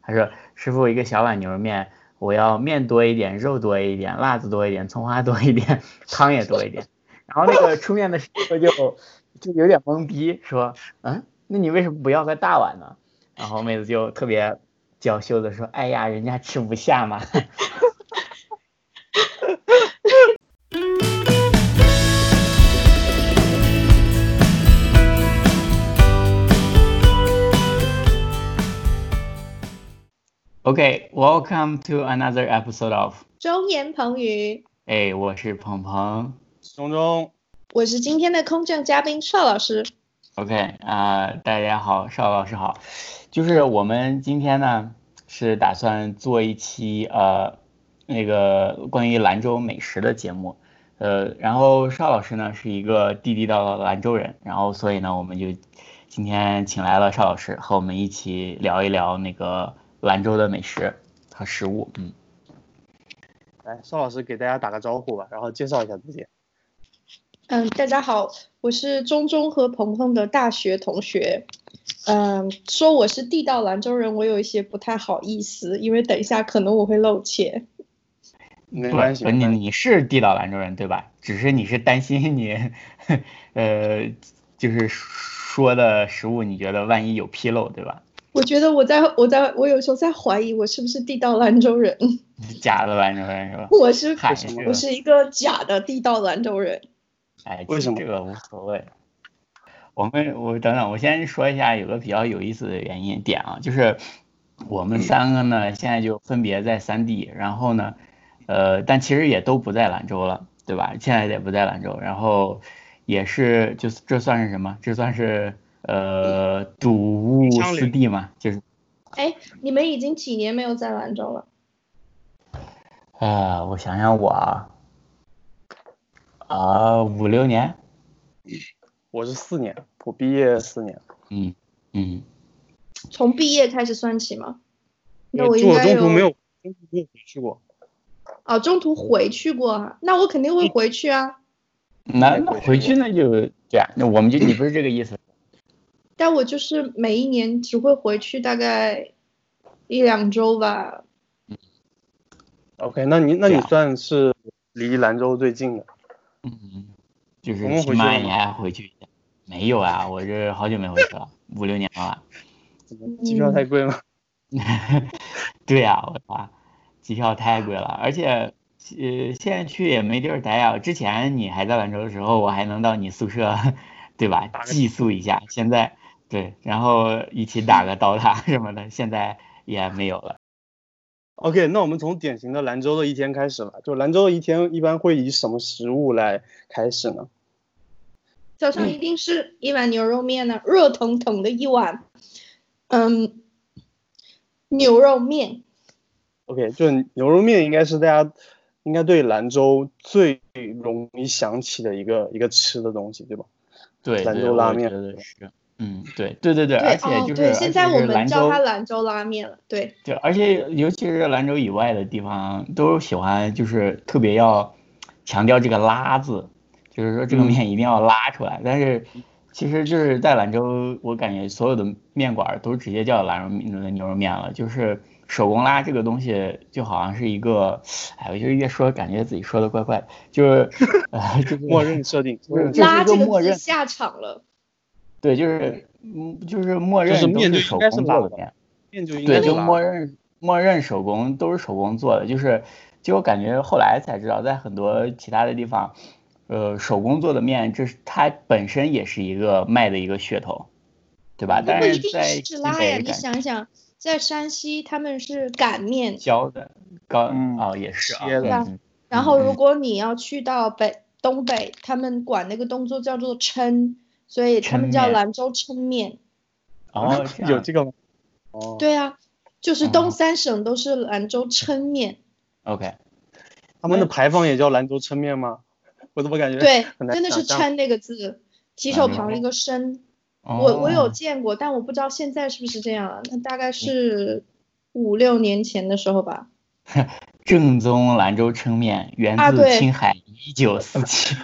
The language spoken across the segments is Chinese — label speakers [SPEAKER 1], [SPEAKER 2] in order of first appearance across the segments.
[SPEAKER 1] 他说师傅一个小碗牛肉面，我要面多一点，肉多一点，辣子多一点，葱花多一点， 汤也多一点。然后那个出面的师傅就就有点懵逼，说嗯，那你为什么不要个大碗呢？然后妹子就特别娇羞的说，哎呀，人家吃不下嘛。Okay, welcome to another episode of
[SPEAKER 2] 中言彭语，
[SPEAKER 1] 哎，我是鹏鹏。
[SPEAKER 3] 中中，
[SPEAKER 2] 我是今天的空降嘉宾邵老师。
[SPEAKER 1] OK 啊、大家好，邵老师好。就是我们今天呢是打算做一期呃那个关于兰州美食的节目，呃，然后邵老师呢是一个地地道道的兰州人，然后所以呢我们就今天请来了邵老师和我们一起聊一聊那个兰州的美食和食物，嗯。
[SPEAKER 3] 来，邵老师给大家打个招呼吧，然后介绍一下自己。
[SPEAKER 2] 嗯，大家好，我是中中和鹏鹏的大学同学。嗯，说我是地道兰州人，我有一些不太好意思，因为等一下可能我会露怯。
[SPEAKER 3] 没
[SPEAKER 1] 对
[SPEAKER 3] 关系，
[SPEAKER 1] 呃
[SPEAKER 3] 没
[SPEAKER 1] 你
[SPEAKER 3] 关系
[SPEAKER 1] 你是地道兰州人对吧？只是你是担心你， 呃，就是说的食物，你觉得万一有纰漏对吧？
[SPEAKER 2] 我觉得我在我在我有时候在怀疑我是不是地道兰州人，
[SPEAKER 1] 你是假的兰州人是吧？
[SPEAKER 2] 我是
[SPEAKER 1] 嗨，
[SPEAKER 3] 什
[SPEAKER 1] 这
[SPEAKER 3] 么
[SPEAKER 1] 个
[SPEAKER 2] 我是一个假的地道兰州人。
[SPEAKER 1] 哎，
[SPEAKER 3] 为
[SPEAKER 1] 其
[SPEAKER 3] 什么
[SPEAKER 1] 这个无所谓。我们我等等，我先说一下有个比较有意思的原因点啊，就是我们三个呢现在就分别在三地，然后呢，呃，但其实也都不在兰州了，对吧？现在也不在兰州，然后也是就是这算是什么？这算是呃睹物
[SPEAKER 3] 相
[SPEAKER 1] 思
[SPEAKER 3] 邻
[SPEAKER 1] 地嘛，就是
[SPEAKER 2] 哎，你们已经几年没有在兰州了？
[SPEAKER 1] 呃，我想想我啊，啊五六年，
[SPEAKER 3] 我是四年，我毕业四年，
[SPEAKER 1] 嗯嗯，
[SPEAKER 2] 从毕业开始算起吗？那
[SPEAKER 3] 因
[SPEAKER 2] 我
[SPEAKER 3] 为
[SPEAKER 2] 应
[SPEAKER 3] 就我
[SPEAKER 2] 该
[SPEAKER 3] 中途没有，中途没有回去过。
[SPEAKER 2] 哦，中途回去过啊，那我肯定
[SPEAKER 1] 嗯
[SPEAKER 2] 会回去啊。
[SPEAKER 1] 那
[SPEAKER 3] 再
[SPEAKER 1] 那
[SPEAKER 3] 回去
[SPEAKER 1] 哎回去那就对啊，那我们就你不是这个意思，
[SPEAKER 2] 但我就是每一年只会回去大概一两周吧。
[SPEAKER 3] OK，那你那你
[SPEAKER 1] 对啊
[SPEAKER 3] 算是离兰州最近的。
[SPEAKER 1] 嗯，就是
[SPEAKER 3] 我们
[SPEAKER 1] 起
[SPEAKER 3] 回去
[SPEAKER 1] 码
[SPEAKER 3] 了
[SPEAKER 1] 你
[SPEAKER 3] 吗
[SPEAKER 1] 还回去一下？没有啊，我这好久没回去了，五六年了吧。
[SPEAKER 3] 怎么
[SPEAKER 2] 嗯
[SPEAKER 3] 机票太贵吗？
[SPEAKER 1] 对呀、我操，机票太贵了，而且呃，现在去也没地儿待啊。之前你还在兰州的时候，我还能到你宿舍， 对吧？
[SPEAKER 3] 打个
[SPEAKER 1] 寄宿一下。现在对，然后一起打个刀塔 什么的，现在也没有了。
[SPEAKER 3] OK，那我们从典型的兰州的一天开始吧。就兰州的一天一般会以什么食物来开始呢？
[SPEAKER 2] 早上
[SPEAKER 1] 嗯
[SPEAKER 2] 一定是一碗牛肉面呢，热腾腾的一碗，嗯，牛肉面。
[SPEAKER 3] OK，就是牛肉面应该是大家应该对兰州最容易想起的一个一个吃的东西，对吧？
[SPEAKER 1] 对，
[SPEAKER 3] 兰
[SPEAKER 1] 对
[SPEAKER 3] 州拉
[SPEAKER 1] 我
[SPEAKER 3] 面
[SPEAKER 1] 觉得是。嗯，对对对对，
[SPEAKER 2] 对
[SPEAKER 1] 而且
[SPEAKER 2] 哦，
[SPEAKER 1] 就是
[SPEAKER 2] 对，现在我们叫它
[SPEAKER 1] 它
[SPEAKER 2] 兰州拉面了。对，
[SPEAKER 1] 对，而且尤其是兰州以外的地方，都喜欢就是特别要强调这个“拉”字，就是说这个
[SPEAKER 3] 嗯
[SPEAKER 1] 面一定要拉出来。但是其实就是在兰州，我感觉所有的面馆儿都直接叫兰州面牛肉面了，就是手工拉这个东西，就好像是一个，哎，我就越说感觉自己说的怪怪的，就是 呃，就是
[SPEAKER 3] 默认 设定，默认
[SPEAKER 1] 这是
[SPEAKER 2] 拉
[SPEAKER 1] 一个
[SPEAKER 2] 这
[SPEAKER 1] 默
[SPEAKER 2] 个字
[SPEAKER 1] 认
[SPEAKER 2] 下场了。
[SPEAKER 1] 对，就是嗯，就是默
[SPEAKER 3] 就是
[SPEAKER 1] 认都
[SPEAKER 3] 面
[SPEAKER 1] 是
[SPEAKER 3] 就
[SPEAKER 1] 手
[SPEAKER 3] 应该是
[SPEAKER 1] 工
[SPEAKER 3] 拉
[SPEAKER 1] 做的
[SPEAKER 3] 的
[SPEAKER 1] 面。
[SPEAKER 3] 面就应
[SPEAKER 1] 对，
[SPEAKER 3] 该
[SPEAKER 1] 就是默认默认手工都是手工做的，就是就我感觉后来才知道，在很多其他的地方，呃，手工做的面，这是它本身也是一个卖的一个噱头，对吧？
[SPEAKER 2] 嗯不
[SPEAKER 1] 但
[SPEAKER 2] 过一
[SPEAKER 1] 是
[SPEAKER 2] 定
[SPEAKER 1] 在
[SPEAKER 2] 是
[SPEAKER 1] 西
[SPEAKER 2] 拉呀，
[SPEAKER 1] 北
[SPEAKER 2] 你
[SPEAKER 1] 感
[SPEAKER 2] 想一想，在山西他们是擀面，
[SPEAKER 1] 教的高
[SPEAKER 3] 嗯
[SPEAKER 1] 哦也是啊，
[SPEAKER 3] 切
[SPEAKER 2] 的
[SPEAKER 1] 嗯
[SPEAKER 2] 然后如
[SPEAKER 1] 嗯
[SPEAKER 2] 果你要去到北东北，他们管那个动作叫做抻，所以他
[SPEAKER 1] 抻
[SPEAKER 2] 们叫
[SPEAKER 1] 面
[SPEAKER 2] 兰州抻面。
[SPEAKER 1] 哦这
[SPEAKER 3] 有这个吗？哦，
[SPEAKER 2] 对啊，就是
[SPEAKER 1] 哦
[SPEAKER 2] 东三省都是兰州抻面。
[SPEAKER 1] 样 OK
[SPEAKER 3] 他们的牌坊也叫兰州抻面吗？ 我怎么
[SPEAKER 1] 嗯
[SPEAKER 3] 感 觉
[SPEAKER 2] 对，
[SPEAKER 3] 很难
[SPEAKER 2] 真的是
[SPEAKER 3] 想象
[SPEAKER 2] 抻那个字，提手旁一个伸。
[SPEAKER 1] 哦。
[SPEAKER 2] 我我有见过，但我不知道现在是不是这样啊了。那大概是五六年前的时候吧。
[SPEAKER 1] 正宗兰州抻面，源
[SPEAKER 2] 啊
[SPEAKER 1] 自
[SPEAKER 2] 对
[SPEAKER 1] 青海一九四七。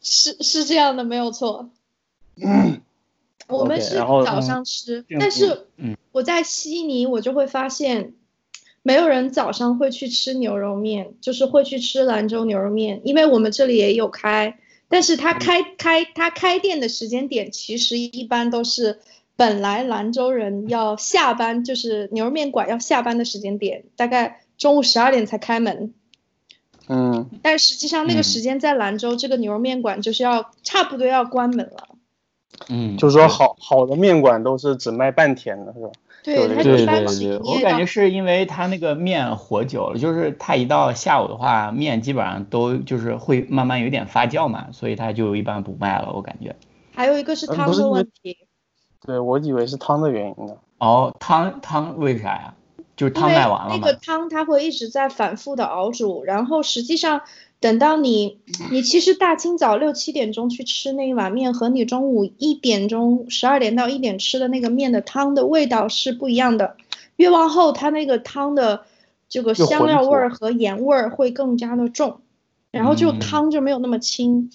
[SPEAKER 2] 是是这样的，没有错。我们
[SPEAKER 3] OK，
[SPEAKER 2] 是
[SPEAKER 3] 然后
[SPEAKER 2] 早
[SPEAKER 3] 嗯
[SPEAKER 2] 上吃，
[SPEAKER 1] 这样
[SPEAKER 2] 但
[SPEAKER 1] 子
[SPEAKER 2] 是
[SPEAKER 1] 嗯
[SPEAKER 2] 我在悉尼，我就会发现，没有人早上会去吃牛肉面，就是会去吃兰州牛肉面，因为我们这里也有开，但是
[SPEAKER 3] 嗯
[SPEAKER 2] 它开开它开店的时间点其实一般都是。本来兰州人要下班，就是牛肉面馆要下班的时间点，大概中午十二点才开门。
[SPEAKER 3] 嗯，
[SPEAKER 2] 但实际上那个
[SPEAKER 1] 嗯
[SPEAKER 2] 时间在兰州，这个牛肉面馆就是要差不多要关门了。
[SPEAKER 1] 嗯，
[SPEAKER 3] 就是说好好的面馆都是只卖半天的，是吧？
[SPEAKER 2] 对，
[SPEAKER 3] 对
[SPEAKER 2] 它
[SPEAKER 3] 对
[SPEAKER 2] 一般
[SPEAKER 1] 对
[SPEAKER 2] 是
[SPEAKER 1] 对，
[SPEAKER 2] 营
[SPEAKER 1] 我
[SPEAKER 2] 业
[SPEAKER 1] 感
[SPEAKER 2] 到
[SPEAKER 1] 觉是因为它那个面和久了，就是它一到下午的话，面基本上都就是会慢慢有点发酵嘛，所以它就一般不卖了，我感觉。
[SPEAKER 2] 还有一个是
[SPEAKER 3] 嗯
[SPEAKER 2] 汤
[SPEAKER 3] 不是
[SPEAKER 2] 的
[SPEAKER 3] 因为
[SPEAKER 2] 问题，
[SPEAKER 3] 对我以为是汤的原因呢。
[SPEAKER 1] 哦，汤汤为啥呀？就是
[SPEAKER 2] 因
[SPEAKER 1] 汤
[SPEAKER 2] 为
[SPEAKER 1] 卖完了
[SPEAKER 2] 那
[SPEAKER 1] 嘛
[SPEAKER 2] 个。汤它会一直在反复的熬煮，然后实际上等到你，
[SPEAKER 1] 嗯
[SPEAKER 2] 你其实大清早六七点钟去吃那一碗面，和你中午一点钟、十二点到一点吃的那个面的汤的味道是不一样的。越往后，它那个汤的这个
[SPEAKER 3] 就
[SPEAKER 2] 香
[SPEAKER 3] 浑
[SPEAKER 2] 料味
[SPEAKER 3] 浊
[SPEAKER 2] 儿和盐味儿会更加的重，然后就
[SPEAKER 1] 嗯
[SPEAKER 2] 汤就没有那么清。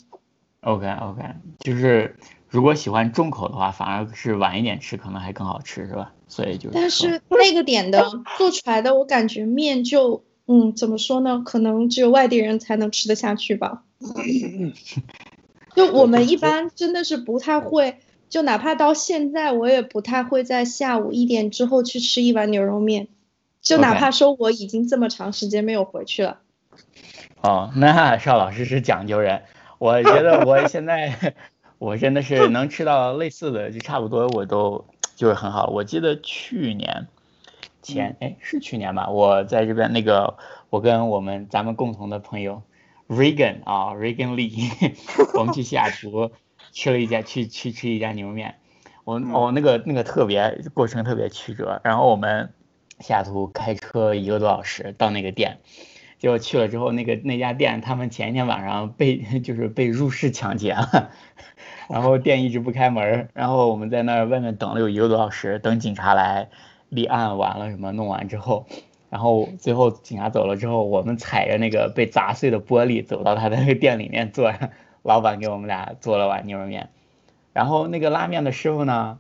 [SPEAKER 1] OK OK，就是如果喜欢重口的话，反而是晚一点吃可能还更好吃，是吧？所以就是
[SPEAKER 2] 但
[SPEAKER 1] 说
[SPEAKER 2] 是那个点的做出来的，我感觉面就，嗯，怎么说呢？可能只有外地人才能吃得下 去吧。就我们一般真的是不太会，就哪怕到现在，我也不太会在下午一点之后去吃一碗牛肉面。就哪
[SPEAKER 1] OK
[SPEAKER 2] 怕说我已经这么长时间没有回去了，
[SPEAKER 1] 哦，那邵老师是讲究人，我觉得我现在我真的是能吃到类似的，就差不多我都就是很好。我记得去年前哎是去年吧，我在这边那个我跟我们咱们共同的朋友 Regan 啊 Regan Lee，我 们去西雅图吃了一家去去吃一家牛肉面，我
[SPEAKER 3] 嗯
[SPEAKER 1] 哦那个那个特别过程特别曲折，然后我们西雅图开车一个多小时到那个店。结果去了之后，那个那家店他们前一天晚上被 就是被入室抢劫了， 然后店一直不开门儿，然后我们在那儿外面等了有一个多小时，等警察来立案完了什么弄完之后，然后最后警察走了之后，我们踩着那个被砸碎的玻璃走到他的那个店里面坐着，老板给我们俩做了碗牛肉面，然后那个拉面的师傅呢，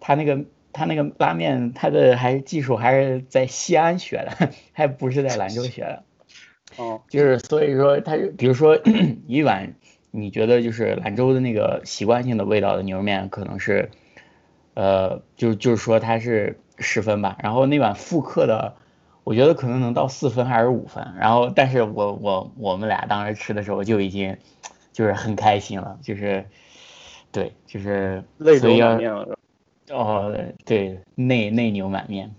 [SPEAKER 1] 他那个他那个拉面他的还是技术还是在西安学的， 还不是在兰州学的。
[SPEAKER 3] 哦，
[SPEAKER 1] 就是所以说，它就比如说 一碗，你觉得就是兰州的那个习惯性的味道的牛肉面，可能是，呃，就就是说它是十分吧，然后那碗复刻的，我觉得可能能到四分还是五分，然后但是我我我们俩当时吃的时候就已经就是很开心了，就是，对，就是
[SPEAKER 3] 泪
[SPEAKER 1] 所
[SPEAKER 3] 流
[SPEAKER 1] 以
[SPEAKER 3] 满
[SPEAKER 1] 要
[SPEAKER 3] 面了，是吧？
[SPEAKER 1] 哦对内内牛满面。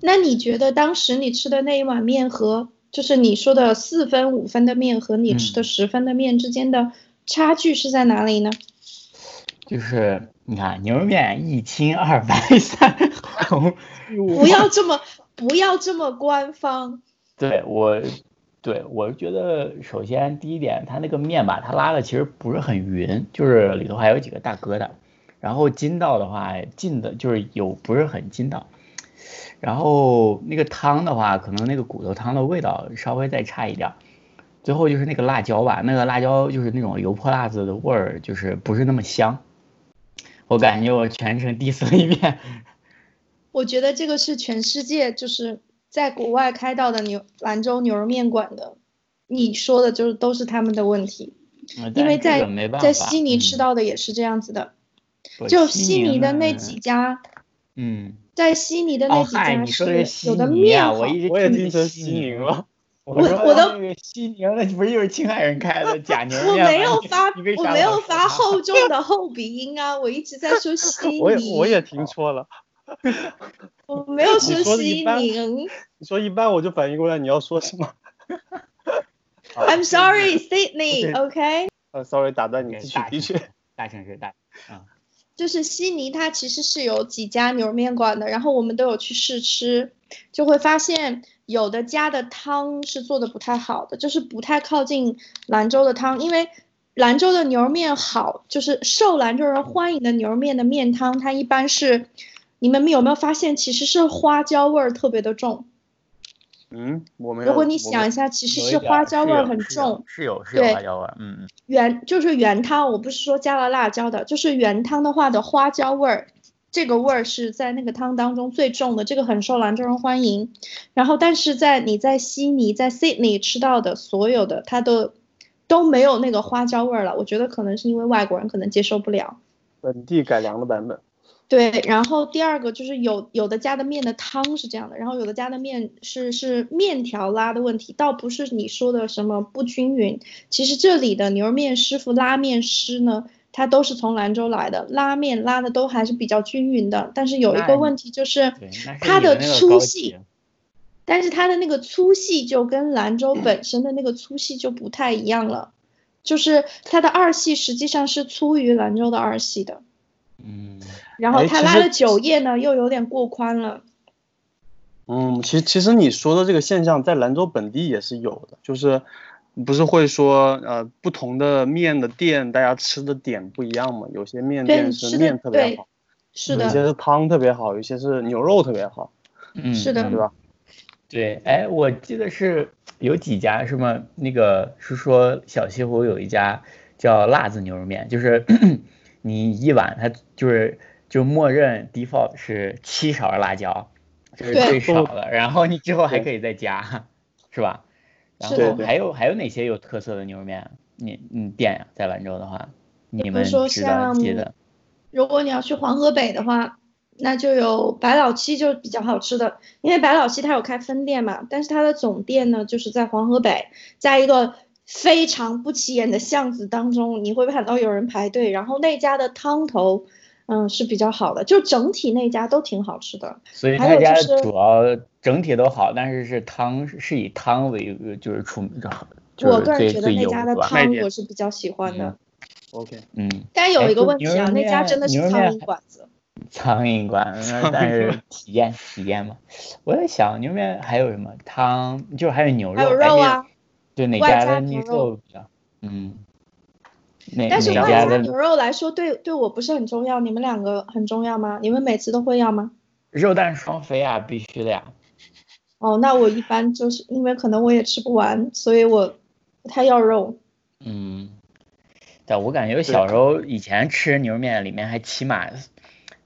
[SPEAKER 2] 那你觉得当时你吃的那一碗面和就是你说的四分五分的面和你吃的
[SPEAKER 1] 嗯
[SPEAKER 2] 十分的面之间的差距是在哪里呢？
[SPEAKER 1] 就是你看牛肉面一清二白三红，
[SPEAKER 2] 不要这么 不要这么官方。
[SPEAKER 1] 对我，对我是觉得，首先第一点，它那个面吧，它拉的其实不是很匀，就是里头还有几个大疙瘩。然后筋道的话，筋的就是有不是很筋道。然后那个汤的话，可能那个骨头汤的味道稍微再差一点儿。最后就是那个辣椒吧，那个辣椒就是那种油泼辣子的味儿，就是不是那么香。我感觉我全程 diss 了一遍，
[SPEAKER 2] 我觉得这个是全世界就是在国外开到的牛兰州牛肉面馆的，你说的就是都是他们的问题，
[SPEAKER 1] 嗯
[SPEAKER 2] 因
[SPEAKER 1] 但
[SPEAKER 2] 为
[SPEAKER 1] 这
[SPEAKER 2] 在
[SPEAKER 1] 个没办
[SPEAKER 2] 在
[SPEAKER 1] 法
[SPEAKER 2] 悉尼吃
[SPEAKER 1] 嗯
[SPEAKER 2] 到的也是这样子的，
[SPEAKER 1] 不
[SPEAKER 2] 就
[SPEAKER 1] 悉
[SPEAKER 2] 悉尼的
[SPEAKER 1] 呢
[SPEAKER 2] 那几家，
[SPEAKER 1] 嗯。
[SPEAKER 2] 在悉尼的那
[SPEAKER 1] 哦
[SPEAKER 2] 几
[SPEAKER 1] 嗨，
[SPEAKER 2] 家
[SPEAKER 1] 你说的
[SPEAKER 2] 是有
[SPEAKER 1] 西
[SPEAKER 2] 的
[SPEAKER 1] 宁
[SPEAKER 2] 面
[SPEAKER 1] 啊，
[SPEAKER 2] 好，
[SPEAKER 1] 我一直
[SPEAKER 3] 我也
[SPEAKER 1] 听
[SPEAKER 3] 听
[SPEAKER 1] 你
[SPEAKER 3] 成
[SPEAKER 1] 西
[SPEAKER 3] 西宁了。
[SPEAKER 1] 我
[SPEAKER 2] 我
[SPEAKER 1] 说哦
[SPEAKER 2] 我
[SPEAKER 1] 那
[SPEAKER 2] 都
[SPEAKER 1] 个西宁，那不是就是青海人开的假牛
[SPEAKER 2] 我
[SPEAKER 1] 面吗？
[SPEAKER 2] 没有发，
[SPEAKER 1] 你为
[SPEAKER 2] 我
[SPEAKER 1] 啥
[SPEAKER 2] 没
[SPEAKER 1] 老
[SPEAKER 2] 有
[SPEAKER 1] 说
[SPEAKER 2] 发
[SPEAKER 1] 它
[SPEAKER 2] 厚重的厚鼻音啊，我一直在说 悉尼，
[SPEAKER 3] 我也我也听错了，
[SPEAKER 2] 我没有
[SPEAKER 3] 你说的一
[SPEAKER 2] 悉
[SPEAKER 3] 般
[SPEAKER 2] 尼
[SPEAKER 3] 你说一半我就反应过来你要说什么。
[SPEAKER 1] 哦
[SPEAKER 3] 好
[SPEAKER 2] ，I'm sorry Sydney，OK。
[SPEAKER 3] 呃，sorry，打断你，
[SPEAKER 1] 给
[SPEAKER 3] 继续
[SPEAKER 1] 大
[SPEAKER 3] 继续
[SPEAKER 1] 声。大城市大
[SPEAKER 2] 就是悉尼，它其实是有几家牛肉面馆的，然后我们都有去试吃，就会发现有的家的汤是做的不太好的，就是不太靠近兰州的汤，因为兰州的牛肉面好，就是受兰州人欢迎的牛肉面的面汤，它一般是，你们有没有发现其实是花椒味儿特别的重，
[SPEAKER 3] 嗯，我们
[SPEAKER 2] 如果你想一下，其实是啊花椒味儿很重，
[SPEAKER 1] 是有是
[SPEAKER 2] 对
[SPEAKER 1] 有花椒味儿，嗯嗯，
[SPEAKER 2] 原就是原汤，我不是说加了辣椒的，就是原汤的话的花椒味儿，这个味儿是在那个汤当中最重的，这个很受兰州人欢迎。然后，但是在你在悉尼、在 Sydney 吃到的所有的，它的都没有那个花椒味儿了。我觉得可能是因为外国人可能接受不了。
[SPEAKER 3] 本地改良的版本。
[SPEAKER 2] 对，然后第二个就是有有的家的面的汤是这样的，然后有的家的面是是面条拉的问题，倒不是你说的什么不均匀。其实这里的牛肉面师傅、拉面师呢，他都是从兰州来的，拉面拉的都还是比较均匀的。但是有一
[SPEAKER 1] 那
[SPEAKER 2] 个问题就是
[SPEAKER 1] 嗯对，那是
[SPEAKER 2] 它
[SPEAKER 1] 你们
[SPEAKER 2] 的
[SPEAKER 1] 那个
[SPEAKER 2] 粗
[SPEAKER 1] 高
[SPEAKER 2] 细
[SPEAKER 1] 级，
[SPEAKER 2] 但是它的那个粗细就跟兰州本身的那个粗细就不太一样了，就是它的二细实际上是粗于兰州的二细的，
[SPEAKER 1] 嗯，
[SPEAKER 2] 然后
[SPEAKER 3] 哎
[SPEAKER 2] 它
[SPEAKER 3] 其
[SPEAKER 2] 拉
[SPEAKER 3] 实
[SPEAKER 2] 的酒业呢又有点过宽了。
[SPEAKER 3] 嗯，其实其实你说的这个现象在兰州本地也是有的，就是不是会说呃不同的面的店，大家吃的点不一样嘛？有些面
[SPEAKER 2] 对
[SPEAKER 3] 店
[SPEAKER 2] 吃
[SPEAKER 3] 是
[SPEAKER 2] 的
[SPEAKER 3] 面特别
[SPEAKER 2] 对
[SPEAKER 3] 好，
[SPEAKER 2] 是
[SPEAKER 3] 有
[SPEAKER 2] 的，
[SPEAKER 3] 些是汤特别好，有些是牛肉特别好，
[SPEAKER 1] 嗯
[SPEAKER 2] 是的
[SPEAKER 1] 嗯
[SPEAKER 3] 对吧？
[SPEAKER 1] 对，哎，我记得是有几家什么那个是说小西湖有一家叫辣子牛肉面，就是 你一碗它就是就默认 default 是七勺辣椒，这是
[SPEAKER 2] 对
[SPEAKER 1] 最少的，然后你之后还
[SPEAKER 3] 对
[SPEAKER 1] 可以再加，是吧？然
[SPEAKER 2] 是的
[SPEAKER 1] 后还有还有哪些有特色的牛肉面？你你店呀，在兰州的话，你们
[SPEAKER 2] 说
[SPEAKER 1] 知道
[SPEAKER 2] 像
[SPEAKER 1] 记得？
[SPEAKER 2] 如果你要去黄河北的话，那就有百老七就比较好吃的，因为百老七它有开分店嘛，但是它的总店呢就是在黄河北，在一个非常不起眼的巷子当中，你会看到有人排队，然后那家的汤头，嗯是比较好的，就整体那家都挺好吃的。
[SPEAKER 1] 所以
[SPEAKER 2] 还
[SPEAKER 1] 他
[SPEAKER 2] 有就
[SPEAKER 1] 家
[SPEAKER 2] 是
[SPEAKER 1] 主要整体都好，但是是汤是以汤为就是出就
[SPEAKER 2] 我
[SPEAKER 1] 是
[SPEAKER 2] 个人
[SPEAKER 1] 最
[SPEAKER 2] 觉得
[SPEAKER 1] 最
[SPEAKER 2] 那
[SPEAKER 1] 油
[SPEAKER 2] 家的
[SPEAKER 1] 是吧？
[SPEAKER 2] 汤
[SPEAKER 3] 卖点
[SPEAKER 2] 我是比较喜欢的，
[SPEAKER 3] OK，
[SPEAKER 1] 嗯，
[SPEAKER 2] 但有
[SPEAKER 1] 哎
[SPEAKER 2] 一个
[SPEAKER 1] 就
[SPEAKER 2] 问题
[SPEAKER 1] 牛
[SPEAKER 2] 啊
[SPEAKER 1] 肉，
[SPEAKER 2] 那家
[SPEAKER 1] 面
[SPEAKER 2] 真的是
[SPEAKER 1] 牛肉
[SPEAKER 2] 苍
[SPEAKER 1] 面
[SPEAKER 2] 蝇
[SPEAKER 1] 还
[SPEAKER 2] 馆子。
[SPEAKER 1] 苍蝇馆，那但是体验体验嘛。我在想牛肉面还有什么汤，就是还有牛肉，
[SPEAKER 2] 还有
[SPEAKER 1] 哎
[SPEAKER 2] 肉
[SPEAKER 1] 那
[SPEAKER 2] 啊，
[SPEAKER 1] 对哪
[SPEAKER 2] 外
[SPEAKER 1] 家
[SPEAKER 2] 加
[SPEAKER 1] 的
[SPEAKER 2] 牛
[SPEAKER 1] 牛
[SPEAKER 2] 肉
[SPEAKER 1] 肉比较？嗯，哪
[SPEAKER 2] 但是
[SPEAKER 1] 哪
[SPEAKER 2] 外
[SPEAKER 1] 哎家
[SPEAKER 2] 加
[SPEAKER 1] 的
[SPEAKER 2] 牛肉来说对对我不是很重要，你们两个很重要吗？你们每次都会要吗？
[SPEAKER 1] 肉蛋双飞啊，必须的呀。
[SPEAKER 2] 哦，那我一般就是因为可能我也吃不完，所以我不太要肉。
[SPEAKER 1] 嗯，但我感觉小时候以前吃牛肉面里面还起码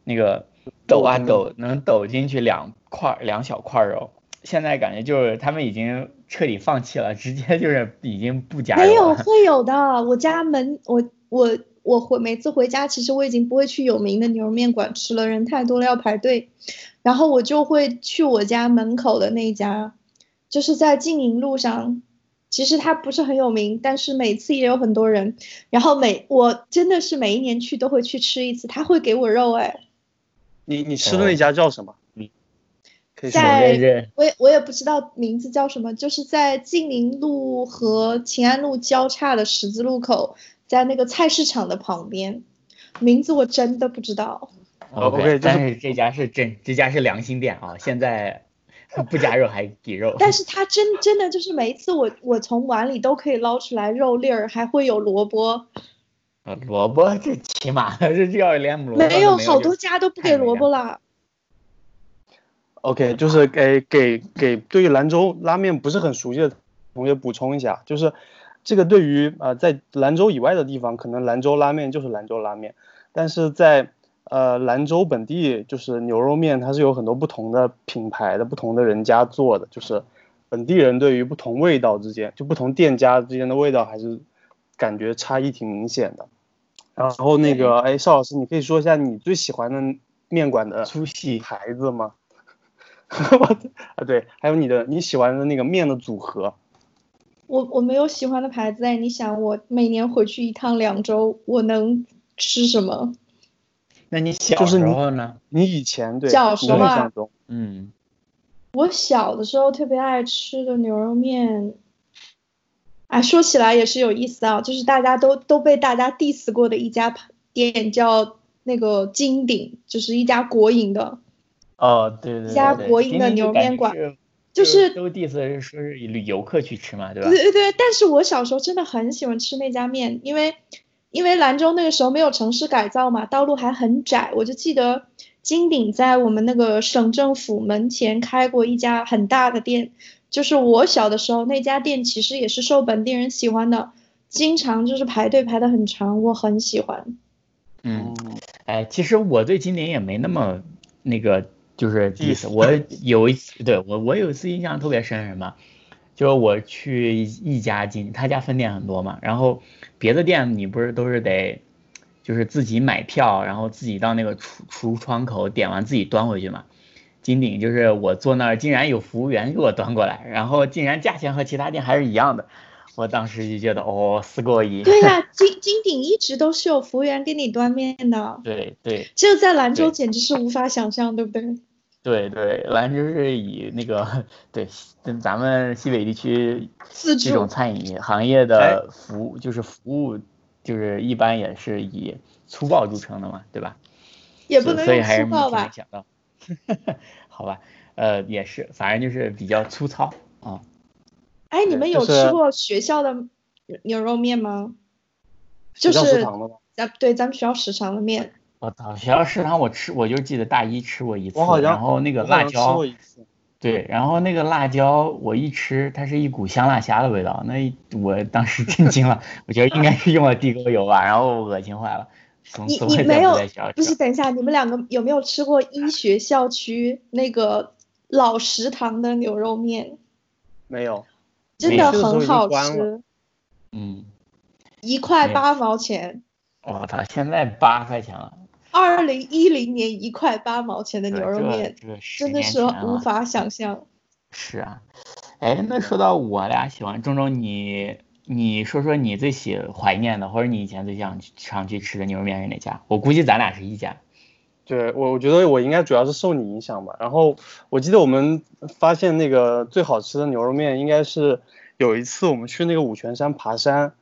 [SPEAKER 1] 那个抖啊抖，能抖进去两块儿两小块儿肉。现在感觉就是他们已经彻底放弃了，直接就是已经不加啊
[SPEAKER 2] 没
[SPEAKER 1] 肉
[SPEAKER 2] 有
[SPEAKER 1] 了。
[SPEAKER 2] 会有的，我家门我我我回每次回家，其实我已经不会去有名的牛肉面馆吃了，人太多了要排队，然后我就会去我家门口的那一家，就是在静营路上。其实它不是很有名，但是每次也有很多人。然后每我真的是每一年去都会去吃一次，他会给我肉哎，
[SPEAKER 3] 你你吃的那家叫什么？
[SPEAKER 1] 嗯
[SPEAKER 3] 可以说
[SPEAKER 2] 在
[SPEAKER 1] 我认真，
[SPEAKER 2] 我也我也不知道名字叫什么，就是在晋宁路和秦安路交叉的十字路口，在那个菜市场的旁边，名字我真的不知道。
[SPEAKER 3] OK，就是
[SPEAKER 1] 但是这家是真，这家是良心店啊，现在不加肉还给肉。
[SPEAKER 2] 但是它真真的就是每一次我我从碗里都可以捞出来肉粒儿，还会有萝卜，
[SPEAKER 1] 呃萝卜这起码的，这就要连萝卜都
[SPEAKER 2] 没有
[SPEAKER 1] 有
[SPEAKER 2] 好多
[SPEAKER 1] 就
[SPEAKER 2] 家都不
[SPEAKER 1] 太
[SPEAKER 2] 给
[SPEAKER 1] 没
[SPEAKER 2] 萝
[SPEAKER 1] 了
[SPEAKER 2] 卜啦。
[SPEAKER 3] OK，就是给给给对于兰州拉面不是很熟悉的同学补充一下，就是这个对于呃在兰州以外的地方，可能兰州拉面就是兰州拉面，但是在呃兰州本地，就是牛肉面它是有很多不同的品牌的、不同的人家做的，就是本地人对于不同味道之间，就不同店家之间的味道还是感觉差异挺明显的。然后那个哎，邵老师，你可以说一下你最喜欢的面馆的
[SPEAKER 1] 粗细。
[SPEAKER 3] 牌子吗？ 我啊对，还有你的你喜欢的那个面的组合，
[SPEAKER 2] 我我没有喜欢的牌子哎，你想我每年回去一趟两周，我能吃什么？
[SPEAKER 1] 那你小
[SPEAKER 3] 就是
[SPEAKER 1] 时
[SPEAKER 3] 你
[SPEAKER 1] 候呢？
[SPEAKER 3] 你以前对
[SPEAKER 2] 小
[SPEAKER 3] 你
[SPEAKER 2] 时候
[SPEAKER 3] 印
[SPEAKER 2] 啊
[SPEAKER 3] 象中
[SPEAKER 1] 嗯，
[SPEAKER 2] 我小的时候特别爱吃的牛肉面，哎，说起来也是有意思啊，就是大家都都被大家 diss 过的一家店叫那个金鼎，就是一家国营的，
[SPEAKER 1] 哦，对对
[SPEAKER 2] 家
[SPEAKER 1] 对对
[SPEAKER 2] 国营的
[SPEAKER 1] 今天就
[SPEAKER 2] 牛
[SPEAKER 1] 感
[SPEAKER 2] 面
[SPEAKER 1] 觉
[SPEAKER 2] 馆
[SPEAKER 1] 是就
[SPEAKER 2] 就
[SPEAKER 1] 是
[SPEAKER 2] 是
[SPEAKER 1] 都 diss 是说是旅游客去吃嘛，对吧
[SPEAKER 2] 对？对对，但是我小时候真的很喜欢吃那家面，因为因为兰州那个时候没有城市改造嘛，道路还很窄，我就记得金鼎在我们那个省政府门前开过一家很大的店，就是我小的时候那家店其实也是受本地人喜欢的，经常就是排队排的很长，我很喜欢。
[SPEAKER 1] 嗯，哎，其实我对今年也没那么那个，就是意思。我有一次，对我我有一次印象特别深什么，就是我去一家进，他家分店很多嘛，然后别的店你不是都是得，就是自己买票，然后自己到那个橱橱窗口点完自己端回去嘛。金鼎就是我坐那儿，竟然有服务员给我端过来，然后竟然价钱和其他店还是一样的，我当时就觉得哦，死过瘾。
[SPEAKER 2] 对呀、金金鼎一直都是有服务员给你端面的，
[SPEAKER 1] 对对
[SPEAKER 2] 这在兰州
[SPEAKER 1] 对
[SPEAKER 2] 简直是无法想象，对不对？
[SPEAKER 1] 对对，完全是以那个对跟咱们西北地区
[SPEAKER 2] 自
[SPEAKER 1] 这种
[SPEAKER 2] 助，
[SPEAKER 1] 餐饮行业
[SPEAKER 3] 哎
[SPEAKER 1] 的服务，就是服务，就是一般也是以粗暴著称的嘛，对吧？
[SPEAKER 2] 也不
[SPEAKER 1] 所
[SPEAKER 2] 能
[SPEAKER 1] 所以
[SPEAKER 2] 用
[SPEAKER 1] 还是
[SPEAKER 2] 粗
[SPEAKER 1] 没挺
[SPEAKER 2] 暴
[SPEAKER 1] 没
[SPEAKER 2] 吧？
[SPEAKER 1] 想到， 好吧，呃，也是，反正就是比较粗糙啊、
[SPEAKER 2] 哎，你们
[SPEAKER 3] 就
[SPEAKER 2] 有
[SPEAKER 3] 是
[SPEAKER 2] 吃过学校的牛肉面吗？就
[SPEAKER 3] 学校食
[SPEAKER 2] 是
[SPEAKER 3] 堂的吗？
[SPEAKER 2] 咱对咱们学校食堂的面，
[SPEAKER 1] 我操，学校食堂我吃，我就记得大一吃过一次，
[SPEAKER 3] 我好像
[SPEAKER 1] 然后那个
[SPEAKER 3] 我好
[SPEAKER 1] 辣
[SPEAKER 3] 像吃
[SPEAKER 1] 椒
[SPEAKER 3] 过，一次，
[SPEAKER 1] 对，然后那个辣椒我一吃，它是一股香辣虾的味道，那一我当时震惊了，我觉得应该是用了地沟油吧，然后我恶心坏了，从
[SPEAKER 2] 你
[SPEAKER 1] 此我
[SPEAKER 2] 你
[SPEAKER 1] 也
[SPEAKER 2] 没
[SPEAKER 1] 再
[SPEAKER 2] 有
[SPEAKER 1] 不在学校
[SPEAKER 2] 不
[SPEAKER 1] 吃
[SPEAKER 2] 是，
[SPEAKER 1] 了。
[SPEAKER 2] 等一下，你们两个有没有吃过医学校区那个老食堂的牛肉面？
[SPEAKER 3] 没有。
[SPEAKER 2] 真
[SPEAKER 1] 没
[SPEAKER 2] 的
[SPEAKER 3] 事的时候已
[SPEAKER 2] 很
[SPEAKER 3] 经
[SPEAKER 2] 好
[SPEAKER 3] 关
[SPEAKER 2] 吃，
[SPEAKER 1] 嗯，
[SPEAKER 2] 一块
[SPEAKER 1] 没
[SPEAKER 2] 八毛钱。
[SPEAKER 1] 我操，现在八块钱了，
[SPEAKER 2] 二零一零年一块八毛钱的
[SPEAKER 1] 这
[SPEAKER 2] 牛肉面，
[SPEAKER 1] 这个十
[SPEAKER 2] 真的
[SPEAKER 1] 年
[SPEAKER 2] 是
[SPEAKER 1] 前
[SPEAKER 2] 无
[SPEAKER 1] 了。
[SPEAKER 2] 法想象。
[SPEAKER 1] 是啊，哎，那说到我俩喜欢，钟钟你你说说你最喜怀念的，或者你以前最想去常去吃的牛肉面是哪家？我估计咱俩是一家。
[SPEAKER 3] 对我，我觉得我应该主要是受你影响吧。然后我记得我们发现那个最好吃的牛肉面，应该是有一次我们去那个五泉山爬山，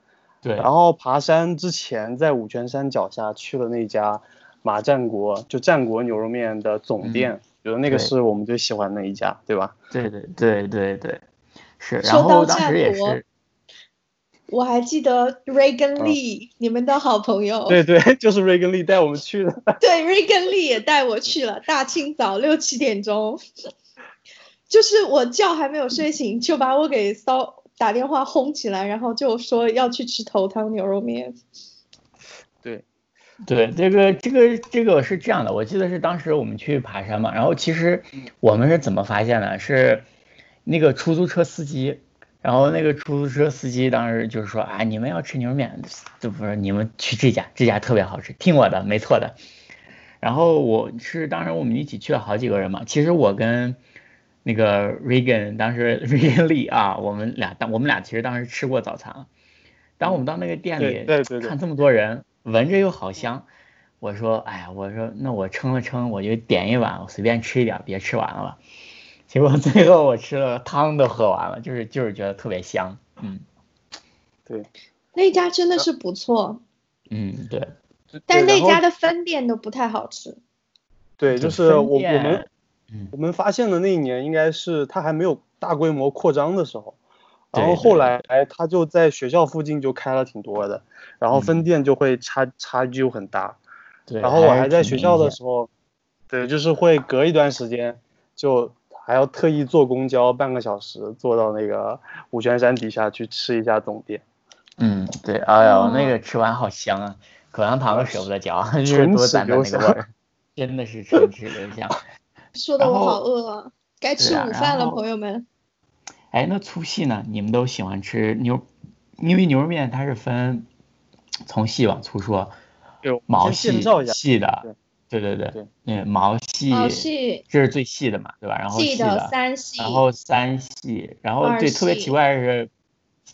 [SPEAKER 1] 对，
[SPEAKER 3] 然后爬山之前在五泉山脚下去了那家马战国，就战国牛肉面的总店，觉得那个
[SPEAKER 1] 嗯对
[SPEAKER 3] 是我们最喜欢的一家，对吧？
[SPEAKER 1] 对对对对对，是。然
[SPEAKER 2] 说到
[SPEAKER 1] 后当
[SPEAKER 2] 战
[SPEAKER 1] 时也
[SPEAKER 2] 国
[SPEAKER 1] 是，
[SPEAKER 2] 我还记得 Reagan
[SPEAKER 3] 嗯
[SPEAKER 2] Lee，、你们的好朋友，
[SPEAKER 3] 对 对，就是瑞根利带我们去的。
[SPEAKER 2] 对 Reagan Lee 也带我去了，大清早六七点钟，就是我觉还没有睡醒，就把我给骚打电话轰起来，然后就说要去吃头汤牛肉面。
[SPEAKER 1] 对，这个这个这个是这样的，我记得是当时我们去爬山嘛，然后其实我们是怎么发现的？是那个出租车司机，然后那个出租车司机当时就是说啊，你们要吃牛肉面，这不是你们去这家，这家特别好吃，听我的，没错的。然后我是当时我们一起去了好几个人嘛，其实我跟那个 Regan 当时 Regan Lee 啊，我们俩当我们俩其实当时吃过早餐了，当我们到那个店
[SPEAKER 3] 对
[SPEAKER 1] 里
[SPEAKER 3] 对对对
[SPEAKER 1] 看这么多人，闻着又好香，我说哎呀，我说那我称了称，我就点一碗，我随便吃一点，别吃完了 吧。结果最后我吃了汤都喝完了，就是就是觉得特别香，嗯
[SPEAKER 3] 对，
[SPEAKER 2] 那家真的是不错，
[SPEAKER 1] 嗯对，
[SPEAKER 2] 但
[SPEAKER 3] 对
[SPEAKER 2] 那
[SPEAKER 3] 然后
[SPEAKER 2] 家的分店都不太好吃。
[SPEAKER 3] 对，
[SPEAKER 1] 对
[SPEAKER 3] 就是
[SPEAKER 1] 分
[SPEAKER 3] 我我
[SPEAKER 1] 店
[SPEAKER 3] 们
[SPEAKER 1] 嗯
[SPEAKER 3] 我们发现的那一年应该是它还没有大规模扩张的时候，然
[SPEAKER 1] 对
[SPEAKER 3] 后
[SPEAKER 1] 对
[SPEAKER 3] 后来哎，它就在学校附近就开了挺多的，然后分店就会差差距就很大。
[SPEAKER 1] 嗯对，
[SPEAKER 3] 然后我
[SPEAKER 1] 是
[SPEAKER 3] 还在
[SPEAKER 1] 挺
[SPEAKER 3] 学
[SPEAKER 1] 明
[SPEAKER 3] 校的
[SPEAKER 1] 显
[SPEAKER 3] 时候，对，就是会隔一段时间就还要特意坐公交半个小时坐到那个五泉山底下去吃一下总店，
[SPEAKER 1] 嗯，对，哎呦，那
[SPEAKER 2] 哦
[SPEAKER 1] 个吃完好香啊，口香糖都舍不得嚼， 就是
[SPEAKER 3] 唇
[SPEAKER 1] 多
[SPEAKER 3] 齿
[SPEAKER 1] 攒攒
[SPEAKER 3] 留
[SPEAKER 1] 那个味
[SPEAKER 3] 香
[SPEAKER 1] 儿，真的是唇齿留香。
[SPEAKER 2] 说的
[SPEAKER 1] 然
[SPEAKER 2] 我
[SPEAKER 1] 后
[SPEAKER 2] 好饿啊，该吃
[SPEAKER 1] 对啊
[SPEAKER 2] 午饭
[SPEAKER 1] 然
[SPEAKER 2] 了，
[SPEAKER 1] 后
[SPEAKER 2] 朋友们。
[SPEAKER 1] 哎，那粗细呢？你们都喜欢吃牛，因为牛肉面它是分从细往粗说，
[SPEAKER 3] 对，我
[SPEAKER 1] 毛
[SPEAKER 3] 们先
[SPEAKER 1] 细
[SPEAKER 3] 介绍一下，
[SPEAKER 1] 细的，对对对
[SPEAKER 3] 对，
[SPEAKER 1] 嗯，毛细
[SPEAKER 2] 哦，是
[SPEAKER 1] 这是最细的嘛，对吧？然后
[SPEAKER 2] 细
[SPEAKER 1] 细
[SPEAKER 2] 的三细，
[SPEAKER 1] 然后三细，然后
[SPEAKER 2] 二
[SPEAKER 1] 对，特别
[SPEAKER 2] 细
[SPEAKER 1] 奇怪的是，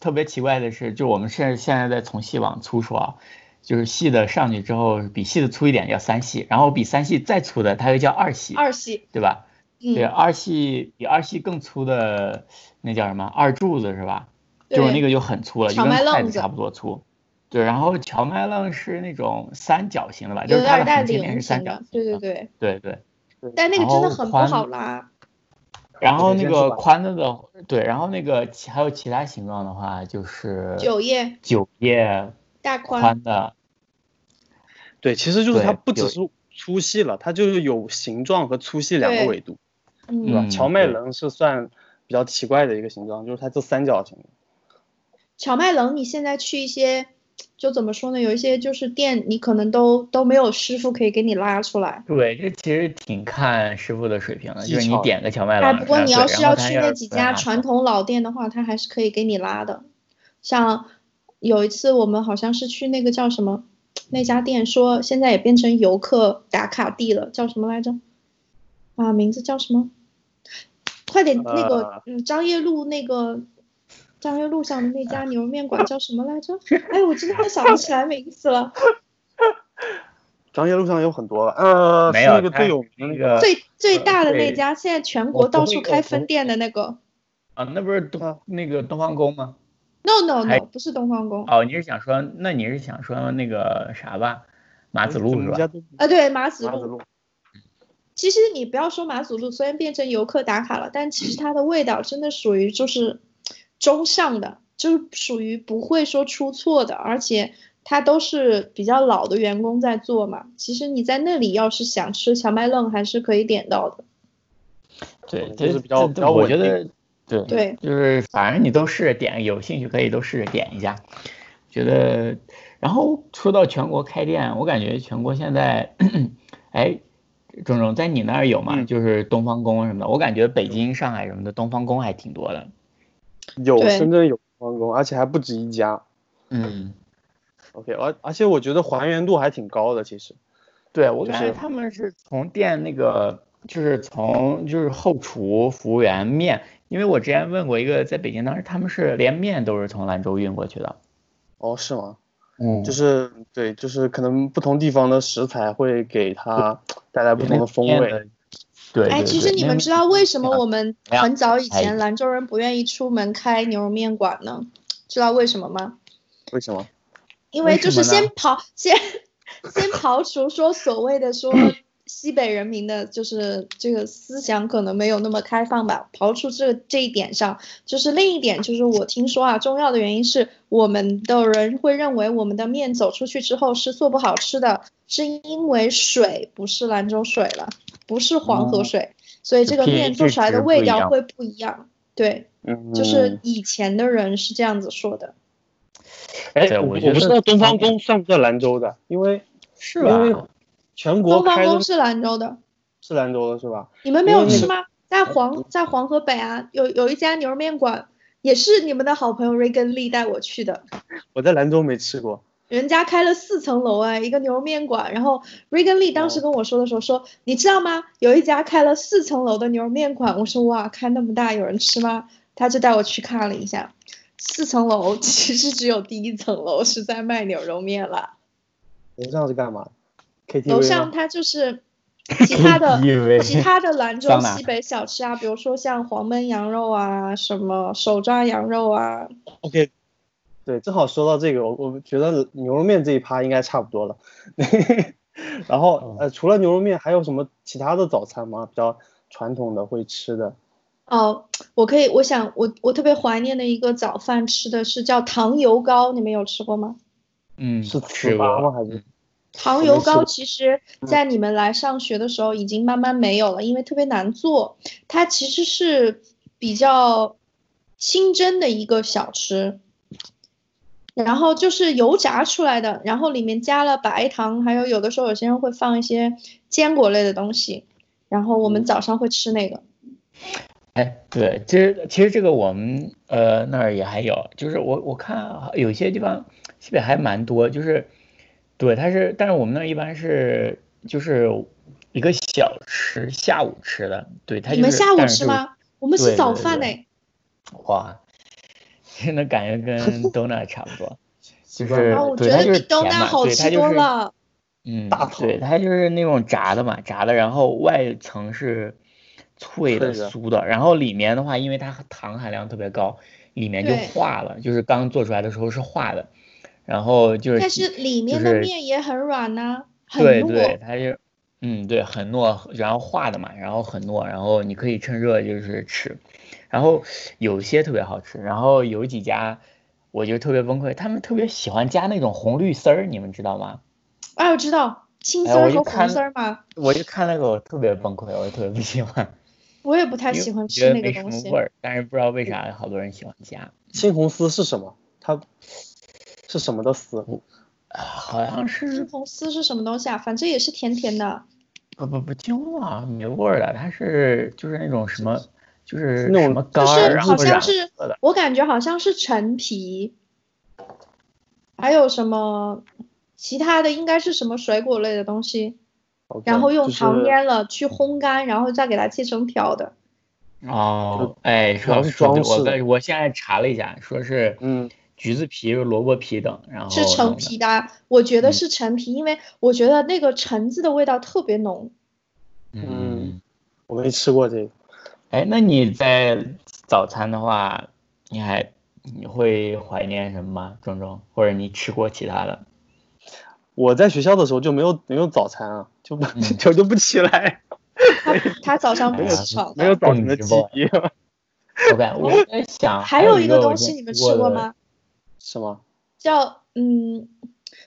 [SPEAKER 1] 特别奇怪的是，就我们现在现在在从细往粗说啊，就是细的上去之后比细的粗一点叫三细，然后比三细再粗的它又叫二细，
[SPEAKER 2] 二细，
[SPEAKER 1] 对吧？
[SPEAKER 2] 嗯，
[SPEAKER 1] 对，啊二细比二细更粗的那叫什么？二柱子是吧？
[SPEAKER 2] 对
[SPEAKER 1] 就是那个就很粗了，就
[SPEAKER 2] 荞
[SPEAKER 1] 跟
[SPEAKER 2] 麦
[SPEAKER 1] 筷
[SPEAKER 2] 愣
[SPEAKER 1] 子
[SPEAKER 2] 子
[SPEAKER 1] 差不多粗。对，然后荞麦愣是那种三角形的吧，就
[SPEAKER 2] 有
[SPEAKER 1] 是它的
[SPEAKER 2] 点带
[SPEAKER 1] 横切面
[SPEAKER 2] 菱
[SPEAKER 1] 是三
[SPEAKER 2] 形
[SPEAKER 1] 角
[SPEAKER 2] 的
[SPEAKER 1] 形，
[SPEAKER 2] 对对
[SPEAKER 1] 的
[SPEAKER 2] 对，
[SPEAKER 1] 对对。
[SPEAKER 2] 但那个真
[SPEAKER 1] 然后
[SPEAKER 2] 的很不
[SPEAKER 1] 宽
[SPEAKER 2] 好拉。
[SPEAKER 1] 然后
[SPEAKER 3] 你
[SPEAKER 1] 那
[SPEAKER 3] 先
[SPEAKER 1] 个
[SPEAKER 3] 说吧
[SPEAKER 1] 宽的的对，然后那个其还有其他形状的话，就是
[SPEAKER 2] 九叶
[SPEAKER 1] 九叶
[SPEAKER 2] 大宽，
[SPEAKER 1] 宽的，
[SPEAKER 3] 对，其实就是它
[SPEAKER 1] 对
[SPEAKER 3] 不只
[SPEAKER 1] 有
[SPEAKER 3] 是粗细了，它就是有形状和粗细两个
[SPEAKER 2] 对
[SPEAKER 3] 维度。对吧？
[SPEAKER 2] 嗯，
[SPEAKER 1] 嗯
[SPEAKER 3] 荞麦
[SPEAKER 1] 对
[SPEAKER 3] 棱是算比比较奇怪的一个形状，就是它这三角形。
[SPEAKER 2] 荞麦冷，你现在去一些，就怎么说呢？有一些就是店，你可能都都没有师傅可以给你拉出来。
[SPEAKER 1] 对，这其实挺看师傅的水平的，
[SPEAKER 3] 技
[SPEAKER 1] 就是你
[SPEAKER 3] 巧
[SPEAKER 1] 点个荞麦
[SPEAKER 2] 哎，
[SPEAKER 1] 冷，
[SPEAKER 2] 不过你
[SPEAKER 1] 然
[SPEAKER 2] 要
[SPEAKER 1] 后
[SPEAKER 2] 是
[SPEAKER 1] 然后他
[SPEAKER 2] 去
[SPEAKER 1] 要
[SPEAKER 2] 那
[SPEAKER 1] 是
[SPEAKER 2] 几
[SPEAKER 1] 不
[SPEAKER 2] 家
[SPEAKER 1] 拿
[SPEAKER 2] 传统老店的话，他还是可以给你拉的。像有一次我们好像是去那个叫什么那家店，说现在也变成游客打卡地了，叫什么来着？啊，名字叫什么？快点，那个、
[SPEAKER 3] 呃
[SPEAKER 2] 嗯，张掖路那个张掖路上的那家牛肉面馆叫什么来 着？哎，我真的想不起来名字了。
[SPEAKER 3] 张掖路上有很多了，呃，
[SPEAKER 1] 没
[SPEAKER 3] 是
[SPEAKER 1] 有
[SPEAKER 3] 那个
[SPEAKER 1] 它
[SPEAKER 3] 最有名的那
[SPEAKER 1] 那
[SPEAKER 3] 个，
[SPEAKER 1] 个
[SPEAKER 2] 最最
[SPEAKER 1] 呃
[SPEAKER 2] 大的那
[SPEAKER 1] 对
[SPEAKER 2] 家，现在全
[SPEAKER 1] 我
[SPEAKER 2] 国
[SPEAKER 1] 不
[SPEAKER 2] 到
[SPEAKER 1] 会
[SPEAKER 2] 处
[SPEAKER 1] 我
[SPEAKER 2] 开
[SPEAKER 1] 不
[SPEAKER 2] 分
[SPEAKER 1] 会
[SPEAKER 2] 店的那个。
[SPEAKER 1] 啊，那不是
[SPEAKER 3] 啊
[SPEAKER 1] 东那个东方宫吗？
[SPEAKER 2] No no
[SPEAKER 1] 还
[SPEAKER 2] no，不是东方宫。
[SPEAKER 1] 哦，你是想说，那你是想说那个啥吧，马子
[SPEAKER 3] 怎
[SPEAKER 1] 路
[SPEAKER 3] 么
[SPEAKER 1] 是
[SPEAKER 3] 人家
[SPEAKER 1] 吧？
[SPEAKER 3] 都
[SPEAKER 2] 啊，对，马子
[SPEAKER 3] 马子
[SPEAKER 2] 路。
[SPEAKER 3] 路，
[SPEAKER 2] 其实你不要说马祖路虽然变成游客打卡了，但其
[SPEAKER 1] 嗯
[SPEAKER 2] 实它的味道真的属于就是中上的，就是属于不会说出错的，而且它都是比较老的员工在做嘛。其实你在那里要是想吃荞麦愣，还是可以点到的。
[SPEAKER 1] 对，
[SPEAKER 3] 就
[SPEAKER 1] 这
[SPEAKER 3] 是比较
[SPEAKER 1] 这
[SPEAKER 3] 比较
[SPEAKER 1] 我
[SPEAKER 3] 稳
[SPEAKER 1] 觉得对
[SPEAKER 2] 对
[SPEAKER 1] 就是反正你都试着点，有兴趣可以都试着点一下。觉得，然后说到全国开店，我感觉全国现在，哎，钟钟在你那儿有吗？
[SPEAKER 3] 嗯
[SPEAKER 1] 就是东方宫什么的，我感觉北京、上海什么的东方宫还挺多的。嗯
[SPEAKER 3] 有
[SPEAKER 2] 对
[SPEAKER 3] 深圳有皇宫，而且还不止一家。
[SPEAKER 1] 嗯，
[SPEAKER 3] OK，而而且我觉得还原度还挺高的，其实。
[SPEAKER 1] 对，我
[SPEAKER 3] 就
[SPEAKER 1] 感
[SPEAKER 3] 是
[SPEAKER 1] 觉他们是从店那个，就是从就是后厨、服务员、面，因为我之前问过一个在北京，当时他们是连面都是从兰州运过去的。
[SPEAKER 3] 哦，是吗？
[SPEAKER 1] 嗯
[SPEAKER 3] 就是是对，就是可能不同地方的食材会给它带来不同的风味。。
[SPEAKER 1] 对，
[SPEAKER 2] 哎，
[SPEAKER 1] 对
[SPEAKER 2] 其实
[SPEAKER 1] 对
[SPEAKER 2] 你
[SPEAKER 1] 那
[SPEAKER 2] 们
[SPEAKER 1] 个
[SPEAKER 2] 知道为什么我们
[SPEAKER 1] 哎呀
[SPEAKER 2] 很早以
[SPEAKER 1] 哎
[SPEAKER 2] 前兰州人不愿意出门开牛肉面馆呢？知道为什么吗？
[SPEAKER 3] 为什么？
[SPEAKER 2] 因
[SPEAKER 1] 为
[SPEAKER 2] 为就
[SPEAKER 1] 什
[SPEAKER 2] 是
[SPEAKER 1] 么呢
[SPEAKER 2] 先刨 先先刨除说所谓 的说西北人民的就是这个思想可能没有那么开放吧，刨出这这一点上，就是另一点就是我听说啊，重要的原因是我们的人会认为我们的面走出去之后是做不好吃的，是因为水不是兰州水了，不是黄河
[SPEAKER 1] 嗯
[SPEAKER 2] 水，所以这个
[SPEAKER 1] pH
[SPEAKER 2] 面做出来的
[SPEAKER 1] 值不一
[SPEAKER 2] 味道
[SPEAKER 1] 样
[SPEAKER 2] 会不一样。对，
[SPEAKER 3] 嗯，
[SPEAKER 2] 就是以前的人是这样子说的。
[SPEAKER 3] 哎，
[SPEAKER 1] 对
[SPEAKER 3] 我
[SPEAKER 1] 我
[SPEAKER 3] 我
[SPEAKER 1] 觉
[SPEAKER 3] 不知
[SPEAKER 1] 得
[SPEAKER 3] 道东
[SPEAKER 1] 方
[SPEAKER 3] 方
[SPEAKER 1] 面
[SPEAKER 3] 宫算不算兰州的，因为
[SPEAKER 1] 是啊
[SPEAKER 3] 因为
[SPEAKER 1] 吧？
[SPEAKER 3] 全国
[SPEAKER 2] 东方
[SPEAKER 3] 开的
[SPEAKER 2] 宫是兰州的。
[SPEAKER 3] 是兰州的是吧？
[SPEAKER 2] 你们没有
[SPEAKER 3] 因为那
[SPEAKER 2] 吃
[SPEAKER 3] 个
[SPEAKER 2] 吗？在黄在黄河北啊，有有一家牛肉面馆，也是你们的好朋友 Regan Lee 带我去的。
[SPEAKER 3] 我在兰州没吃过。
[SPEAKER 2] 人家开了四层楼哎，一个牛肉面馆。然后 Regan Lee 当时跟我说的时候说，你知道吗？有一家开了四层楼的牛肉面馆。我说哇，开那么大有人吃吗？他就带我去看了一下，四层楼 其实只有第一层楼是在卖牛肉面啦，
[SPEAKER 3] 楼上是干嘛？KTV
[SPEAKER 2] 楼上
[SPEAKER 3] 吗
[SPEAKER 2] 它 就是其他的
[SPEAKER 1] 以为
[SPEAKER 2] 其他的兰州
[SPEAKER 1] 桑拿
[SPEAKER 2] 西北小吃啊，比如说像黄焖羊肉啊，什么手抓羊肉啊，
[SPEAKER 3] OK，对，正好说到这个，我我觉得牛肉面这一趴应该差不多了。 然后呃，除了牛肉面，还有什么其他的早餐吗？比较传统的会吃的
[SPEAKER 2] 哦，我可以，我想我我特别怀念的一个早饭吃的是叫糖油糕，你们有吃过吗？
[SPEAKER 1] 嗯
[SPEAKER 3] 是糍
[SPEAKER 1] 吃
[SPEAKER 3] 粑
[SPEAKER 1] 过
[SPEAKER 3] 吗？还是
[SPEAKER 2] 糖
[SPEAKER 3] 没
[SPEAKER 2] 油
[SPEAKER 3] 吃
[SPEAKER 2] 糕
[SPEAKER 3] 过
[SPEAKER 2] 其实，
[SPEAKER 1] 嗯
[SPEAKER 2] 在你们来上学的时候已经慢慢没有了，因为特别难做。它其实是比较清真的一个小吃，然后就是油炸出来的，然后里面加了白糖，还有有的时候有些人会放一些坚果类的东西，然后我
[SPEAKER 1] 嗯
[SPEAKER 2] 们早上会吃那个。
[SPEAKER 1] 哎，对，其实其实这个我们呃那儿也还有，就是我我看有些地方西北还蛮多，就是对，它是，但是我们那儿一般是就是一个小吃，下午吃的，对，它
[SPEAKER 2] 你
[SPEAKER 1] 就
[SPEAKER 2] 们
[SPEAKER 1] 是
[SPEAKER 2] 下午
[SPEAKER 1] 但是
[SPEAKER 2] 吃
[SPEAKER 1] 就是
[SPEAKER 2] 吗？我们
[SPEAKER 1] 对
[SPEAKER 2] 是
[SPEAKER 1] 对
[SPEAKER 2] 早
[SPEAKER 1] 对
[SPEAKER 2] 饭
[SPEAKER 1] 对
[SPEAKER 2] 哎，
[SPEAKER 1] 哇， 真的感觉跟 donut 差不多，就
[SPEAKER 3] 习惯
[SPEAKER 1] 是
[SPEAKER 2] 啊，我
[SPEAKER 1] 对
[SPEAKER 2] 觉
[SPEAKER 1] 它
[SPEAKER 2] 得
[SPEAKER 1] 就
[SPEAKER 2] 比
[SPEAKER 1] 是
[SPEAKER 2] 东
[SPEAKER 1] 甜
[SPEAKER 2] 南
[SPEAKER 1] 嘛
[SPEAKER 2] 好
[SPEAKER 1] 对它
[SPEAKER 2] 吃
[SPEAKER 1] 就
[SPEAKER 2] 多
[SPEAKER 1] 是
[SPEAKER 2] 了。
[SPEAKER 1] 嗯，
[SPEAKER 3] 大
[SPEAKER 1] 对，
[SPEAKER 3] 桶
[SPEAKER 1] 它就是那种炸的嘛，炸的，然后外层是脆的、
[SPEAKER 3] 脆的
[SPEAKER 1] 酥的，然后里面的话，因为它糖含量特别高，里面就
[SPEAKER 2] 对
[SPEAKER 1] 化了，就是刚做出来的时候是化的，然后就是，
[SPEAKER 2] 但是里面
[SPEAKER 1] 就是
[SPEAKER 2] 的面也很软呐、很
[SPEAKER 1] 对
[SPEAKER 2] 糯。
[SPEAKER 1] 对，它就，嗯，对，很糯，然后化的嘛，然后很糯，然后你可以趁热就是吃，然后有些特别好吃，然后有几家我就特别崩溃，他们特别喜欢加那种红绿丝儿，你们知道吗？
[SPEAKER 2] 哎，我知道青丝
[SPEAKER 1] 哎我
[SPEAKER 2] 儿
[SPEAKER 1] 就
[SPEAKER 2] 和
[SPEAKER 1] 看
[SPEAKER 2] 红丝儿嘛，
[SPEAKER 1] 我就看那个，我特别崩溃，我特别不喜欢。
[SPEAKER 2] 我也不太
[SPEAKER 1] 因为
[SPEAKER 2] 喜
[SPEAKER 1] 我
[SPEAKER 2] 欢
[SPEAKER 1] 觉
[SPEAKER 2] 吃
[SPEAKER 1] 得
[SPEAKER 2] 那个
[SPEAKER 1] 没什
[SPEAKER 2] 东
[SPEAKER 1] 么
[SPEAKER 2] 西嗯
[SPEAKER 1] 味。儿，但是不知道为啥好多人喜欢加，
[SPEAKER 3] 青红丝是什么？它是什么的丝？
[SPEAKER 1] 啊好像
[SPEAKER 2] 青
[SPEAKER 1] 是
[SPEAKER 2] 红丝是什么东西啊？反正也是甜甜的。
[SPEAKER 1] 不不不精啊，没味儿的，它是就是那种什么，就是
[SPEAKER 3] 那
[SPEAKER 1] 什
[SPEAKER 3] 种
[SPEAKER 1] 么
[SPEAKER 3] 就
[SPEAKER 1] 干
[SPEAKER 2] 是
[SPEAKER 1] 儿，然后
[SPEAKER 2] 好像
[SPEAKER 1] 染
[SPEAKER 2] 是
[SPEAKER 1] 色的，
[SPEAKER 2] 我感觉好像是陈皮，还有什么其他的，应该是什么水果类的东西，然后用糖
[SPEAKER 3] 就是
[SPEAKER 2] 腌了去烘干，然后再给它切成条的。
[SPEAKER 1] 哦，哎，
[SPEAKER 3] 主要
[SPEAKER 1] 说
[SPEAKER 3] 是
[SPEAKER 1] 说对，
[SPEAKER 3] 装饰
[SPEAKER 1] 我跟我现在查了一下，说是
[SPEAKER 3] 嗯，
[SPEAKER 1] 橘子皮、萝卜皮等，然后
[SPEAKER 2] 是陈
[SPEAKER 1] 弄的
[SPEAKER 2] 皮的啊，我觉得
[SPEAKER 1] 哦嗯
[SPEAKER 2] 是陈皮，因为我觉得那个橙子的味道特别浓。
[SPEAKER 1] 嗯
[SPEAKER 3] 嗯，我没吃过这个。
[SPEAKER 1] 哎，那你在早餐的话，你还你会怀念什么吗？中中，或者你吃过其他的？
[SPEAKER 3] 我在学校的时候就没有没有早餐啊，就不、
[SPEAKER 1] 嗯
[SPEAKER 3] 就就不起 来，
[SPEAKER 2] 他他早上不
[SPEAKER 1] 哎呀
[SPEAKER 2] 吃早
[SPEAKER 3] 没有
[SPEAKER 2] 饭。
[SPEAKER 3] 早晨的
[SPEAKER 1] 嗯
[SPEAKER 3] 记忆。
[SPEAKER 1] 我感我在想，
[SPEAKER 2] 哦还
[SPEAKER 1] 有
[SPEAKER 2] 一
[SPEAKER 1] 个
[SPEAKER 2] 个
[SPEAKER 1] 我
[SPEAKER 2] 东
[SPEAKER 1] 之
[SPEAKER 2] 西
[SPEAKER 1] 前
[SPEAKER 2] 你们
[SPEAKER 1] 吃
[SPEAKER 2] 吃过
[SPEAKER 1] 的
[SPEAKER 2] 吗？？
[SPEAKER 3] 什么？
[SPEAKER 2] 叫嗯，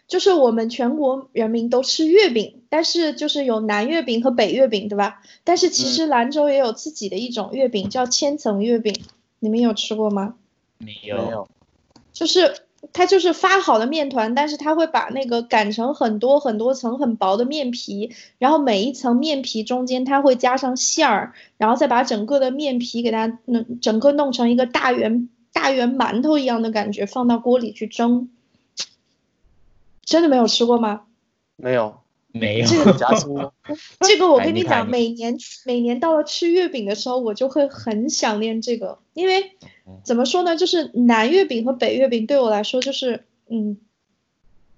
[SPEAKER 2] 就是我们全国人民都吃月饼，但是就是有南月饼和北月饼，对吧？但是其实兰州也有自己的一种月饼，叫千层月饼，你们有吃过吗？
[SPEAKER 1] 没
[SPEAKER 3] 没
[SPEAKER 1] 有，
[SPEAKER 3] 有。
[SPEAKER 2] 就是它就是发好的面团，但是它会把那个擀成很多很多层很薄的面皮，然后每一层面皮中间它会加上馅儿，然后再把整个的面皮给它弄整个弄成一个大圆大圆馒头一样的感觉，放到锅里去蒸。真的没有吃过吗？
[SPEAKER 3] 没有。
[SPEAKER 1] 没有，
[SPEAKER 2] 这
[SPEAKER 3] 有夹心吗？
[SPEAKER 2] 这个我
[SPEAKER 1] 哎
[SPEAKER 2] 跟
[SPEAKER 1] 你
[SPEAKER 2] 你
[SPEAKER 1] 看
[SPEAKER 2] 讲，
[SPEAKER 1] 你
[SPEAKER 2] 每年每年到了吃月饼的时候，我就会很想念这个，因为
[SPEAKER 1] 嗯
[SPEAKER 2] 怎么说呢，就是南月饼和北月饼对我来说就是，嗯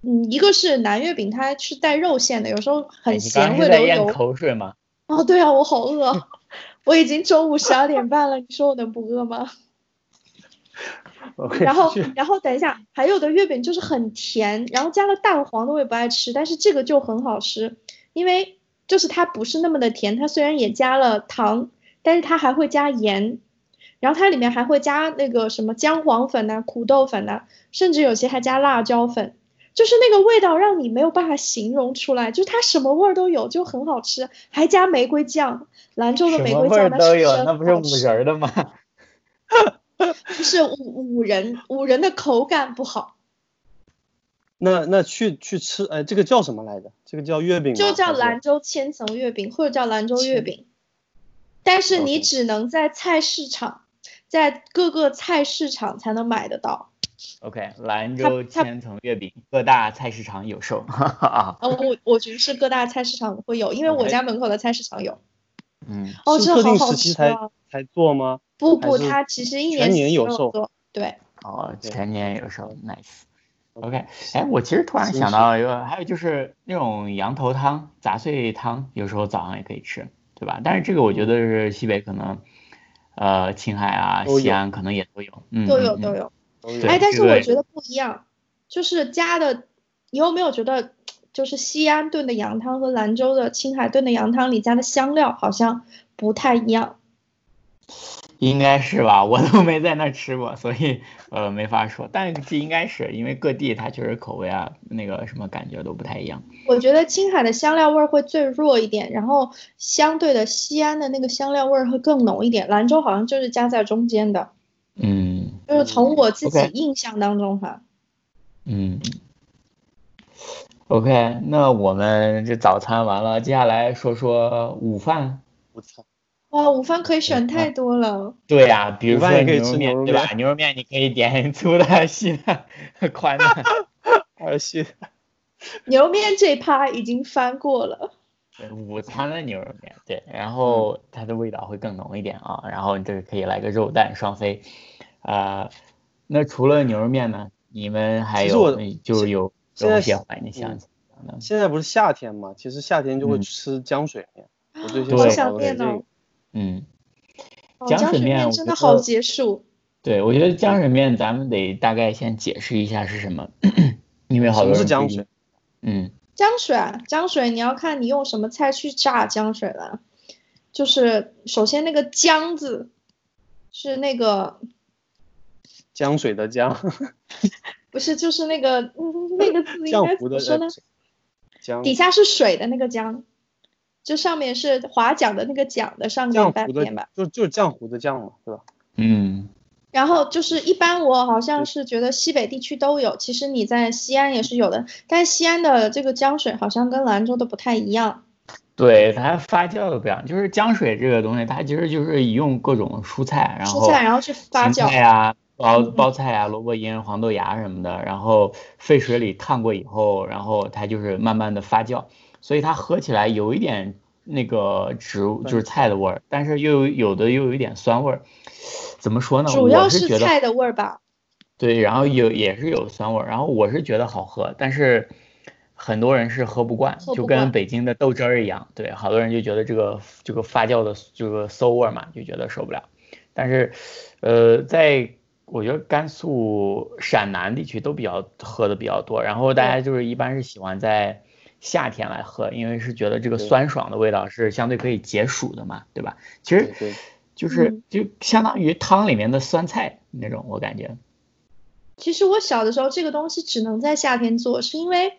[SPEAKER 2] 嗯，一个是南月饼它是带肉馅的，有时候
[SPEAKER 1] 哎
[SPEAKER 2] 很
[SPEAKER 1] 你刚
[SPEAKER 2] 咸
[SPEAKER 1] 刚
[SPEAKER 2] 会
[SPEAKER 1] 是在
[SPEAKER 2] 流
[SPEAKER 1] 咽
[SPEAKER 2] 油。
[SPEAKER 1] 口水吗？
[SPEAKER 2] 哦，对啊，我好饿啊， 我已经中午十二点半了，你说我能不饿吗？
[SPEAKER 3] 我
[SPEAKER 2] 然后
[SPEAKER 3] 去，
[SPEAKER 2] 然后等一下，还有的月饼就是很甜，然后加了蛋黄的我也不爱吃，但是这个就很好吃，因为就是它不是那么的甜，它虽然也加了糖，但是它还会加盐，然后它里面还会加那个什么姜黄粉呐、苦豆粉呐、甚至有些还加辣椒粉，就是那个味道让你没有办法形容出来，就是它什么味儿都有，就很好吃，还加玫瑰酱，兰州的
[SPEAKER 1] 什
[SPEAKER 2] 玫
[SPEAKER 1] 么
[SPEAKER 2] 瑰
[SPEAKER 1] 味
[SPEAKER 2] 酱
[SPEAKER 1] 儿
[SPEAKER 2] 那
[SPEAKER 1] 都
[SPEAKER 2] 是
[SPEAKER 1] 有，
[SPEAKER 2] 真
[SPEAKER 1] 那不是
[SPEAKER 2] 好
[SPEAKER 1] 五
[SPEAKER 2] 吃
[SPEAKER 1] 仁儿的吗？
[SPEAKER 2] 不是五五仁，五仁的口感不好。
[SPEAKER 3] 那那去去吃，哎，这个叫什么来着？这个叫月饼吗？
[SPEAKER 2] 就叫
[SPEAKER 3] 还是
[SPEAKER 2] 兰州千层月饼或者叫兰州月饼，但是你
[SPEAKER 3] OK
[SPEAKER 2] 只能在菜市场，在各个菜市场才能买得到。
[SPEAKER 1] OK，兰
[SPEAKER 2] 它
[SPEAKER 1] 州
[SPEAKER 2] 它
[SPEAKER 1] 千层月饼各大菜市场有售。
[SPEAKER 2] 呃，我我觉得是各大菜市场会有，因为我
[SPEAKER 3] OK
[SPEAKER 2] 家门口的菜市场有。
[SPEAKER 1] 嗯，
[SPEAKER 2] 哦，
[SPEAKER 3] 是
[SPEAKER 2] 这好
[SPEAKER 3] 特定
[SPEAKER 2] 好
[SPEAKER 3] 时期
[SPEAKER 2] 吃
[SPEAKER 3] 才
[SPEAKER 2] 啊！
[SPEAKER 3] 才做 吗？
[SPEAKER 2] 不
[SPEAKER 3] 还
[SPEAKER 2] 不，
[SPEAKER 3] 是
[SPEAKER 2] 它其实一
[SPEAKER 3] 全
[SPEAKER 2] 年
[SPEAKER 3] 年
[SPEAKER 2] 四季
[SPEAKER 3] 有
[SPEAKER 2] 都
[SPEAKER 3] 售
[SPEAKER 2] 做。对，
[SPEAKER 1] 哦，
[SPEAKER 3] 对
[SPEAKER 1] 全年有售，nice。OK，哎，我其实突然
[SPEAKER 3] 新
[SPEAKER 1] 想
[SPEAKER 3] 式
[SPEAKER 1] 到一个，还有就是那种羊头汤、杂碎汤，有时候早上也可以吃，对吧？但是这个我觉得是西北可能，呃，青海啊、
[SPEAKER 3] 都
[SPEAKER 1] 西
[SPEAKER 3] 有
[SPEAKER 1] 安可能也都有，嗯，
[SPEAKER 2] 都有
[SPEAKER 1] 嗯
[SPEAKER 2] 都
[SPEAKER 1] 嗯
[SPEAKER 2] 有。
[SPEAKER 1] 对
[SPEAKER 2] 哎，但是
[SPEAKER 1] 这个
[SPEAKER 2] 我
[SPEAKER 1] 也
[SPEAKER 2] 觉得不一样，就是加的，你有没有觉得，就是西安炖的羊汤和兰州的青海炖的羊汤里加的香料好像不太一样？
[SPEAKER 1] 应该是吧？我都没在那儿吃过，所以呃没法说，但这应该是因为各地它确实口味啊，那个什么感觉都不太一样。
[SPEAKER 2] 我觉得青海的香料味儿会最弱一点，然后相对的西安的那个香料味儿会更浓一点。兰州好像就是夹在中间的，
[SPEAKER 1] 嗯。
[SPEAKER 2] 就是从我自己
[SPEAKER 1] OK
[SPEAKER 2] 印象当中哈。
[SPEAKER 1] 嗯，OK，那我们这早餐完了，接下来说说午饭。
[SPEAKER 3] 我操，
[SPEAKER 2] 哇，午饭可以
[SPEAKER 1] 嗯
[SPEAKER 2] 选太多了，
[SPEAKER 1] 对呀、比如
[SPEAKER 3] 午饭
[SPEAKER 1] 说
[SPEAKER 3] 也可以
[SPEAKER 1] 牛肉
[SPEAKER 3] 吃
[SPEAKER 1] 面，
[SPEAKER 3] 牛肉
[SPEAKER 1] 对吧？牛肉面你可以点 粗的、细的、 宽的。
[SPEAKER 3] 儿戏
[SPEAKER 2] 牛肉面这一趴已经翻过了。
[SPEAKER 1] 对午餐的牛肉面，对，
[SPEAKER 3] 嗯
[SPEAKER 1] 然后它的味道会更浓一点啊。然后你这个可以来个肉蛋双飞，啊、那除了牛肉面呢，你们还
[SPEAKER 3] 其实
[SPEAKER 1] 有
[SPEAKER 3] 我
[SPEAKER 1] 嗯就是有
[SPEAKER 3] 现在
[SPEAKER 1] 有些
[SPEAKER 3] 是嗯
[SPEAKER 1] 怀念想起来的
[SPEAKER 3] 现在不是夏天嘛，其实夏天就会
[SPEAKER 1] 嗯
[SPEAKER 3] 吃浆水面。 我最近
[SPEAKER 1] 对
[SPEAKER 2] 好
[SPEAKER 3] 想
[SPEAKER 2] 想
[SPEAKER 3] 到的
[SPEAKER 2] 念
[SPEAKER 3] 这个
[SPEAKER 2] 哦，
[SPEAKER 1] 嗯，
[SPEAKER 2] 哦
[SPEAKER 1] 浆
[SPEAKER 2] 浆
[SPEAKER 1] 水
[SPEAKER 2] 水
[SPEAKER 1] 面
[SPEAKER 2] 面
[SPEAKER 1] 我
[SPEAKER 2] 真
[SPEAKER 1] 觉
[SPEAKER 2] 的好
[SPEAKER 1] 得
[SPEAKER 2] 结束。
[SPEAKER 1] 对，我觉得浆水面咱们得大概先解释一下是什么，因为好
[SPEAKER 3] 什
[SPEAKER 1] 多
[SPEAKER 3] 么是
[SPEAKER 1] 人不
[SPEAKER 3] 浆
[SPEAKER 1] 一
[SPEAKER 3] 水？
[SPEAKER 1] 嗯，
[SPEAKER 2] 浆水啊，浆水你要看你用什么菜去榨浆水了。就是首先那个浆字，是那个
[SPEAKER 3] 浆水的浆，
[SPEAKER 2] 不是就是那个、嗯、那个字应
[SPEAKER 3] 浆
[SPEAKER 2] 该
[SPEAKER 3] 糊
[SPEAKER 1] 哎
[SPEAKER 2] 怎么
[SPEAKER 3] 的哎
[SPEAKER 2] 说呢
[SPEAKER 3] 呃？浆
[SPEAKER 2] 底下是水的那个浆，这上面是划桨的那个桨的上面
[SPEAKER 3] 浆
[SPEAKER 2] 半
[SPEAKER 3] 糊的
[SPEAKER 2] 边吧。，
[SPEAKER 3] 就就是浆糊的酱嘛，对吧？
[SPEAKER 1] 嗯
[SPEAKER 2] 然后就是一般我好像是觉得西北地区都有，其实你在西安也是有的，但西安的这个浆水好像跟兰州的不太一样。
[SPEAKER 1] 对，它发酵的不一样，就是浆水这个东西，它其实就是用各种蔬菜，然后
[SPEAKER 2] 蔬菜然后去发
[SPEAKER 1] 芹
[SPEAKER 2] 酵，
[SPEAKER 1] 菜啊、包
[SPEAKER 2] 嗯
[SPEAKER 1] 包菜啊、萝卜缨、黄豆芽什么的，然后沸水里烫过以后，然后它就是慢慢的发酵，所以它喝起来有一点那个植物就是菜的味儿，但是又有有的又有一点酸味儿，怎么说呢？
[SPEAKER 2] 主
[SPEAKER 1] 我
[SPEAKER 2] 要
[SPEAKER 1] 是
[SPEAKER 2] 是
[SPEAKER 1] 觉得
[SPEAKER 2] 菜的味儿吧。
[SPEAKER 1] 对，然后有也是有酸味儿，然后我是觉得好喝，但是很多人是喝不惯，
[SPEAKER 2] 喝
[SPEAKER 1] 就
[SPEAKER 2] 不
[SPEAKER 1] 跟
[SPEAKER 2] 惯
[SPEAKER 1] 北京的豆汁儿一样，对，好多人就觉得这个这个发酵的这个馊味儿嘛，就觉得受不了。但是，呃，在我觉得甘肃、陕南地区都比较喝的比较多，然后大家就是一般是喜欢在夏天来喝，因为是觉得这个
[SPEAKER 3] 对
[SPEAKER 1] 酸爽的味道是相对可以解暑的嘛，对吧？其实
[SPEAKER 3] 对对
[SPEAKER 1] 就是
[SPEAKER 2] 嗯
[SPEAKER 1] 就相当于汤里面的酸菜那种，我感觉，
[SPEAKER 2] 其实我小的时候这个东西只能在夏天做，是因为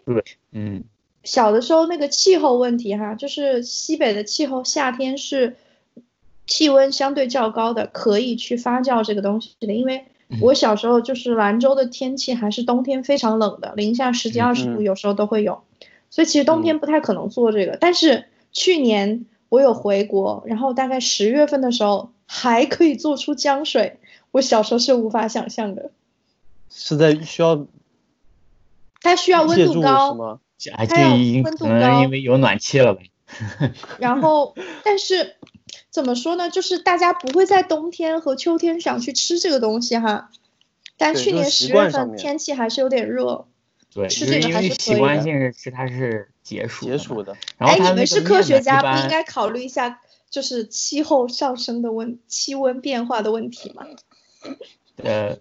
[SPEAKER 1] 嗯。
[SPEAKER 2] 小的时候那个气候问题哈，就是西北的气候，夏天是气温相对较高的，可以去发酵这个东西的。因为
[SPEAKER 3] 嗯
[SPEAKER 2] 我小时候就是兰州的天气还是冬天非常冷的，零下十几
[SPEAKER 1] 嗯
[SPEAKER 2] 二十
[SPEAKER 3] 嗯
[SPEAKER 2] 度有时候都会有，所以其实冬天不太可能做这个。但是去年我有回国，然后大概十月份的时候还可以做出浆水，我小时候是无法想象的。
[SPEAKER 3] 是在需要
[SPEAKER 2] 它需要温
[SPEAKER 3] 借
[SPEAKER 2] 度
[SPEAKER 3] 助
[SPEAKER 2] 高
[SPEAKER 3] 什，么？
[SPEAKER 1] 啊，这
[SPEAKER 2] 它要
[SPEAKER 1] 已经
[SPEAKER 2] 温
[SPEAKER 1] 可
[SPEAKER 2] 度
[SPEAKER 1] 能
[SPEAKER 2] 高
[SPEAKER 1] 因为有暖气了吧？
[SPEAKER 2] 然后，但是怎么说呢？就是大家不会在冬天和秋天想去吃这个东西哈。但
[SPEAKER 3] 对
[SPEAKER 2] 去
[SPEAKER 3] 就是
[SPEAKER 2] 年
[SPEAKER 3] 习
[SPEAKER 2] 十
[SPEAKER 3] 惯
[SPEAKER 2] 月
[SPEAKER 3] 上
[SPEAKER 2] 份
[SPEAKER 3] 面
[SPEAKER 2] 天气还是有点热。
[SPEAKER 1] 对，
[SPEAKER 2] 吃
[SPEAKER 1] 就是
[SPEAKER 2] 这个
[SPEAKER 1] 因
[SPEAKER 2] 还
[SPEAKER 1] 为
[SPEAKER 2] 是
[SPEAKER 1] 习
[SPEAKER 2] 可以
[SPEAKER 1] 惯
[SPEAKER 2] 的
[SPEAKER 1] 性是吃它是解暑
[SPEAKER 3] 解
[SPEAKER 1] 的
[SPEAKER 3] 暑
[SPEAKER 1] 嘛。
[SPEAKER 3] 的，
[SPEAKER 1] 然后它
[SPEAKER 2] 哎你
[SPEAKER 1] 那
[SPEAKER 2] 们
[SPEAKER 1] 个
[SPEAKER 2] 是
[SPEAKER 1] 面
[SPEAKER 2] 科
[SPEAKER 1] 呢
[SPEAKER 2] 学
[SPEAKER 1] 一
[SPEAKER 2] 家，不
[SPEAKER 1] 般
[SPEAKER 2] 应该考虑一下就是气候上升的问气温变化的问题吗？
[SPEAKER 1] 呃，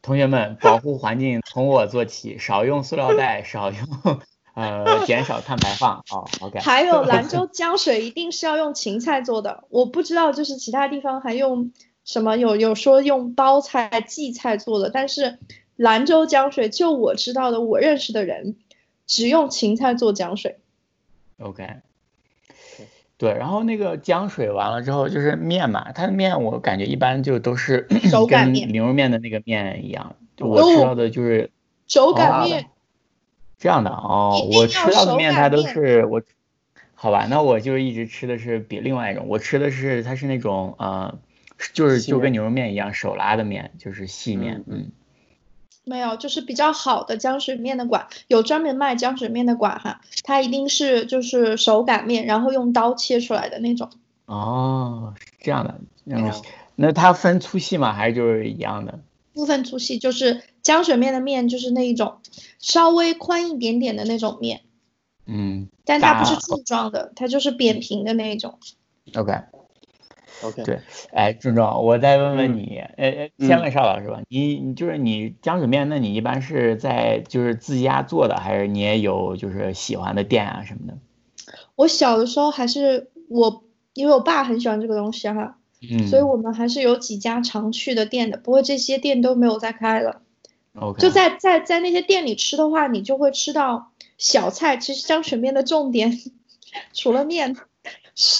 [SPEAKER 1] 同学们，保护环境从我做起，少用塑料袋，少用呃，减少碳排放。哦，OK，
[SPEAKER 2] 还有兰州浆水一定是要用芹菜做的，我不知道就是其他地方还用什么有有说用包菜、荠菜做的，但是兰州浆水就我知道的，我认识的人只用芹菜做浆水。
[SPEAKER 1] OK，对，然后那个浆水完了之后就是面嘛，它的面我感觉一般就都是
[SPEAKER 2] 手擀
[SPEAKER 1] 跟
[SPEAKER 2] 面
[SPEAKER 1] 牛肉面的那个面一样，就
[SPEAKER 2] 哦
[SPEAKER 1] 我吃到的就是
[SPEAKER 2] 手
[SPEAKER 1] 哦
[SPEAKER 2] 擀面，
[SPEAKER 1] 这样的哦，
[SPEAKER 2] 一定
[SPEAKER 1] 我
[SPEAKER 2] 要
[SPEAKER 1] 吃到的
[SPEAKER 2] 手
[SPEAKER 1] 面
[SPEAKER 2] 擀
[SPEAKER 1] 它都
[SPEAKER 2] 面
[SPEAKER 1] 是我，好吧，那我就一直吃的是比另外一种，我吃的是它是那种呃，就是
[SPEAKER 3] 细
[SPEAKER 1] 就跟
[SPEAKER 3] 面
[SPEAKER 1] 牛肉面一样手拉的面，就是细面，
[SPEAKER 3] 嗯
[SPEAKER 1] 嗯，
[SPEAKER 2] 没有，就是比较好的浆水面的馆，有专门卖浆水面的馆哈，它一定是就是手擀面，然后用刀切出来的那种。
[SPEAKER 1] 哦，是这样的，
[SPEAKER 3] 没
[SPEAKER 1] 嗯
[SPEAKER 2] 啊
[SPEAKER 3] 有，
[SPEAKER 1] 那它分粗细吗？还是就是一样的？
[SPEAKER 2] 部分粗细，就是浆水面的面，就是那一种稍微宽一点点的那种面，
[SPEAKER 1] 嗯
[SPEAKER 2] 但它不是
[SPEAKER 1] 大
[SPEAKER 2] 柱状的，它就是扁平的那一种。
[SPEAKER 1] ，OK，
[SPEAKER 3] ，OK，
[SPEAKER 1] 对哎，郑总，我再问问
[SPEAKER 3] 嗯
[SPEAKER 1] 你，呃、呃，
[SPEAKER 3] 嗯
[SPEAKER 1] 先问邵老师吧，你你就是你浆水面，那你一般是在就是自家做的，还是你也有就是喜欢的店啊什么的？
[SPEAKER 2] 我小的时候还是我，因为我爸很喜欢这个东西哈，
[SPEAKER 1] 嗯，
[SPEAKER 2] 所以我们还是有几家常去的店的，不过这些店都没有再开了。
[SPEAKER 1] OK，
[SPEAKER 2] 就在在在那些店里吃的话，你就会吃到小菜。其实浆水面的重点， 除了面，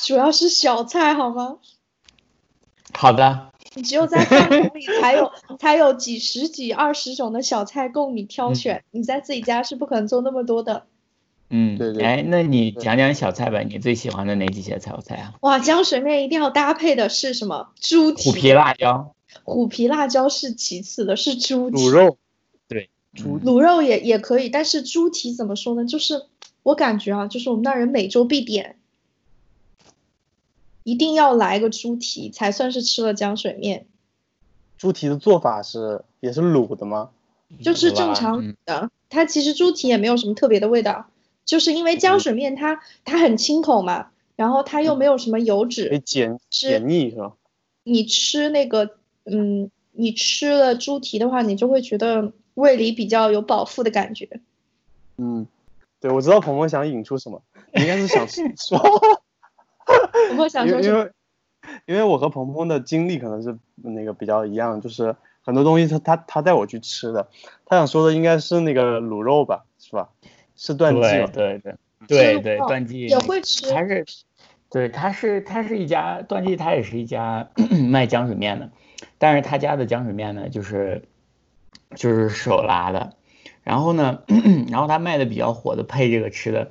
[SPEAKER 2] 主要是小菜，好吗？
[SPEAKER 1] 好的，
[SPEAKER 2] 你只有在饭桶里才 有才有几十几二十种的小菜供你挑选，你在自己家是不可能做那么多的。
[SPEAKER 1] 嗯，
[SPEAKER 3] 对对
[SPEAKER 1] 哎，那你
[SPEAKER 3] 对
[SPEAKER 1] 讲讲小菜吧，你最喜欢的哪几些小菜啊？
[SPEAKER 2] 哇，浆水面一定要搭配的是什么？猪蹄、
[SPEAKER 1] 虎皮辣椒，
[SPEAKER 2] 虎皮辣椒是其次的，是猪蹄。
[SPEAKER 3] 卤肉
[SPEAKER 1] 猪
[SPEAKER 2] 卤肉也也可以，但是猪蹄怎么说呢？就是我感觉啊，就是我们那儿人每周必点，一定要来个猪蹄才算是吃了浆水面，
[SPEAKER 3] 猪蹄的做法是也是卤的吗？
[SPEAKER 2] 就是
[SPEAKER 1] 吧
[SPEAKER 2] 正常
[SPEAKER 1] 嗯
[SPEAKER 2] 的。它其实猪蹄也没有什么特别的味道，就是因为
[SPEAKER 1] 嗯
[SPEAKER 2] 浆水面它它很清口嘛，然后它又没有什么油
[SPEAKER 3] 可以
[SPEAKER 2] 脂，
[SPEAKER 3] 解
[SPEAKER 2] 是
[SPEAKER 3] 解腻是吧？
[SPEAKER 2] 你吃那个嗯，你吃了猪蹄的话，你就会觉得胃里比较有饱腹的感觉。
[SPEAKER 3] 嗯，对，我知道鹏鹏想引出什么，你应该是 想说，
[SPEAKER 2] 我会想
[SPEAKER 3] 因
[SPEAKER 2] 说
[SPEAKER 3] 为
[SPEAKER 2] 什
[SPEAKER 3] 因
[SPEAKER 2] 么？
[SPEAKER 3] 为因为我和鹏鹏的经历可能是那个比较一样，就是很多东西他他他带我去吃的，他想说的应该是那个卤肉吧，是吧？是断季
[SPEAKER 1] 对
[SPEAKER 3] 嘛？
[SPEAKER 1] 对对，对对，
[SPEAKER 2] 哦
[SPEAKER 1] 段记
[SPEAKER 2] 也会吃
[SPEAKER 1] 它是，对，它是它是一家段记，它也是一家 卖浆水面的，但是他家的浆水面呢，就是就是手拉的，然后呢， 然后他卖的比较火的配这个吃的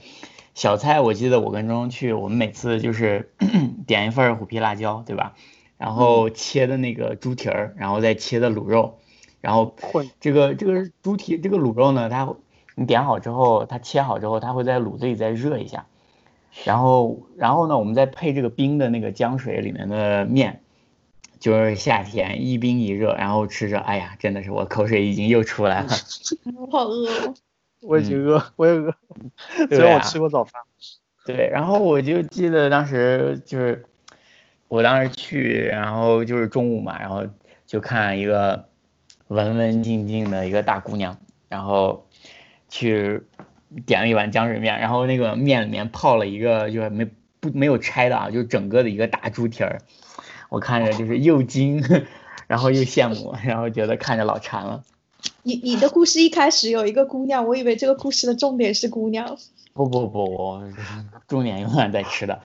[SPEAKER 1] 小菜，我记得我跟钟去，我们每次就是 点一份儿虎皮辣椒，对吧？然后切的那个猪蹄儿，然后再切的卤肉，然后
[SPEAKER 3] 混
[SPEAKER 1] 这个这个猪蹄这个卤肉呢，它你点好之后，它切好之后，它会在卤子里再热一下，然后然后呢，我们再配这个冰的那个浆水里面的面，就是夏天一冰一热，然后吃着，哎呀，真的是我口水已经又出来了。
[SPEAKER 2] 我好饿哦。
[SPEAKER 3] 我已经饿，我也饿。
[SPEAKER 1] 嗯
[SPEAKER 3] 虽
[SPEAKER 1] 对
[SPEAKER 3] 然
[SPEAKER 1] 啊
[SPEAKER 3] 我吃过早饭，
[SPEAKER 1] 对，然后我就记得当时就是，我当时去，然后就是中午嘛，然后就看一个文文静静的一个大姑娘，然后去点了一碗浆水面，然后那个面里面泡了一个就是没不没有拆的啊，就是整个的一个大猪蹄儿，我看着就是又惊， 然后又羡慕，然后觉得看着老馋了。
[SPEAKER 2] 你你的故事一开始有一个姑娘，我以为这个故事的重点是姑娘。
[SPEAKER 1] 不不不，我重点永远在吃的。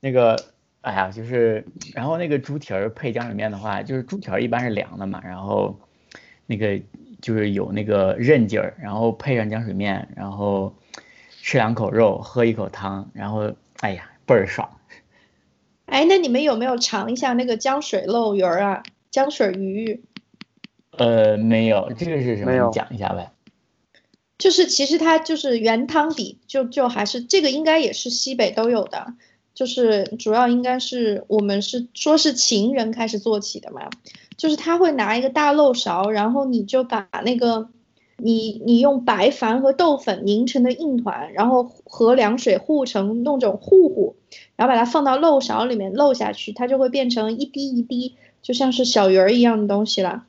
[SPEAKER 1] 那个，哎呀，就是，然后那个猪蹄儿配浆水面的话，就是猪蹄儿一般是凉的嘛，然后那个就是有那个韧劲儿，然后配上浆水面，然后吃两口肉，喝一口汤，然后哎呀，倍儿爽。
[SPEAKER 2] 哎，那你们有没有尝一下那个浆水漏鱼儿啊？浆水鱼，
[SPEAKER 1] 呃，没有，这个是什么？
[SPEAKER 3] 没有
[SPEAKER 1] 你讲一下呗。
[SPEAKER 2] 就是其实它就是原汤底，就就还是这个应该也是西北都有的，就是主要应该是我们是说是秦人开始做起的嘛，就是他会拿一个大漏勺，然后你就把那个你你用白矾和豆粉凝成的硬团，然后和凉水互成弄种糊糊，然后把它放到漏勺里面漏下去，它就会变成一滴一滴，就像是小鱼儿一样的东西了。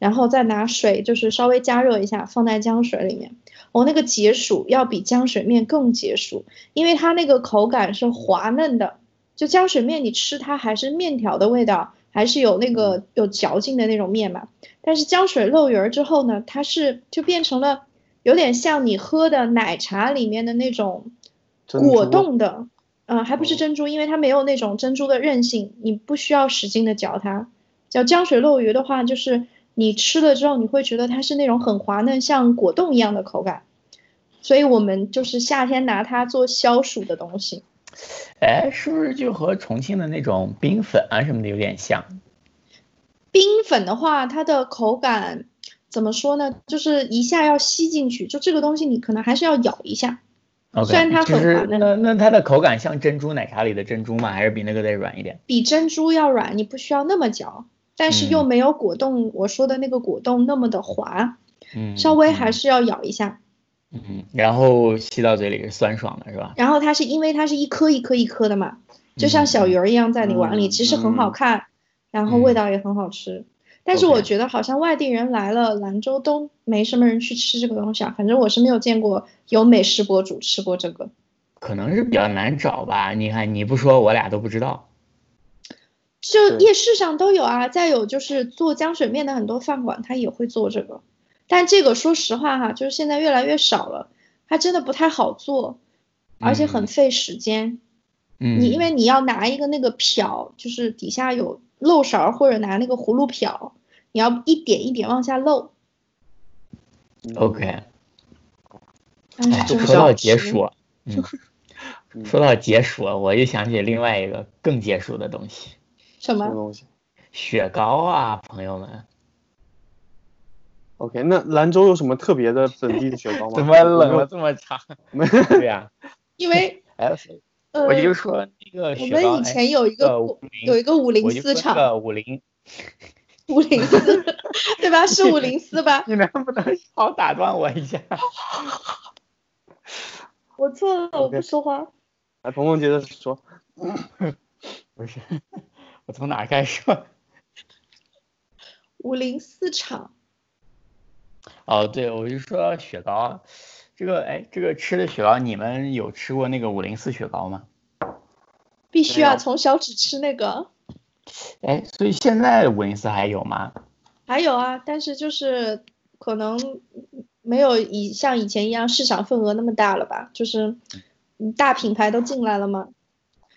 [SPEAKER 2] 然后再拿水，就是稍微加热一下，放在浆水里面。哦，那个解暑要比浆水面更解暑，因为它那个口感是滑嫩的。就浆水面，你吃它还是面条的味道，还是有那
[SPEAKER 3] 嗯
[SPEAKER 2] 个有嚼劲的那种面嘛。但是浆水漏鱼儿之后呢，它是就变成了有点像你喝的奶茶里面的那种
[SPEAKER 3] 珍珠
[SPEAKER 2] 果冻的，嗯、还不是
[SPEAKER 3] 哦
[SPEAKER 2] 珍珠，因为它没有那种珍珠的韧性，你不需要使劲的嚼它。叫浆水漏鱼的话，就是你吃了之后，你会觉得它是那种很滑嫩，像果冻一样的口感。所以我们就是夏天拿它做消暑的东西。
[SPEAKER 1] 哎，是不是就和重庆的那种冰粉啊什么的有点像？
[SPEAKER 2] 冰粉的话，它的口感怎么说呢？就是一下要吸进去，就这个东西你可能还是要咬一下。
[SPEAKER 1] OK，
[SPEAKER 2] 虽然它
[SPEAKER 1] 就
[SPEAKER 2] 很
[SPEAKER 1] 是
[SPEAKER 2] 滑嫩
[SPEAKER 1] 那那它的口感像珍珠奶茶里的珍珠吗？还是比那个再软一点？
[SPEAKER 2] 比珍珠要软，你不需要那么嚼，但是又
[SPEAKER 1] 嗯
[SPEAKER 2] 没有果冻、我说的那个果冻那么的滑，
[SPEAKER 1] 嗯，
[SPEAKER 2] 稍微还
[SPEAKER 1] 嗯
[SPEAKER 2] 是要咬一下。
[SPEAKER 1] 嗯，然后吸到嘴里是酸爽的，是吧？
[SPEAKER 2] 然后它是因为它是一颗一颗一颗的嘛，就像小鱼儿一样在你碗里，
[SPEAKER 3] 嗯
[SPEAKER 2] 其实很好看，然后味道也很好吃。但是
[SPEAKER 1] OK
[SPEAKER 2] 我觉得好像外地人来了兰州都没什么人去吃这个东西啊，反正我是没有见过有美食博主吃过这个。
[SPEAKER 1] 可能是比较难找吧。你看，你不说，我俩都不知道。
[SPEAKER 2] 就
[SPEAKER 3] 对
[SPEAKER 2] 夜市上都有啊，再有就是做浆水面的很多饭馆，它也会做这个，但这个说实话哈，就是现在越来越少了，它真的不太好做，而且很
[SPEAKER 1] 嗯
[SPEAKER 2] 费时间。
[SPEAKER 1] 嗯，
[SPEAKER 2] 你因为你要拿一个那个瓢，就是底下有漏勺儿或者拿那个葫芦瓢，你要一点一点往下漏。
[SPEAKER 3] 嗯
[SPEAKER 1] OK，
[SPEAKER 2] 但
[SPEAKER 1] 哎
[SPEAKER 2] 是真
[SPEAKER 1] 说到解
[SPEAKER 2] 是
[SPEAKER 1] 暑，嗯，说到解暑，我就想起另外一个更解暑的东西
[SPEAKER 2] 什
[SPEAKER 3] 什么
[SPEAKER 2] 么？
[SPEAKER 3] 东西
[SPEAKER 1] ——雪糕啊，朋友们。
[SPEAKER 3] ？OK，那兰州有什么特别的本地的雪糕吗？
[SPEAKER 1] 怎么冷了
[SPEAKER 3] 了？
[SPEAKER 1] 这么长？
[SPEAKER 3] 没
[SPEAKER 1] 对呀、
[SPEAKER 2] 因为
[SPEAKER 1] 哎，
[SPEAKER 2] 呃，
[SPEAKER 1] 我就说那个
[SPEAKER 2] 我
[SPEAKER 1] 雪
[SPEAKER 2] 们
[SPEAKER 1] 糕，
[SPEAKER 2] 以
[SPEAKER 1] 哎
[SPEAKER 2] 前有一个
[SPEAKER 1] 呃
[SPEAKER 2] 五
[SPEAKER 1] 五零
[SPEAKER 2] 有一个五零
[SPEAKER 1] 我就
[SPEAKER 2] 四
[SPEAKER 1] 说那
[SPEAKER 2] 厂，
[SPEAKER 1] 个五零，
[SPEAKER 2] 五零四 对吧？是五零四吧？
[SPEAKER 1] 你能不能好好打断我一下？
[SPEAKER 2] 我错了，我不
[SPEAKER 3] OK
[SPEAKER 2] 说话。
[SPEAKER 3] 来，鹏鹏接着说。
[SPEAKER 1] 不是， 我从哪儿开始说？
[SPEAKER 2] 五零四厂，
[SPEAKER 1] 哦，对，我就说雪糕，这个哎，这个吃的雪糕，你们有吃过那个五零四雪糕吗？
[SPEAKER 2] 必须
[SPEAKER 3] 没有
[SPEAKER 2] 要从小只吃那个。
[SPEAKER 1] 哎，所以现在五零四还有吗？
[SPEAKER 2] 还有啊，但是就是可能没有以像以前一样市场份额那么大了吧，就是
[SPEAKER 1] 嗯
[SPEAKER 2] 大品牌都进来了嘛。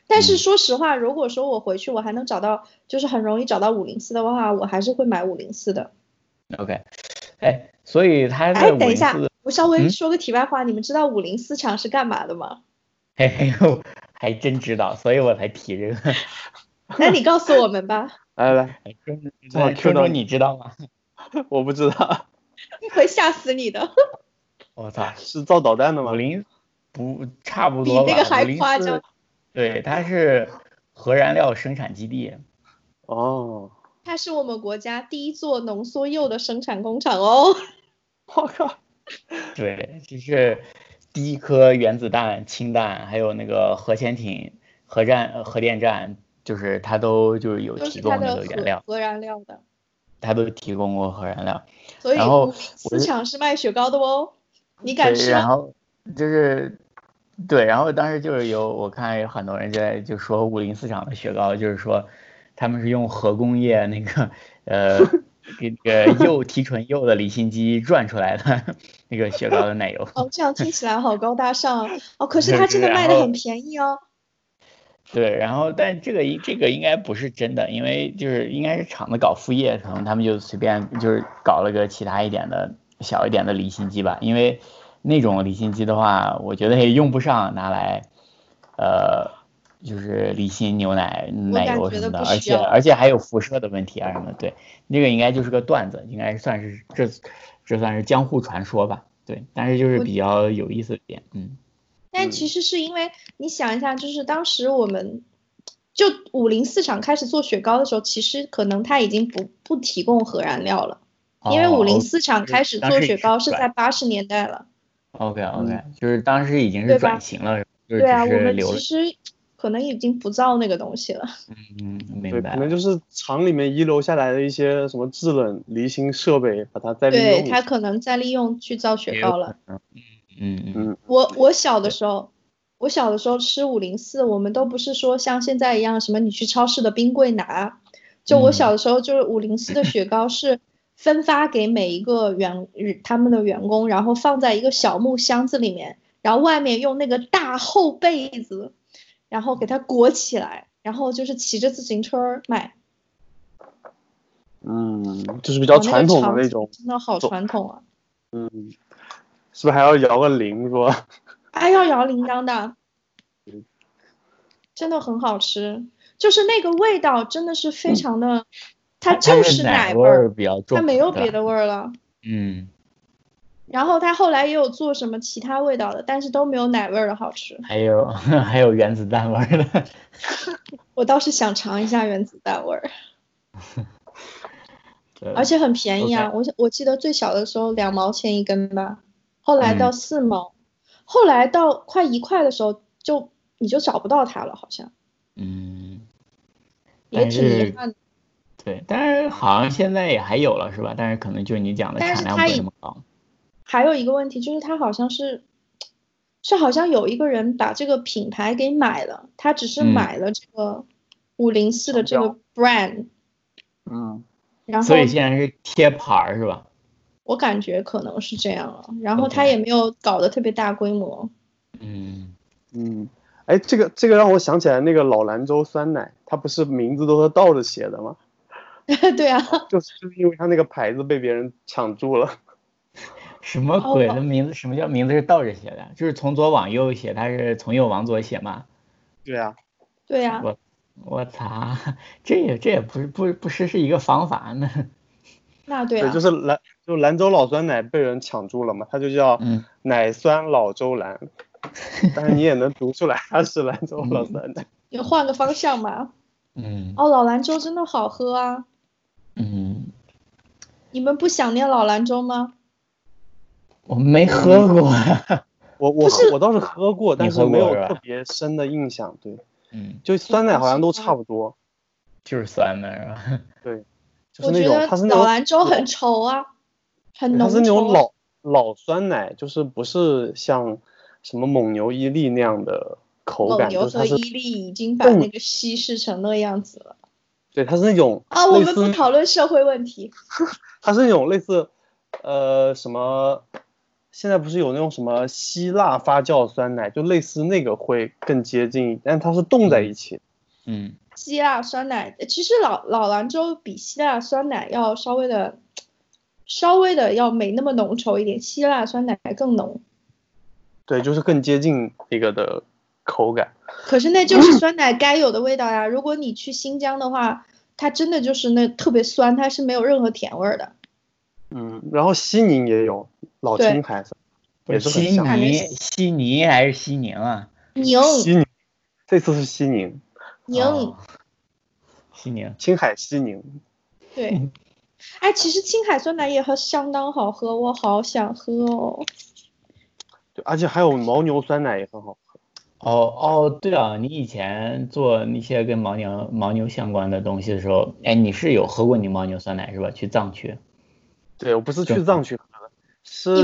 [SPEAKER 2] 但是说实话，如果说我回去我还能找到，就是很容易找到五零四的话，我还是会买五零四的。
[SPEAKER 1] OK，哎，所以它
[SPEAKER 2] 哎
[SPEAKER 1] 在，五
[SPEAKER 2] 等一
[SPEAKER 1] 零
[SPEAKER 2] 下
[SPEAKER 1] 四，，
[SPEAKER 2] 我稍微
[SPEAKER 1] 嗯
[SPEAKER 2] 说个题外话，你们知道五零四厂是干嘛的吗？
[SPEAKER 1] 嘿嘿，我还真知道，所以我才提这个。哎
[SPEAKER 2] 那你告诉我们吧，
[SPEAKER 3] 来来正好
[SPEAKER 1] 那
[SPEAKER 3] cue
[SPEAKER 1] 春
[SPEAKER 3] 到
[SPEAKER 1] 中
[SPEAKER 3] 你
[SPEAKER 1] 你知道吗？
[SPEAKER 3] 来，我不知道
[SPEAKER 2] 会吓死你的，
[SPEAKER 1] 我操，
[SPEAKER 3] 是造导弹的吗
[SPEAKER 1] 五？零不差不
[SPEAKER 2] 比
[SPEAKER 1] 多吧？
[SPEAKER 2] 那个还
[SPEAKER 1] 五零
[SPEAKER 2] 夸
[SPEAKER 1] 四
[SPEAKER 2] 张。
[SPEAKER 1] 对，它是核燃料生产基地。
[SPEAKER 3] 哦，
[SPEAKER 2] 它是我们国家第一座浓缩铀的生产工厂哦。
[SPEAKER 3] 我靠，
[SPEAKER 1] 对，就是第一颗原子弹、氢弹，还有那个核潜艇、核战、呃核电站，就是它都就是有
[SPEAKER 2] 都
[SPEAKER 1] 提
[SPEAKER 2] 是它
[SPEAKER 1] 供那
[SPEAKER 2] 的
[SPEAKER 1] 个
[SPEAKER 2] 核
[SPEAKER 1] 原料，
[SPEAKER 2] 核燃料的，
[SPEAKER 1] 它都提供过核燃料。
[SPEAKER 2] 所以
[SPEAKER 1] 然后
[SPEAKER 2] 五零四厂是卖雪糕的哦。你敢
[SPEAKER 1] 对，然
[SPEAKER 2] 说？
[SPEAKER 1] 后就是对，然后当时就是有我看有很多人在就说五零四厂的雪糕，就是说他们是用核工业那个 呃给那个铀提纯铀的离心机转出来的 那个雪糕的奶 油。
[SPEAKER 2] 哦，这样听起来好高大上啊哦，可是
[SPEAKER 1] 对
[SPEAKER 2] 它真的
[SPEAKER 1] 是然
[SPEAKER 2] 卖的
[SPEAKER 1] 后
[SPEAKER 2] 很便宜哦。
[SPEAKER 1] 对，然后但这个应这个应该不是真的，因为就是应该是厂子搞副业，可能他们就随便就是搞了个其他一点的小一点的离心机吧，因为那种离心机的话，我觉得也用不上拿来，呃，就是离心牛奶、奶
[SPEAKER 2] 感
[SPEAKER 1] 油
[SPEAKER 2] 觉
[SPEAKER 1] 什么
[SPEAKER 2] 得
[SPEAKER 1] 的，
[SPEAKER 2] 不
[SPEAKER 1] 而
[SPEAKER 2] 需
[SPEAKER 1] 且
[SPEAKER 2] 要
[SPEAKER 1] 而且还有辐射的问题啊什么的，对，那个应该就是个段子，应该算是这这算是江湖传说吧，对，但是就是
[SPEAKER 2] 我
[SPEAKER 1] 比较有意思一点，嗯，
[SPEAKER 2] 但
[SPEAKER 3] 嗯
[SPEAKER 2] 其实是因为你想一下，就是当时我们就五零四厂开始做雪糕的时候，其实可能它已经不不提供核燃料了，因为
[SPEAKER 1] 哦
[SPEAKER 2] 五零四厂
[SPEAKER 1] 就是
[SPEAKER 2] 开始
[SPEAKER 1] 当
[SPEAKER 2] 做
[SPEAKER 1] 时
[SPEAKER 2] 雪
[SPEAKER 1] 也是
[SPEAKER 2] 糕是
[SPEAKER 1] 转
[SPEAKER 2] 在八十年代了。
[SPEAKER 1] OK OK，、
[SPEAKER 3] 嗯
[SPEAKER 1] 就是当时已经是
[SPEAKER 2] 对吧
[SPEAKER 1] 转型了，就是
[SPEAKER 2] 对啊，
[SPEAKER 1] 只
[SPEAKER 2] 我
[SPEAKER 1] 是
[SPEAKER 2] 们
[SPEAKER 1] 留了
[SPEAKER 2] 其，实可能已经不造那个东西了。
[SPEAKER 1] 嗯，明
[SPEAKER 3] 对，可
[SPEAKER 1] 白
[SPEAKER 3] 能。就是厂里面遗留下来的一些什么制冷离心设备，把它再利
[SPEAKER 2] 对，
[SPEAKER 3] 用一
[SPEAKER 2] 它
[SPEAKER 3] 下。
[SPEAKER 2] 可能在利用去造雪糕了。
[SPEAKER 1] 嗯嗯
[SPEAKER 3] 嗯
[SPEAKER 2] 我我小的时候，我小的时候吃五零四，我们都不是说像现在一样什么你去超市的冰柜拿，就我
[SPEAKER 1] 嗯
[SPEAKER 2] 小的时候就是五零四的雪糕是分发给每一个员呃他们的员工，然后放在一个小木箱子里面，然后外面用那个大厚被子，然后给它裹起来，然后就是骑着自行车儿卖。
[SPEAKER 3] 嗯，就是比较
[SPEAKER 2] 哦那个
[SPEAKER 3] 传统的
[SPEAKER 2] 场
[SPEAKER 3] 那
[SPEAKER 2] 景
[SPEAKER 3] 种，
[SPEAKER 2] 真的好
[SPEAKER 3] 走
[SPEAKER 2] 传统啊！
[SPEAKER 3] 嗯，是不是还要摇个铃说？
[SPEAKER 2] 哎，要摇铃铛的，真的很好吃，就是那个味道真的是非常的，它就奶
[SPEAKER 1] 奶
[SPEAKER 2] 味儿，
[SPEAKER 1] 比较重，
[SPEAKER 2] 它没有别
[SPEAKER 1] 对吧。
[SPEAKER 2] 的味儿了。
[SPEAKER 1] 嗯，
[SPEAKER 2] 然后它后来也有做什么其他味道的，但是都没有奶味儿的好吃。
[SPEAKER 1] 还有 还有原子弹味儿的。
[SPEAKER 2] 我倒是想尝一下原子弹味儿，
[SPEAKER 1] 对
[SPEAKER 2] 而且很便宜啊！我我记得最小的时候两毛钱一根吧，后来到四毛，后来到快一块的时候就你就找不到它了，好像
[SPEAKER 1] 嗯，
[SPEAKER 2] 也
[SPEAKER 1] 但
[SPEAKER 2] 挺遗
[SPEAKER 1] 是
[SPEAKER 2] 憾的。
[SPEAKER 1] 对，但是好像现在也还有了，是吧？但是可能就你讲的
[SPEAKER 2] 但是
[SPEAKER 1] 产量
[SPEAKER 2] 它
[SPEAKER 1] 不是
[SPEAKER 2] 已
[SPEAKER 1] 那么高。
[SPEAKER 2] 还有一个问题就是，他好像是，是好像有一个人把这个品牌给买了，他只是
[SPEAKER 1] 嗯
[SPEAKER 2] 买了这个五零四的这个
[SPEAKER 3] 商
[SPEAKER 2] brand，
[SPEAKER 3] 嗯，
[SPEAKER 2] 然后
[SPEAKER 1] 所以现在是贴牌儿，是吧？
[SPEAKER 2] 我感觉可能是这样了，然后
[SPEAKER 1] OK
[SPEAKER 2] 他也没有搞得特别大规模。
[SPEAKER 1] 嗯，
[SPEAKER 3] 嗯，哎，这个这个让我想起来那个老兰州酸奶，它不是名字都是倒着写的吗？
[SPEAKER 2] 对啊，
[SPEAKER 3] 就是就是因为它那个牌子被别人抢注了。
[SPEAKER 1] 什么
[SPEAKER 2] 哦
[SPEAKER 1] 鬼
[SPEAKER 2] 我
[SPEAKER 1] 的名字？什么叫名字是倒着写的？就是从左往右写，它是从右往左写吗？
[SPEAKER 3] 对啊，
[SPEAKER 2] 对啊，
[SPEAKER 1] 我我擦，这也这也不是不不是是一个方法呢。
[SPEAKER 2] 那对
[SPEAKER 3] 对，
[SPEAKER 2] 啊
[SPEAKER 3] 就，是兰就兰州老酸奶被人抢注了嘛，它就叫
[SPEAKER 1] 嗯，
[SPEAKER 3] 奶酸老州兰， 但是你也能读出来它是兰州老酸奶。
[SPEAKER 2] 你换个方向嘛。
[SPEAKER 1] 嗯
[SPEAKER 2] 哦，老兰州真的好喝啊！
[SPEAKER 1] 嗯，
[SPEAKER 2] 你们不想念老兰州吗？
[SPEAKER 1] 我没喝过。
[SPEAKER 3] 我我我倒是喝过，但
[SPEAKER 1] 你
[SPEAKER 3] 是
[SPEAKER 1] 喝
[SPEAKER 3] 没
[SPEAKER 1] 过
[SPEAKER 3] 有
[SPEAKER 1] 是吧
[SPEAKER 3] 特别深的印象。对，
[SPEAKER 1] 嗯，
[SPEAKER 3] 就酸奶好像都
[SPEAKER 2] 酸
[SPEAKER 3] 差不多，
[SPEAKER 1] 就是酸的是吧？
[SPEAKER 3] 就是
[SPEAKER 2] 我
[SPEAKER 3] 那
[SPEAKER 2] 觉
[SPEAKER 3] 种它是
[SPEAKER 2] 得
[SPEAKER 3] 那
[SPEAKER 2] 老
[SPEAKER 3] 种
[SPEAKER 2] 兰州
[SPEAKER 3] 老
[SPEAKER 2] 很稠啊，很浓稠。
[SPEAKER 3] 它是那种老老酸奶，就是不是像什么蒙牛、伊利那样的口
[SPEAKER 2] 蒙
[SPEAKER 3] 感，
[SPEAKER 2] 牛
[SPEAKER 3] 就是
[SPEAKER 2] 和
[SPEAKER 3] 它是
[SPEAKER 2] 伊利已经把那个稀释成那样子了
[SPEAKER 3] 对，它是那种
[SPEAKER 2] 啊！我
[SPEAKER 3] 类
[SPEAKER 2] 们不
[SPEAKER 3] 似，
[SPEAKER 2] 讨论社会问题，
[SPEAKER 3] 它是那种类似呃什么现在不是有那种什么希腊发酵酸奶，就类似那个会更接近，但它是冻在一起。
[SPEAKER 1] 嗯
[SPEAKER 2] 希腊酸奶，呃其实老老兰州比希腊酸奶要稍微的，稍微的要没那么浓稠一点，希腊酸奶更浓。
[SPEAKER 3] 对，就是更接近那个的口感。
[SPEAKER 2] 可是
[SPEAKER 3] 嗯
[SPEAKER 2] 那就是酸奶该有的味道呀。如果你去新疆的话，它真的就是那特别酸，它是没有任何甜味儿的。
[SPEAKER 3] 嗯，然后西宁也有老
[SPEAKER 2] 对
[SPEAKER 3] 青牌子，
[SPEAKER 1] 不
[SPEAKER 3] 也
[SPEAKER 1] 是
[SPEAKER 3] 是很
[SPEAKER 1] 悉
[SPEAKER 3] 像。
[SPEAKER 2] 像
[SPEAKER 1] 尼，悉尼还是西宁啊？
[SPEAKER 2] 宁
[SPEAKER 3] 西宁，这次是西宁，
[SPEAKER 2] 宁
[SPEAKER 1] 哦，西宁，
[SPEAKER 3] 青海西宁。嗯
[SPEAKER 2] 对。哎，其实青海酸奶也很相当好喝，我好想喝哦。
[SPEAKER 3] 对，而且还有牦牛酸奶也很好喝。
[SPEAKER 1] 哦哦，对了，你以前做那些跟牦牛牦牛相关的东西的时候，哎，你是有喝过你牦牛酸奶是吧？去藏区，
[SPEAKER 3] 对我不是去
[SPEAKER 1] 对
[SPEAKER 3] 藏区喝的，是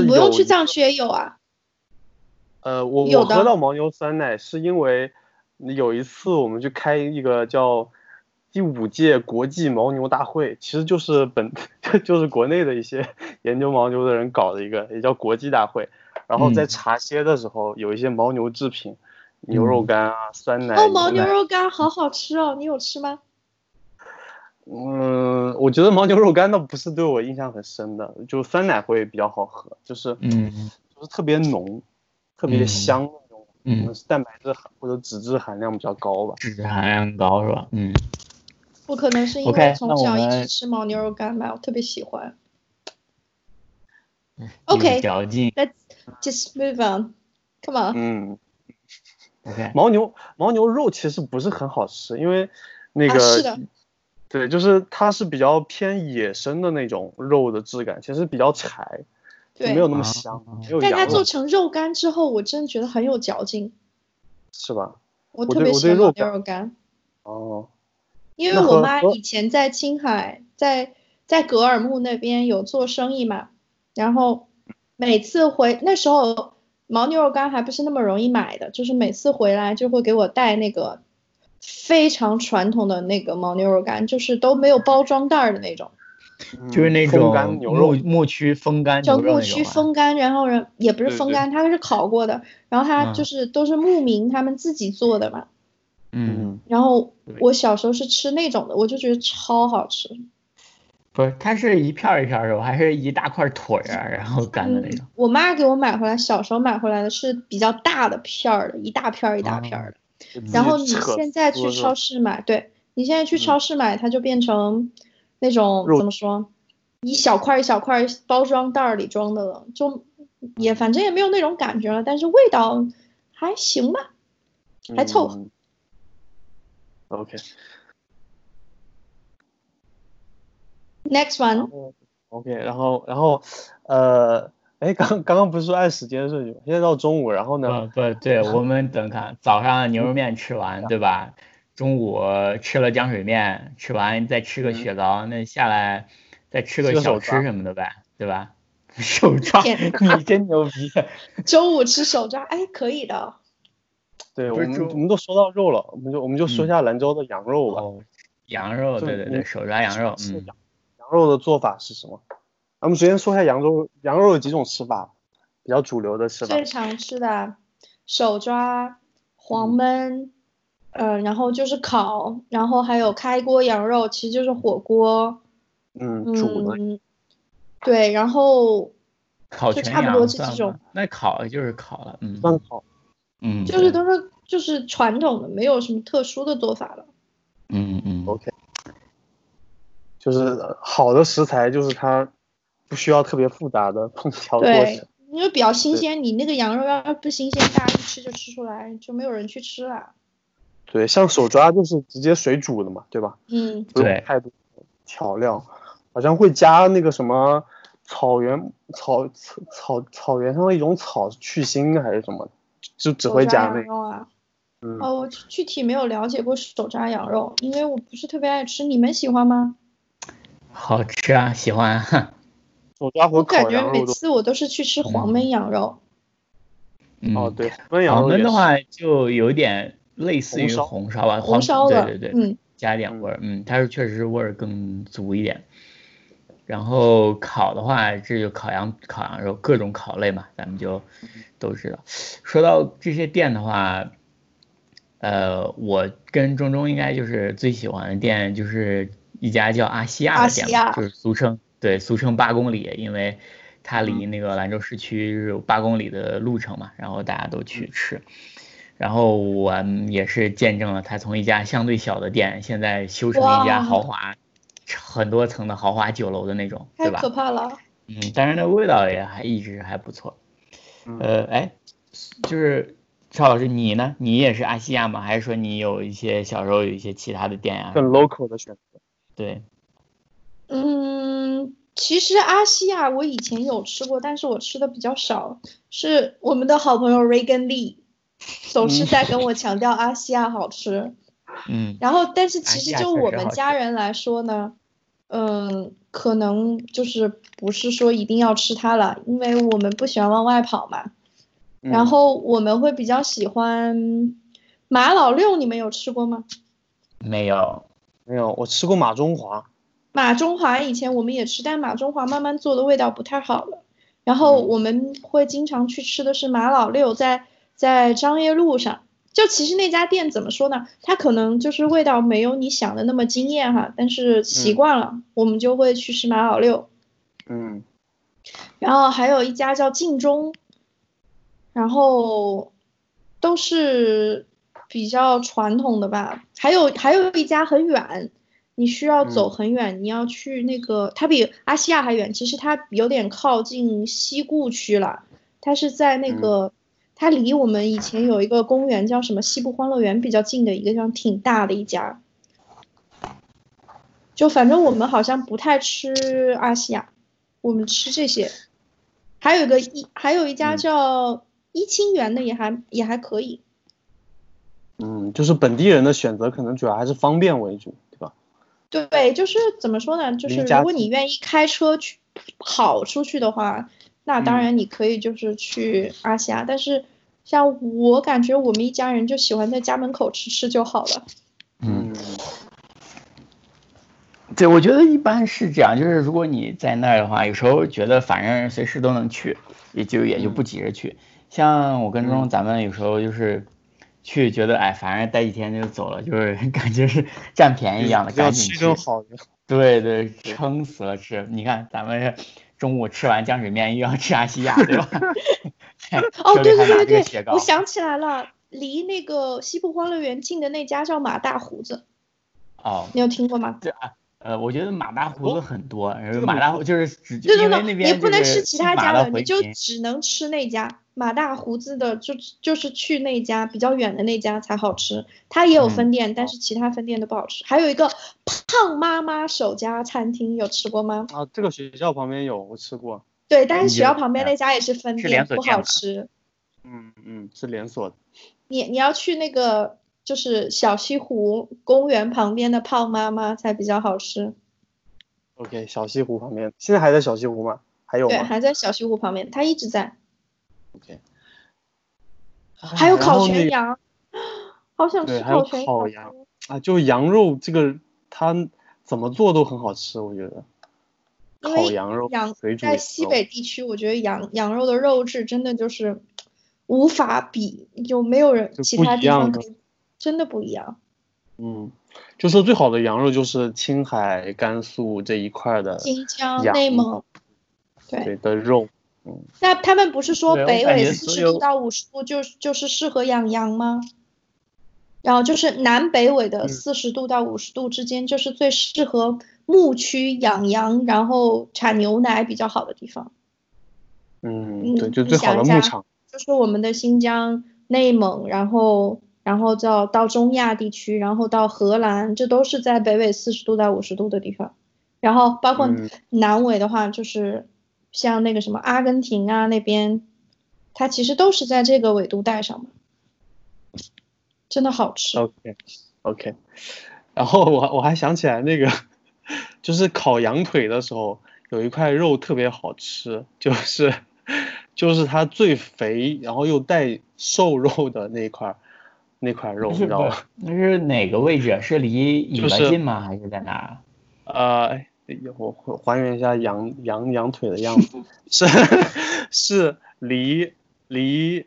[SPEAKER 2] 你不用去
[SPEAKER 3] 有
[SPEAKER 2] 藏区也有啊。
[SPEAKER 3] 呃，我
[SPEAKER 2] 有
[SPEAKER 3] 我
[SPEAKER 2] 的
[SPEAKER 3] 喝到牦牛酸奶是因为有一次我们去开一个叫第五届国际牦牛大会，其实就是本 就是国内的一些 研究牦牛的人搞的一个，也叫国际大会。然后在
[SPEAKER 1] 嗯
[SPEAKER 3] 茶歇的时候，有一些牦牛制品，牛肉
[SPEAKER 1] 嗯
[SPEAKER 3] 干啊、酸奶、
[SPEAKER 2] 哦，牦牛
[SPEAKER 3] 奶
[SPEAKER 2] 肉干好好吃哦，你有吃吗？
[SPEAKER 3] 嗯，我觉得牦牛肉干倒不是对我印象很深的，就酸奶会比较好喝，就是
[SPEAKER 1] 嗯
[SPEAKER 3] 就是特别浓，特别
[SPEAKER 1] 嗯
[SPEAKER 3] 香那种，可能
[SPEAKER 1] 嗯，
[SPEAKER 3] 是蛋白质含或者脂质含量比较高吧。
[SPEAKER 1] 脂质含量高是吧？嗯，
[SPEAKER 2] 我可能是因
[SPEAKER 1] OK，
[SPEAKER 2] 为从
[SPEAKER 1] 那我
[SPEAKER 2] 小一直
[SPEAKER 1] 们
[SPEAKER 2] 吃牦牛肉干吧，我特别喜欢。
[SPEAKER 1] 一
[SPEAKER 2] OK，
[SPEAKER 1] 嚼劲
[SPEAKER 2] Let's just move on. Come on.
[SPEAKER 3] 嗯，
[SPEAKER 1] ，OK，
[SPEAKER 3] 牦牛牦牛肉其实不是很好吃，因为那
[SPEAKER 2] 啊，是
[SPEAKER 3] 个、
[SPEAKER 2] 的，
[SPEAKER 3] 对，就是它是比较偏野生的那种肉的质感，其实比较柴，就
[SPEAKER 2] 对
[SPEAKER 3] 没。有那么
[SPEAKER 1] 啊
[SPEAKER 3] 香，没有
[SPEAKER 2] 但它
[SPEAKER 3] 羊
[SPEAKER 2] 做
[SPEAKER 3] 肉
[SPEAKER 2] 成肉干之后，我真的觉得很有嚼劲。
[SPEAKER 3] 是吧？
[SPEAKER 2] 我
[SPEAKER 3] 我
[SPEAKER 2] 特
[SPEAKER 3] 对
[SPEAKER 2] 别
[SPEAKER 3] 我
[SPEAKER 2] 喜
[SPEAKER 3] 对
[SPEAKER 2] 欢
[SPEAKER 3] 肉
[SPEAKER 2] 牦牛肉干，
[SPEAKER 3] 哦，
[SPEAKER 2] 因为
[SPEAKER 3] 那
[SPEAKER 2] 我
[SPEAKER 3] 和
[SPEAKER 2] 妈
[SPEAKER 3] 和
[SPEAKER 2] 以前在青海，在在格尔木那边有做生意嘛，然后每次回那时候牦牛肉干还不是那么容易买的，就是每次回来就会给我带那个非常传统的那个牦牛肉干，就是都没有包装袋儿的那种。
[SPEAKER 1] 就是
[SPEAKER 3] 嗯
[SPEAKER 1] 那
[SPEAKER 3] 风
[SPEAKER 1] 种
[SPEAKER 3] 干牛
[SPEAKER 1] 牧
[SPEAKER 3] 肉，
[SPEAKER 1] 牧区风干
[SPEAKER 2] 叫
[SPEAKER 1] 牛肉
[SPEAKER 2] 牧
[SPEAKER 1] 那
[SPEAKER 2] 区
[SPEAKER 1] 种啊。
[SPEAKER 2] 风干，然后人也不是
[SPEAKER 3] 对
[SPEAKER 2] 风
[SPEAKER 3] 对
[SPEAKER 2] 干，它是烤过的，然后它
[SPEAKER 1] 嗯
[SPEAKER 2] 就是都是牧民他们自己做的嘛。
[SPEAKER 1] 嗯，，
[SPEAKER 2] 然后
[SPEAKER 1] 对
[SPEAKER 2] 我小时候是吃那种的，我就觉得超好吃。
[SPEAKER 1] 不是，它是一片儿一片儿肉，还是一大块腿儿啊，然后干的那
[SPEAKER 3] 嗯
[SPEAKER 1] 种。
[SPEAKER 2] 嗯我妈给我买回来，小时候买回来的是比较大的片儿的，一大片儿一大片儿的。
[SPEAKER 1] 哦
[SPEAKER 2] 然后你现在去超
[SPEAKER 3] 市，
[SPEAKER 2] 市买，对你现在去
[SPEAKER 1] 嗯
[SPEAKER 2] 超市买，它就变成那种
[SPEAKER 3] 肉
[SPEAKER 2] 怎么说，一小块一小块包装袋儿里装的了，
[SPEAKER 1] 哦
[SPEAKER 2] 就也反正也没有那种感觉了，但是味道还行吧。还凑合
[SPEAKER 3] 嗯 OK，
[SPEAKER 2] Next one，
[SPEAKER 3] OK，然后然后呃，哎，刚刚刚不是说按时间顺序吗，现在到中午，然后呢，
[SPEAKER 1] 不不，对我们等看，早上牛肉面吃
[SPEAKER 3] 嗯
[SPEAKER 1] 完，对吧？中午吃了浆水面，吃完再吃个
[SPEAKER 3] 嗯
[SPEAKER 1] 雪糕，那下来再吃
[SPEAKER 3] 吃
[SPEAKER 1] 个
[SPEAKER 3] 个
[SPEAKER 1] 小
[SPEAKER 3] 手
[SPEAKER 1] 吃
[SPEAKER 3] 抓
[SPEAKER 1] 什么的呗，对吧？ 手抓，
[SPEAKER 2] 天
[SPEAKER 1] 你真牛逼！啊
[SPEAKER 2] 周五吃手抓，哎，可以的。
[SPEAKER 3] 对
[SPEAKER 1] 不
[SPEAKER 3] 我
[SPEAKER 1] 是
[SPEAKER 3] 们
[SPEAKER 1] 中
[SPEAKER 3] 我们都说到肉了，我们就我们就说
[SPEAKER 1] 嗯
[SPEAKER 3] 下兰州的羊肉吧。
[SPEAKER 1] 哦，羊肉，
[SPEAKER 3] 就
[SPEAKER 1] 对对
[SPEAKER 3] 你
[SPEAKER 1] 对，手抓羊肉，
[SPEAKER 3] 是
[SPEAKER 1] 嗯
[SPEAKER 3] 羊羊肉的做法是什么？咱们首先说一下羊肉，羊肉有几种吃法，比较主流的吃法
[SPEAKER 2] 最。常吃的手抓、黄焖，嗯、然后就是烤，然后还有开锅羊肉，其实就是火锅，
[SPEAKER 3] 嗯，煮的
[SPEAKER 2] 嗯，对，然后
[SPEAKER 1] 烤
[SPEAKER 2] 就
[SPEAKER 1] 全
[SPEAKER 2] 差不多
[SPEAKER 1] 羊
[SPEAKER 2] 是这
[SPEAKER 1] 算
[SPEAKER 2] 种
[SPEAKER 1] 吗？那烤就是烤了，嗯
[SPEAKER 3] 算好。
[SPEAKER 1] 嗯，
[SPEAKER 2] 就
[SPEAKER 1] 对
[SPEAKER 2] 是都是就是传统的，没有什么特殊的做法了。
[SPEAKER 1] 嗯嗯
[SPEAKER 3] OK，就是呃好的食材，就是它不需要特别复杂的烹调过
[SPEAKER 2] 对
[SPEAKER 3] 程。，
[SPEAKER 2] 因为比较新
[SPEAKER 3] 对
[SPEAKER 2] 鲜，你那个羊肉要不新鲜，大家一吃就吃出来，就没有人去吃了。
[SPEAKER 3] 对，像手抓就是直接水煮的嘛，对吧？
[SPEAKER 2] 嗯，
[SPEAKER 3] 不用
[SPEAKER 1] 对
[SPEAKER 3] 太多调料，好像会加那个什么草原草草草草原上的一种草去腥还是什么，就只
[SPEAKER 2] 手
[SPEAKER 3] 会
[SPEAKER 2] 抓
[SPEAKER 3] 加
[SPEAKER 2] 羊
[SPEAKER 3] 那个。
[SPEAKER 2] 肉啊。
[SPEAKER 3] 嗯，
[SPEAKER 2] 哦，我具具体没有了解过手抓羊肉，因为我不是特别爱吃。你们喜欢吗？
[SPEAKER 1] 好吃啊，喜欢啊，
[SPEAKER 3] 手抓和
[SPEAKER 2] 我感
[SPEAKER 3] 烤
[SPEAKER 2] 觉
[SPEAKER 3] 羊
[SPEAKER 2] 每
[SPEAKER 3] 肉都
[SPEAKER 2] 次我都是去吃黄焖羊肉。
[SPEAKER 1] 嗯
[SPEAKER 3] 哦对，焖羊
[SPEAKER 1] 黄
[SPEAKER 3] 肉
[SPEAKER 1] 焖
[SPEAKER 3] 也
[SPEAKER 1] 的
[SPEAKER 3] 是
[SPEAKER 1] 话就有点类似
[SPEAKER 3] 红
[SPEAKER 1] 于
[SPEAKER 3] 烧
[SPEAKER 1] 红烧吧，
[SPEAKER 2] 红烧
[SPEAKER 1] 对
[SPEAKER 2] 的，
[SPEAKER 1] 对对，
[SPEAKER 2] 嗯，
[SPEAKER 1] 加一点味儿，嗯，它是确实是味儿更足一点。然后烤的话，这就烤羊、烤羊肉，各种烤类嘛，咱们就都知道。说到这些店的话，呃，我跟中中应该就是最喜欢的店就是一家叫阿西亚的店
[SPEAKER 2] 阿西亚
[SPEAKER 1] 嘛，就是俗称对俗称八公里，因为它
[SPEAKER 2] 嗯
[SPEAKER 1] 离那个兰州市区是有八公里的路程嘛，然后大家
[SPEAKER 2] 嗯
[SPEAKER 1] 都去吃。然后我也是见证了它从一家相对小的店，现在修成一家
[SPEAKER 2] 哇
[SPEAKER 1] 豪华很多层的豪华酒楼的那种，对
[SPEAKER 2] 太
[SPEAKER 1] 吧
[SPEAKER 2] 可？怕了。
[SPEAKER 1] 嗯，但是那味道也还一直还不错。
[SPEAKER 3] 嗯
[SPEAKER 1] 呃，哎，就是邵老师，你呢？你也是阿西亚吗？还是说你有一些小时候有一些其他的店呀、
[SPEAKER 3] 更 local 的选择。
[SPEAKER 1] 对，
[SPEAKER 2] 嗯，其实阿西亚我以前有吃过，但是我吃的比较少。是我们的好朋友 Reagan Lee 总是在跟我强调阿西亚好吃。
[SPEAKER 1] 嗯
[SPEAKER 2] 然后，但是
[SPEAKER 1] 哎
[SPEAKER 2] 其实
[SPEAKER 1] 呀
[SPEAKER 2] 就
[SPEAKER 1] 确
[SPEAKER 2] 我
[SPEAKER 1] 实
[SPEAKER 2] 们
[SPEAKER 1] 好
[SPEAKER 2] 家
[SPEAKER 1] 吃
[SPEAKER 2] 人来说呢，嗯，可能就是不是说一定要吃它了，因为我们不喜欢往外跑嘛。
[SPEAKER 3] 嗯
[SPEAKER 2] 然后我们会比较喜欢马老六，你们有吃过吗？
[SPEAKER 1] 没有，
[SPEAKER 3] 没有，我吃过马中华，
[SPEAKER 2] 马中华以前我们也吃，但马中华慢慢做的味道不太好了。然后
[SPEAKER 3] 嗯
[SPEAKER 2] 我们会经常去吃的是马老六在，在张掖路上。就其实那家店怎么说呢？它可能就是味道没有你想的那么惊艳哈，但是习惯了，我们就会去吃马老六。
[SPEAKER 3] 嗯，
[SPEAKER 2] 然后还有一家叫晋中，然后都是比较传统的吧。还有还有一家很远，你需要走很远，你要去那个，它比阿西亚还远，其实它有点靠近西固区了。它是在那个，它离我们以前有一个公园叫什么西部欢乐园比较近的一个，像挺大的一家。就反正我们好像不太吃阿西亚，我们吃这些。还有一个一，还有一家
[SPEAKER 3] 嗯
[SPEAKER 2] 叫一清园的，也还也还可以。
[SPEAKER 3] 嗯，就是本地人的选择可能主要还是方便为主，对吧？
[SPEAKER 2] 对，就是怎么说呢？就是
[SPEAKER 3] 离家
[SPEAKER 2] 如果
[SPEAKER 3] 近
[SPEAKER 2] 你愿意开车去跑出去的话，那当
[SPEAKER 3] 嗯
[SPEAKER 2] 然你可以就是去阿西亚。但是像我感觉我们一家人就喜欢在家门口吃吃就好了。
[SPEAKER 1] 嗯，对，我觉得一般是这样，就是如果你在那儿的话，有时候觉得反正随时都能去，也就也就不急着去。像我跟
[SPEAKER 3] 嗯
[SPEAKER 1] 钟，咱们有时候就是去觉得哎，反正待几天就走了，就是 感觉是占便宜一样的，
[SPEAKER 3] 要
[SPEAKER 1] 赶紧
[SPEAKER 3] 吃
[SPEAKER 1] 去。
[SPEAKER 3] 顿好的，
[SPEAKER 1] 对对，撑死了吃。你看咱们中午吃完浆水面又要吃阿西亚，对吧？
[SPEAKER 2] 哦，
[SPEAKER 1] 手里
[SPEAKER 2] 对
[SPEAKER 1] 还拿这
[SPEAKER 2] 对对
[SPEAKER 1] 个
[SPEAKER 2] 对
[SPEAKER 1] 雪
[SPEAKER 2] 对，
[SPEAKER 1] 糕
[SPEAKER 2] 我想起来了，离那个西部欢乐园近的那家叫马大胡子，
[SPEAKER 1] 哦，
[SPEAKER 2] 你有听过吗？
[SPEAKER 1] 呃，我觉得马大胡
[SPEAKER 3] 哦
[SPEAKER 1] 子很多，然后
[SPEAKER 3] 这个
[SPEAKER 1] 马
[SPEAKER 3] 没
[SPEAKER 1] 大胡就是只
[SPEAKER 2] 对对
[SPEAKER 1] 因为那
[SPEAKER 2] 对，
[SPEAKER 1] 边
[SPEAKER 2] 你不能
[SPEAKER 1] 就是
[SPEAKER 2] 吃其他
[SPEAKER 1] 马
[SPEAKER 2] 家
[SPEAKER 1] 到
[SPEAKER 2] 了，
[SPEAKER 1] 回
[SPEAKER 2] 你就
[SPEAKER 1] 民
[SPEAKER 2] 只能吃那家马大胡子的，就就是去那家比较远的那家才好吃。它
[SPEAKER 1] 嗯
[SPEAKER 2] 也有分店，但是其他分店都不好吃。还有一个胖妈妈手家餐厅，有吃过吗？
[SPEAKER 3] 啊，这个学校旁边有，我吃过。
[SPEAKER 2] 对，但
[SPEAKER 1] 你
[SPEAKER 2] 是
[SPEAKER 1] 觉
[SPEAKER 2] 学校
[SPEAKER 1] 得
[SPEAKER 2] 旁边
[SPEAKER 1] 怎么
[SPEAKER 2] 那家也是分
[SPEAKER 1] 是
[SPEAKER 2] 店，
[SPEAKER 1] 连锁
[SPEAKER 2] 不
[SPEAKER 1] 店
[SPEAKER 2] 好
[SPEAKER 1] 吧
[SPEAKER 2] 吃。
[SPEAKER 3] 嗯嗯，是连锁的。
[SPEAKER 2] 你你要去那个就是小西湖公园旁边的胖妈妈才比较好吃。
[SPEAKER 3] OK，小西湖旁边，现在还在小西湖吗？还有
[SPEAKER 2] 对，
[SPEAKER 3] 吗啊
[SPEAKER 2] 还在小西湖旁边，它一直在。
[SPEAKER 3] ？OK，
[SPEAKER 1] 哎
[SPEAKER 2] 还有
[SPEAKER 3] 然后
[SPEAKER 2] 烤
[SPEAKER 3] 那
[SPEAKER 2] 全
[SPEAKER 3] 个
[SPEAKER 2] 羊，好想
[SPEAKER 3] 对
[SPEAKER 2] 吃
[SPEAKER 3] 还有
[SPEAKER 2] 烤全
[SPEAKER 3] 烤羊啊，就羊肉这个，它怎么做都很好吃，我觉得。
[SPEAKER 2] 因
[SPEAKER 3] 烤
[SPEAKER 2] 为
[SPEAKER 3] 羊肉、
[SPEAKER 2] 羊
[SPEAKER 3] 水煮
[SPEAKER 2] 在西北地区，我觉得羊羊肉的肉质真的就是无法比，就没有人
[SPEAKER 3] 就
[SPEAKER 2] 其
[SPEAKER 3] 不
[SPEAKER 2] 他
[SPEAKER 3] 一
[SPEAKER 2] 地
[SPEAKER 3] 样
[SPEAKER 2] 方
[SPEAKER 3] 的
[SPEAKER 2] 可以，真的不一样。
[SPEAKER 3] 嗯，就说最好的羊肉就是青海、甘肃这一块的，
[SPEAKER 2] 新疆、
[SPEAKER 3] 呃羊
[SPEAKER 2] 内蒙，对，
[SPEAKER 3] 对的肉。
[SPEAKER 2] 那他们不是说
[SPEAKER 1] 对我
[SPEAKER 2] 北
[SPEAKER 1] 感
[SPEAKER 2] 纬
[SPEAKER 1] 觉
[SPEAKER 2] 四
[SPEAKER 1] 所
[SPEAKER 2] 十
[SPEAKER 1] 有
[SPEAKER 2] 度到五十度就就是适合养羊吗？然后就是南北纬的
[SPEAKER 3] 嗯
[SPEAKER 2] 四十度到五十度之间，就是最适合牧区养羊，然后产牛奶比较好的地方。
[SPEAKER 3] 嗯，
[SPEAKER 2] 嗯
[SPEAKER 3] 对，就
[SPEAKER 2] 你
[SPEAKER 3] 最好
[SPEAKER 2] 想
[SPEAKER 3] 的
[SPEAKER 2] 一下
[SPEAKER 3] 牧场。
[SPEAKER 2] 就是我们的新疆、内蒙，然后然后到到中亚地区，然后到荷兰，这都是在北纬四十度到五十度的地方。然后包括
[SPEAKER 3] 嗯
[SPEAKER 2] 南纬的话，就是像那个什么阿根廷啊那边，它其实都是在这个纬度带上嘛，真的好吃。
[SPEAKER 3] OK OK，然后我我还想起来那个，就是烤羊腿的时候，有一块肉特别好吃，就是就是它最肥，然后又带瘦肉的那一块儿那块肉，
[SPEAKER 1] 不
[SPEAKER 3] 你
[SPEAKER 1] 是
[SPEAKER 3] 知道
[SPEAKER 1] 不
[SPEAKER 3] 吗？
[SPEAKER 1] 是，那是哪个位置？是离
[SPEAKER 3] 就
[SPEAKER 1] 尾巴
[SPEAKER 3] 是
[SPEAKER 1] 近吗？还是在哪儿？
[SPEAKER 3] 呃，我我还原一下羊羊羊腿的样子，是是离离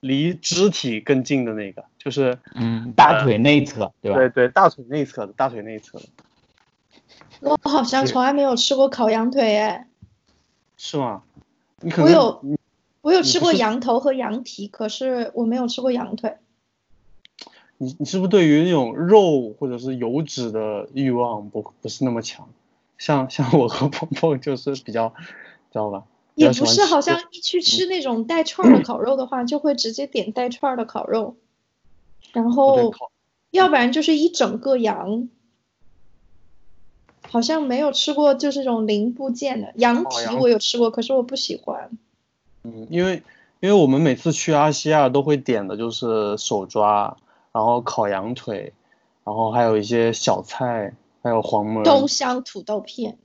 [SPEAKER 3] 离肢体更近的那个，就是
[SPEAKER 1] 嗯，大腿内侧，对啊吧？
[SPEAKER 3] 对对大腿内侧的大腿内侧的，
[SPEAKER 2] 我好像从来没有吃过烤羊腿哎，
[SPEAKER 3] 是吗？你可
[SPEAKER 2] 我
[SPEAKER 3] 能
[SPEAKER 2] 有我有
[SPEAKER 3] 你
[SPEAKER 2] 吃
[SPEAKER 3] 不
[SPEAKER 2] 过
[SPEAKER 3] 是
[SPEAKER 2] 羊头和羊蹄，可是我没有吃过羊腿。
[SPEAKER 3] 你你是不是对于那种肉或者是油脂的欲望不不是那么强？像像我和 鹏鹏就是比较，知道吧？比
[SPEAKER 2] 也
[SPEAKER 3] 较喜
[SPEAKER 2] 不
[SPEAKER 3] 欢
[SPEAKER 2] 是，好
[SPEAKER 3] 吃嗯
[SPEAKER 2] 像一去吃那种带串儿的烤肉的话，就会直接点带串儿的烤肉，然
[SPEAKER 3] 哦对
[SPEAKER 2] 后
[SPEAKER 3] 烤
[SPEAKER 2] 要不然就是一整个羊，好像没有吃过就是这种零部件的羊
[SPEAKER 3] 烤
[SPEAKER 2] 蹄，
[SPEAKER 3] 哦羊
[SPEAKER 2] 我有吃过，可是我不喜欢。
[SPEAKER 3] 嗯，因为因为我们每次去阿西亚都会点的就是手抓，然后烤羊腿，然后还有一些小菜，还有黄焖，
[SPEAKER 2] 东乡土豆片，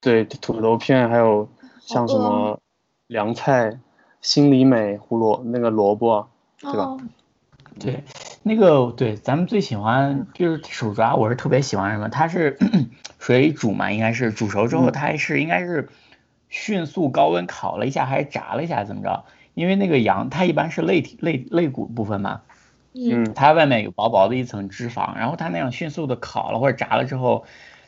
[SPEAKER 3] 对，土豆片，还有像什
[SPEAKER 2] 饿哦
[SPEAKER 3] 么凉菜、心里美、胡萝那个萝卜，对吧
[SPEAKER 2] 哦，
[SPEAKER 1] 对，那个对，咱们最喜欢就是手抓，我是特别喜欢什么？它是 水煮嘛，应该是煮熟之后，
[SPEAKER 3] 嗯
[SPEAKER 1] 它还是应该是迅速高温烤了一下，还是炸了一下，怎么着？因为那个羊它一般是肋体肋肋骨部分嘛，
[SPEAKER 2] 嗯，
[SPEAKER 3] 嗯
[SPEAKER 1] 它外面有薄薄的一层脂肪，然后它那样迅速的烤了或者炸了之后，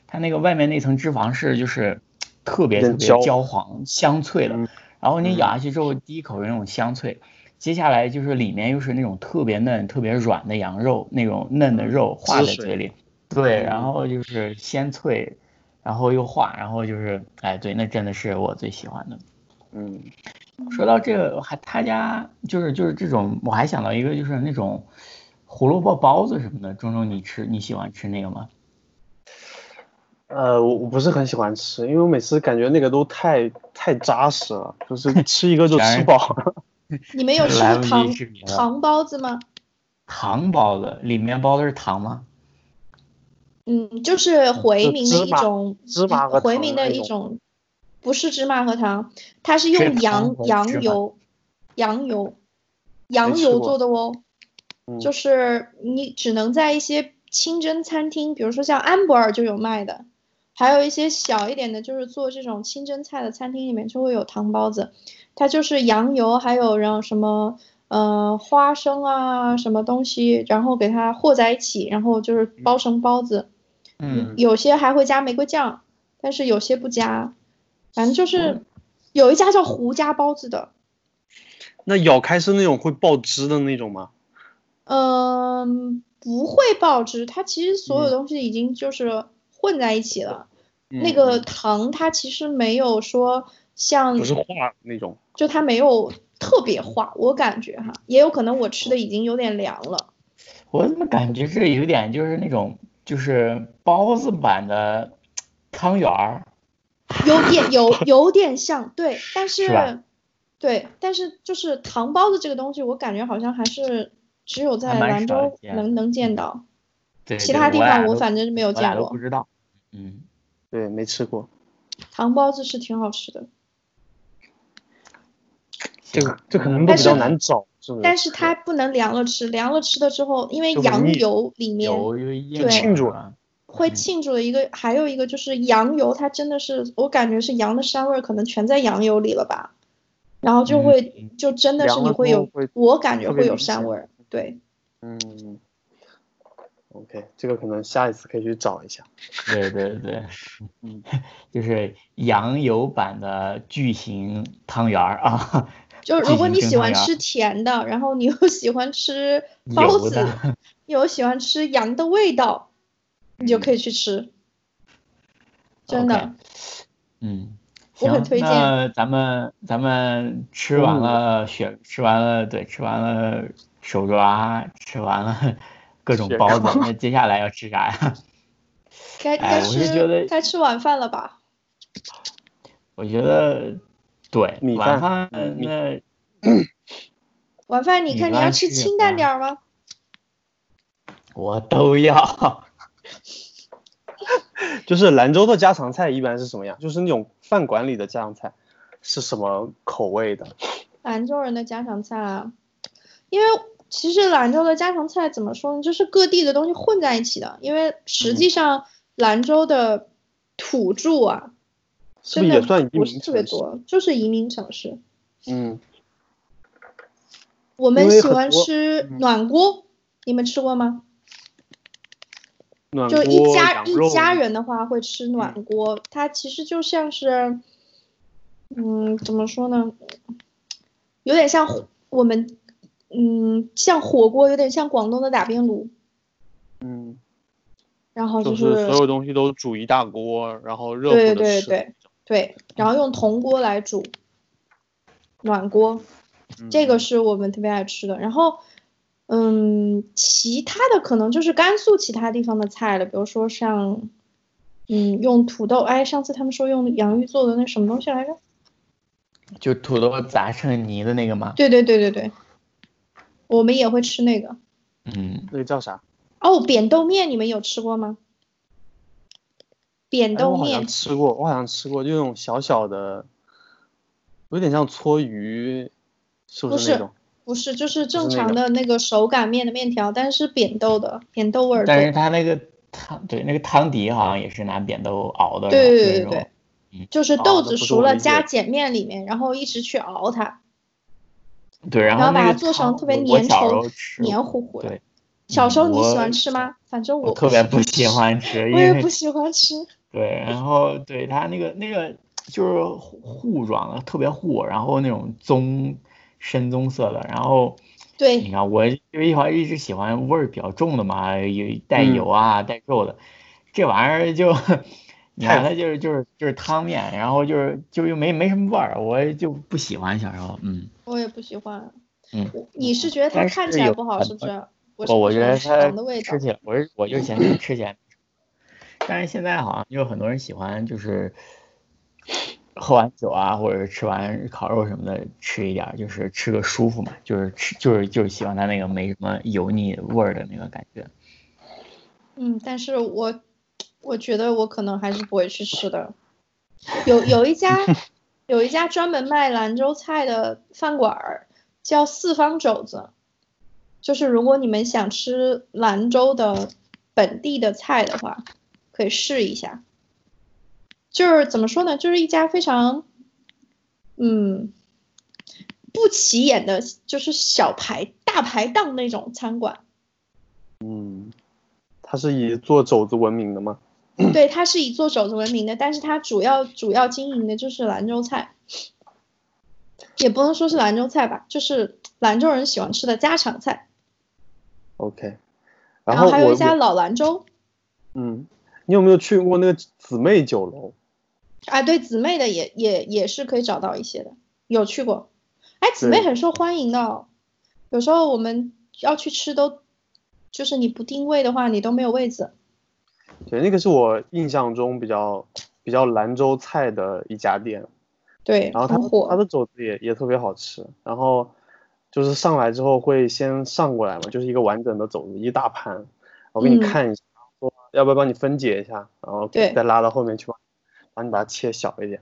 [SPEAKER 1] 它那个外面那层脂肪是就是特别
[SPEAKER 3] 有
[SPEAKER 1] 特
[SPEAKER 3] 点
[SPEAKER 1] 别
[SPEAKER 3] 焦
[SPEAKER 1] 焦黄香脆的
[SPEAKER 3] 嗯，
[SPEAKER 1] 然后你
[SPEAKER 3] 嗯
[SPEAKER 1] 咬下去之后，第一口有那种香脆，接下来就是里面又是那种特别嫩、特别软的羊肉，那种嫩的肉化在
[SPEAKER 3] 汁嗯水
[SPEAKER 1] 嘴里，对，
[SPEAKER 3] 嗯
[SPEAKER 1] 然后就是鲜脆，然后又化，然后就是哎，对，那真的是我最喜欢的。
[SPEAKER 3] 嗯，
[SPEAKER 1] 说到这个，还他家就是就是这种，我还想到一个，就是那种胡萝卜包子什么的。中中，你吃你喜欢吃那个吗？
[SPEAKER 3] 呃，我我不是很喜欢吃，因为我每次感觉那个都太太扎实了，就是吃一个就
[SPEAKER 1] 全
[SPEAKER 3] 吃
[SPEAKER 1] 是
[SPEAKER 3] 饱了。
[SPEAKER 2] 你
[SPEAKER 3] 嗯
[SPEAKER 2] 们有吃
[SPEAKER 1] 来
[SPEAKER 2] 过
[SPEAKER 1] 不及
[SPEAKER 2] 糖
[SPEAKER 1] 吃别的
[SPEAKER 2] 糖包子吗？
[SPEAKER 1] 糖包子里面包的是糖吗？
[SPEAKER 2] 嗯，就是回
[SPEAKER 3] 就
[SPEAKER 2] 民的
[SPEAKER 3] 芝
[SPEAKER 2] 一
[SPEAKER 3] 麻
[SPEAKER 2] 种，
[SPEAKER 3] 芝麻和
[SPEAKER 2] 回
[SPEAKER 3] 糖
[SPEAKER 2] 民
[SPEAKER 3] 的
[SPEAKER 2] 的
[SPEAKER 3] 那
[SPEAKER 2] 一
[SPEAKER 3] 种
[SPEAKER 2] 种，不是芝麻和糖，它是
[SPEAKER 1] 是
[SPEAKER 2] 用
[SPEAKER 1] 糖
[SPEAKER 2] 羊
[SPEAKER 1] 和芝麻
[SPEAKER 2] 羊油、羊油、羊
[SPEAKER 3] 吃
[SPEAKER 2] 油
[SPEAKER 3] 过
[SPEAKER 2] 做的哦，
[SPEAKER 3] 嗯
[SPEAKER 2] 就是你只能在一些清真餐厅，比如说像安博尔就有卖的，还有一些小一点的，就是做这种清真菜的餐厅里面就会有糖包子，它就是羊油，还有让什么呃花生啊什么东西，然后给它和在一起，然后就是包成包子。
[SPEAKER 1] 嗯，
[SPEAKER 2] 有些还会加玫瑰酱，但是有些不加，反正就是有一家叫胡家包子的，
[SPEAKER 3] 那咬开是那种会爆汁的那种吗？
[SPEAKER 2] 嗯，不会爆汁，它其实所有东西已经就是混在一起了。
[SPEAKER 3] 嗯
[SPEAKER 2] 那个糖它其实没有说像
[SPEAKER 3] 嗯不，是化那种，
[SPEAKER 2] 就它没有特别化，我感觉哈，也有可能我吃的已经有点凉了。
[SPEAKER 1] 我怎么感觉这有点就是那种就是包子版的汤圆儿？
[SPEAKER 2] 有 点有有点像，对，但是
[SPEAKER 1] 是吧
[SPEAKER 2] 对，但是就是糖包子这个东西，我感觉好像还是只有在
[SPEAKER 1] 还蛮
[SPEAKER 2] 兰
[SPEAKER 1] 少
[SPEAKER 2] 州
[SPEAKER 1] 见嗯
[SPEAKER 2] 能能见到，
[SPEAKER 1] 对，
[SPEAKER 2] 其他地
[SPEAKER 1] 我俩
[SPEAKER 2] 方
[SPEAKER 1] 都
[SPEAKER 2] 我反正没有
[SPEAKER 1] 我俩
[SPEAKER 2] 见
[SPEAKER 1] 都
[SPEAKER 2] 过
[SPEAKER 1] 不。知道。嗯，
[SPEAKER 3] 对，没吃过。
[SPEAKER 2] 糖包子是挺好吃
[SPEAKER 1] 呃
[SPEAKER 2] 的，
[SPEAKER 3] 这个这可能都
[SPEAKER 2] 嗯但
[SPEAKER 3] 比较
[SPEAKER 2] 是
[SPEAKER 3] 难找，是不是？
[SPEAKER 2] 但是它不能凉了吃，凉了吃了之后，因为
[SPEAKER 3] 就很
[SPEAKER 2] 羊
[SPEAKER 3] 腻
[SPEAKER 2] 油里面
[SPEAKER 1] 有有一
[SPEAKER 2] 对
[SPEAKER 3] 庆祝
[SPEAKER 1] 啊，
[SPEAKER 2] 会
[SPEAKER 1] 嗯
[SPEAKER 2] 庆祝的一个，还有一个就是羊油，它真的是我感觉是羊的膻味儿可能全在羊油里了吧，然后就
[SPEAKER 1] 嗯
[SPEAKER 2] 会就真的是
[SPEAKER 3] 凉
[SPEAKER 2] 你
[SPEAKER 3] 了
[SPEAKER 2] 会
[SPEAKER 3] 之后
[SPEAKER 2] 有
[SPEAKER 3] 会，
[SPEAKER 2] 我感觉
[SPEAKER 3] 特别
[SPEAKER 2] 会有
[SPEAKER 3] 明显
[SPEAKER 2] 膻味儿，对。
[SPEAKER 3] 嗯，OK，这个可能下一次可以去找一下。
[SPEAKER 1] 对对对，
[SPEAKER 3] 嗯，
[SPEAKER 1] 就是羊油版的巨型汤圆儿啊，
[SPEAKER 2] 就
[SPEAKER 1] 进
[SPEAKER 2] 如果
[SPEAKER 1] 行
[SPEAKER 2] 你
[SPEAKER 1] 蒸
[SPEAKER 2] 喜
[SPEAKER 1] 汤
[SPEAKER 2] 欢
[SPEAKER 1] 圆儿
[SPEAKER 2] 吃甜的，然后你又 喜欢吃包
[SPEAKER 1] 油
[SPEAKER 2] 子，
[SPEAKER 1] 的。
[SPEAKER 2] 你又喜欢吃羊的味道，你就可以去吃。真的
[SPEAKER 1] OK 嗯，
[SPEAKER 2] 我
[SPEAKER 1] 行，
[SPEAKER 2] 很推荐嗯
[SPEAKER 1] 那咱们咱们吃完了雪，吃完了对，吃完了手抓，吃完了 各种
[SPEAKER 3] 雪
[SPEAKER 1] 包
[SPEAKER 3] 糕
[SPEAKER 1] 子，那接下来要吃啥呀？
[SPEAKER 2] 该
[SPEAKER 1] 哎
[SPEAKER 2] 该
[SPEAKER 1] 我是觉得
[SPEAKER 2] 吃该吃晚饭了吧？
[SPEAKER 1] 我觉得对，
[SPEAKER 3] 米
[SPEAKER 1] 晚
[SPEAKER 3] 饭
[SPEAKER 1] 饭
[SPEAKER 3] 米
[SPEAKER 1] 那
[SPEAKER 2] 晚饭你
[SPEAKER 1] 你
[SPEAKER 2] 看你
[SPEAKER 1] 刚
[SPEAKER 2] 要
[SPEAKER 1] 吃
[SPEAKER 2] 吃
[SPEAKER 1] 什
[SPEAKER 2] 清
[SPEAKER 1] 么
[SPEAKER 2] 淡
[SPEAKER 1] 呀
[SPEAKER 2] 点儿吗？
[SPEAKER 1] 我都要。
[SPEAKER 3] 就是兰州的家常菜一般是什么样？就是那种饭馆里的家常菜是什么口味的？
[SPEAKER 2] 兰州人的家常菜啊，因为其实兰州的家常菜怎么说呢，就是各地的东西混在一起的。因为实际上兰州的土著啊，
[SPEAKER 3] 是
[SPEAKER 2] 真
[SPEAKER 3] 不是也
[SPEAKER 2] 的
[SPEAKER 3] 算移
[SPEAKER 2] 不
[SPEAKER 3] 民
[SPEAKER 2] 是
[SPEAKER 3] 城
[SPEAKER 2] 特别
[SPEAKER 3] 市？
[SPEAKER 2] 多，就是移民城市。
[SPEAKER 3] 嗯，
[SPEAKER 2] 我
[SPEAKER 3] 因
[SPEAKER 2] 们喜
[SPEAKER 3] 为很
[SPEAKER 2] 欢
[SPEAKER 3] 多
[SPEAKER 2] 吃
[SPEAKER 3] 嗯
[SPEAKER 2] 暖锅，你们吃过吗？
[SPEAKER 3] 嗯暖
[SPEAKER 2] 就
[SPEAKER 3] 锅、
[SPEAKER 2] 一家
[SPEAKER 3] 羊
[SPEAKER 2] 一
[SPEAKER 3] 肉嗯
[SPEAKER 2] 家人的话会吃暖锅，它其实就像是，嗯，怎么说呢，有点像火我们，嗯，像火锅，有点像广东的打边炉，
[SPEAKER 3] 嗯，
[SPEAKER 2] 然后、
[SPEAKER 3] 就是是所有乎东西都煮一大锅，然后热乎
[SPEAKER 2] 对
[SPEAKER 3] 的嗯
[SPEAKER 2] 对
[SPEAKER 3] 吃。
[SPEAKER 2] 对对，然后用铜锅来煮，暖锅，
[SPEAKER 3] 嗯
[SPEAKER 2] 这个是我们特别爱吃的。然后，嗯，其他的可能就是甘肃其他地方的菜了，比如说像，嗯，用土豆，哎，上次他们说用洋芋做的那什么东西来着？
[SPEAKER 1] 就土豆砸成泥的那个吗？
[SPEAKER 2] 对对对对对，我们也会吃那个。
[SPEAKER 1] 嗯，
[SPEAKER 3] 那个叫啥？
[SPEAKER 2] 哦，扁豆面你们有吃过吗？扁
[SPEAKER 3] 哎，我
[SPEAKER 2] 豆
[SPEAKER 3] 好
[SPEAKER 2] 面
[SPEAKER 3] 像，吃过，我好像吃过，就那种小小的，有点像搓鱼，是
[SPEAKER 2] 不
[SPEAKER 3] 是那
[SPEAKER 2] 是
[SPEAKER 3] 种？
[SPEAKER 2] 不是，就是
[SPEAKER 3] 是
[SPEAKER 2] 正
[SPEAKER 3] 那
[SPEAKER 2] 常
[SPEAKER 3] 个
[SPEAKER 2] 的那个手擀面的面条，但是扁豆的，扁豆味儿
[SPEAKER 1] 但是
[SPEAKER 2] 多。
[SPEAKER 1] 它那个汤，对，那个汤底好像也是拿扁豆熬的，
[SPEAKER 2] 对对
[SPEAKER 1] 那
[SPEAKER 2] 对
[SPEAKER 1] 种
[SPEAKER 2] 对
[SPEAKER 1] 嗯
[SPEAKER 2] 就是
[SPEAKER 3] 哦
[SPEAKER 2] 豆
[SPEAKER 3] 那
[SPEAKER 2] 子
[SPEAKER 3] 不是
[SPEAKER 2] 熟
[SPEAKER 3] 我
[SPEAKER 2] 了
[SPEAKER 3] 理解
[SPEAKER 2] 加
[SPEAKER 3] 的
[SPEAKER 2] 碱面里面，然后一直去熬它，
[SPEAKER 1] 对，然
[SPEAKER 2] 然后
[SPEAKER 1] 后
[SPEAKER 2] 把
[SPEAKER 1] 那
[SPEAKER 2] 它
[SPEAKER 1] 个
[SPEAKER 2] 做成
[SPEAKER 1] 汤
[SPEAKER 2] 特别
[SPEAKER 1] 我我
[SPEAKER 2] 粘
[SPEAKER 1] 小时
[SPEAKER 2] 稠
[SPEAKER 1] 候吃
[SPEAKER 2] 黏糊糊的
[SPEAKER 1] 对。嗯
[SPEAKER 2] 小时候你喜
[SPEAKER 1] 我
[SPEAKER 2] 欢吃吗？反正
[SPEAKER 1] 我
[SPEAKER 2] 我
[SPEAKER 1] 特别不喜欢吃，因
[SPEAKER 2] 我也
[SPEAKER 1] 为
[SPEAKER 2] 不喜欢吃。
[SPEAKER 1] 对，然后对它那个那个就是糊糊状的，特别糊，然后那种棕深棕色的，然后你
[SPEAKER 2] 对，
[SPEAKER 1] 看我因为一会儿一直喜欢味儿比较重的嘛，有带
[SPEAKER 3] 嗯
[SPEAKER 1] 油啊、带肉的，这玩意儿就你
[SPEAKER 3] 太
[SPEAKER 1] 看它就是就是就是汤面，然后就是就又没没什么味儿，我就不喜欢小时候，嗯
[SPEAKER 2] 我也不喜欢。
[SPEAKER 1] 嗯。
[SPEAKER 2] 我你是觉得它
[SPEAKER 1] 但是
[SPEAKER 2] 看起来
[SPEAKER 1] 有
[SPEAKER 2] 不好，
[SPEAKER 1] 很
[SPEAKER 2] 是不
[SPEAKER 1] 多
[SPEAKER 2] 是？我是
[SPEAKER 1] 我
[SPEAKER 2] 不
[SPEAKER 1] 我
[SPEAKER 2] 喜
[SPEAKER 1] 觉
[SPEAKER 2] 欢
[SPEAKER 1] 得
[SPEAKER 2] 食
[SPEAKER 1] 它
[SPEAKER 2] 堂的味道
[SPEAKER 1] 吃。起来，我是我就嫌它吃起来，但是现在好像有很多人喜欢就是喝完酒啊，或者是吃完烤肉什么的吃一点儿，就是吃个舒服嘛，就是吃就是就是喜欢它那个没什么油腻味儿的那个感觉。
[SPEAKER 2] 嗯，但是我我觉得我可能还是不会去吃的。有有一家有一家专门卖兰州菜的饭馆儿，叫四方肘子。就是如果你们想吃兰州的本地的菜的话，可以试一下。就是怎么说呢，就是一家非常，嗯，不起眼的，就是小排大排档那种餐馆。
[SPEAKER 3] 嗯，它是以做肘子闻名的吗？
[SPEAKER 2] 对，它是以做肘子闻名的，但是它主要主要经营的就是兰州菜，也不能说是兰州菜吧，就是兰州人喜欢吃的家常菜。
[SPEAKER 3] OK，
[SPEAKER 2] 然
[SPEAKER 3] 后
[SPEAKER 2] 后还有
[SPEAKER 3] 我
[SPEAKER 2] 一家
[SPEAKER 3] 我
[SPEAKER 2] 老兰州
[SPEAKER 3] 嗯，你有没有去过那个姊妹酒楼？
[SPEAKER 2] 啊，对，姊妹的也也也是可以找到一些的，有去过。哎，姊妹
[SPEAKER 3] 对
[SPEAKER 2] 很受欢迎的哦、有时候我们要去吃都，就是你不定位的话，你都没有位子。
[SPEAKER 3] 对，那个是我印象中比较比较兰州菜的一家店，
[SPEAKER 2] 对，
[SPEAKER 3] 然后它
[SPEAKER 2] 很火。
[SPEAKER 3] 它的肘子也也特别好吃，然后就是上来之后会先上过来嘛，就是一个完整的肘子一大盘，我给你
[SPEAKER 2] 嗯
[SPEAKER 3] 看一下，说要不要帮你分解一下，然后
[SPEAKER 2] 对
[SPEAKER 3] 再拉到后面去吧，帮你把它切小一点，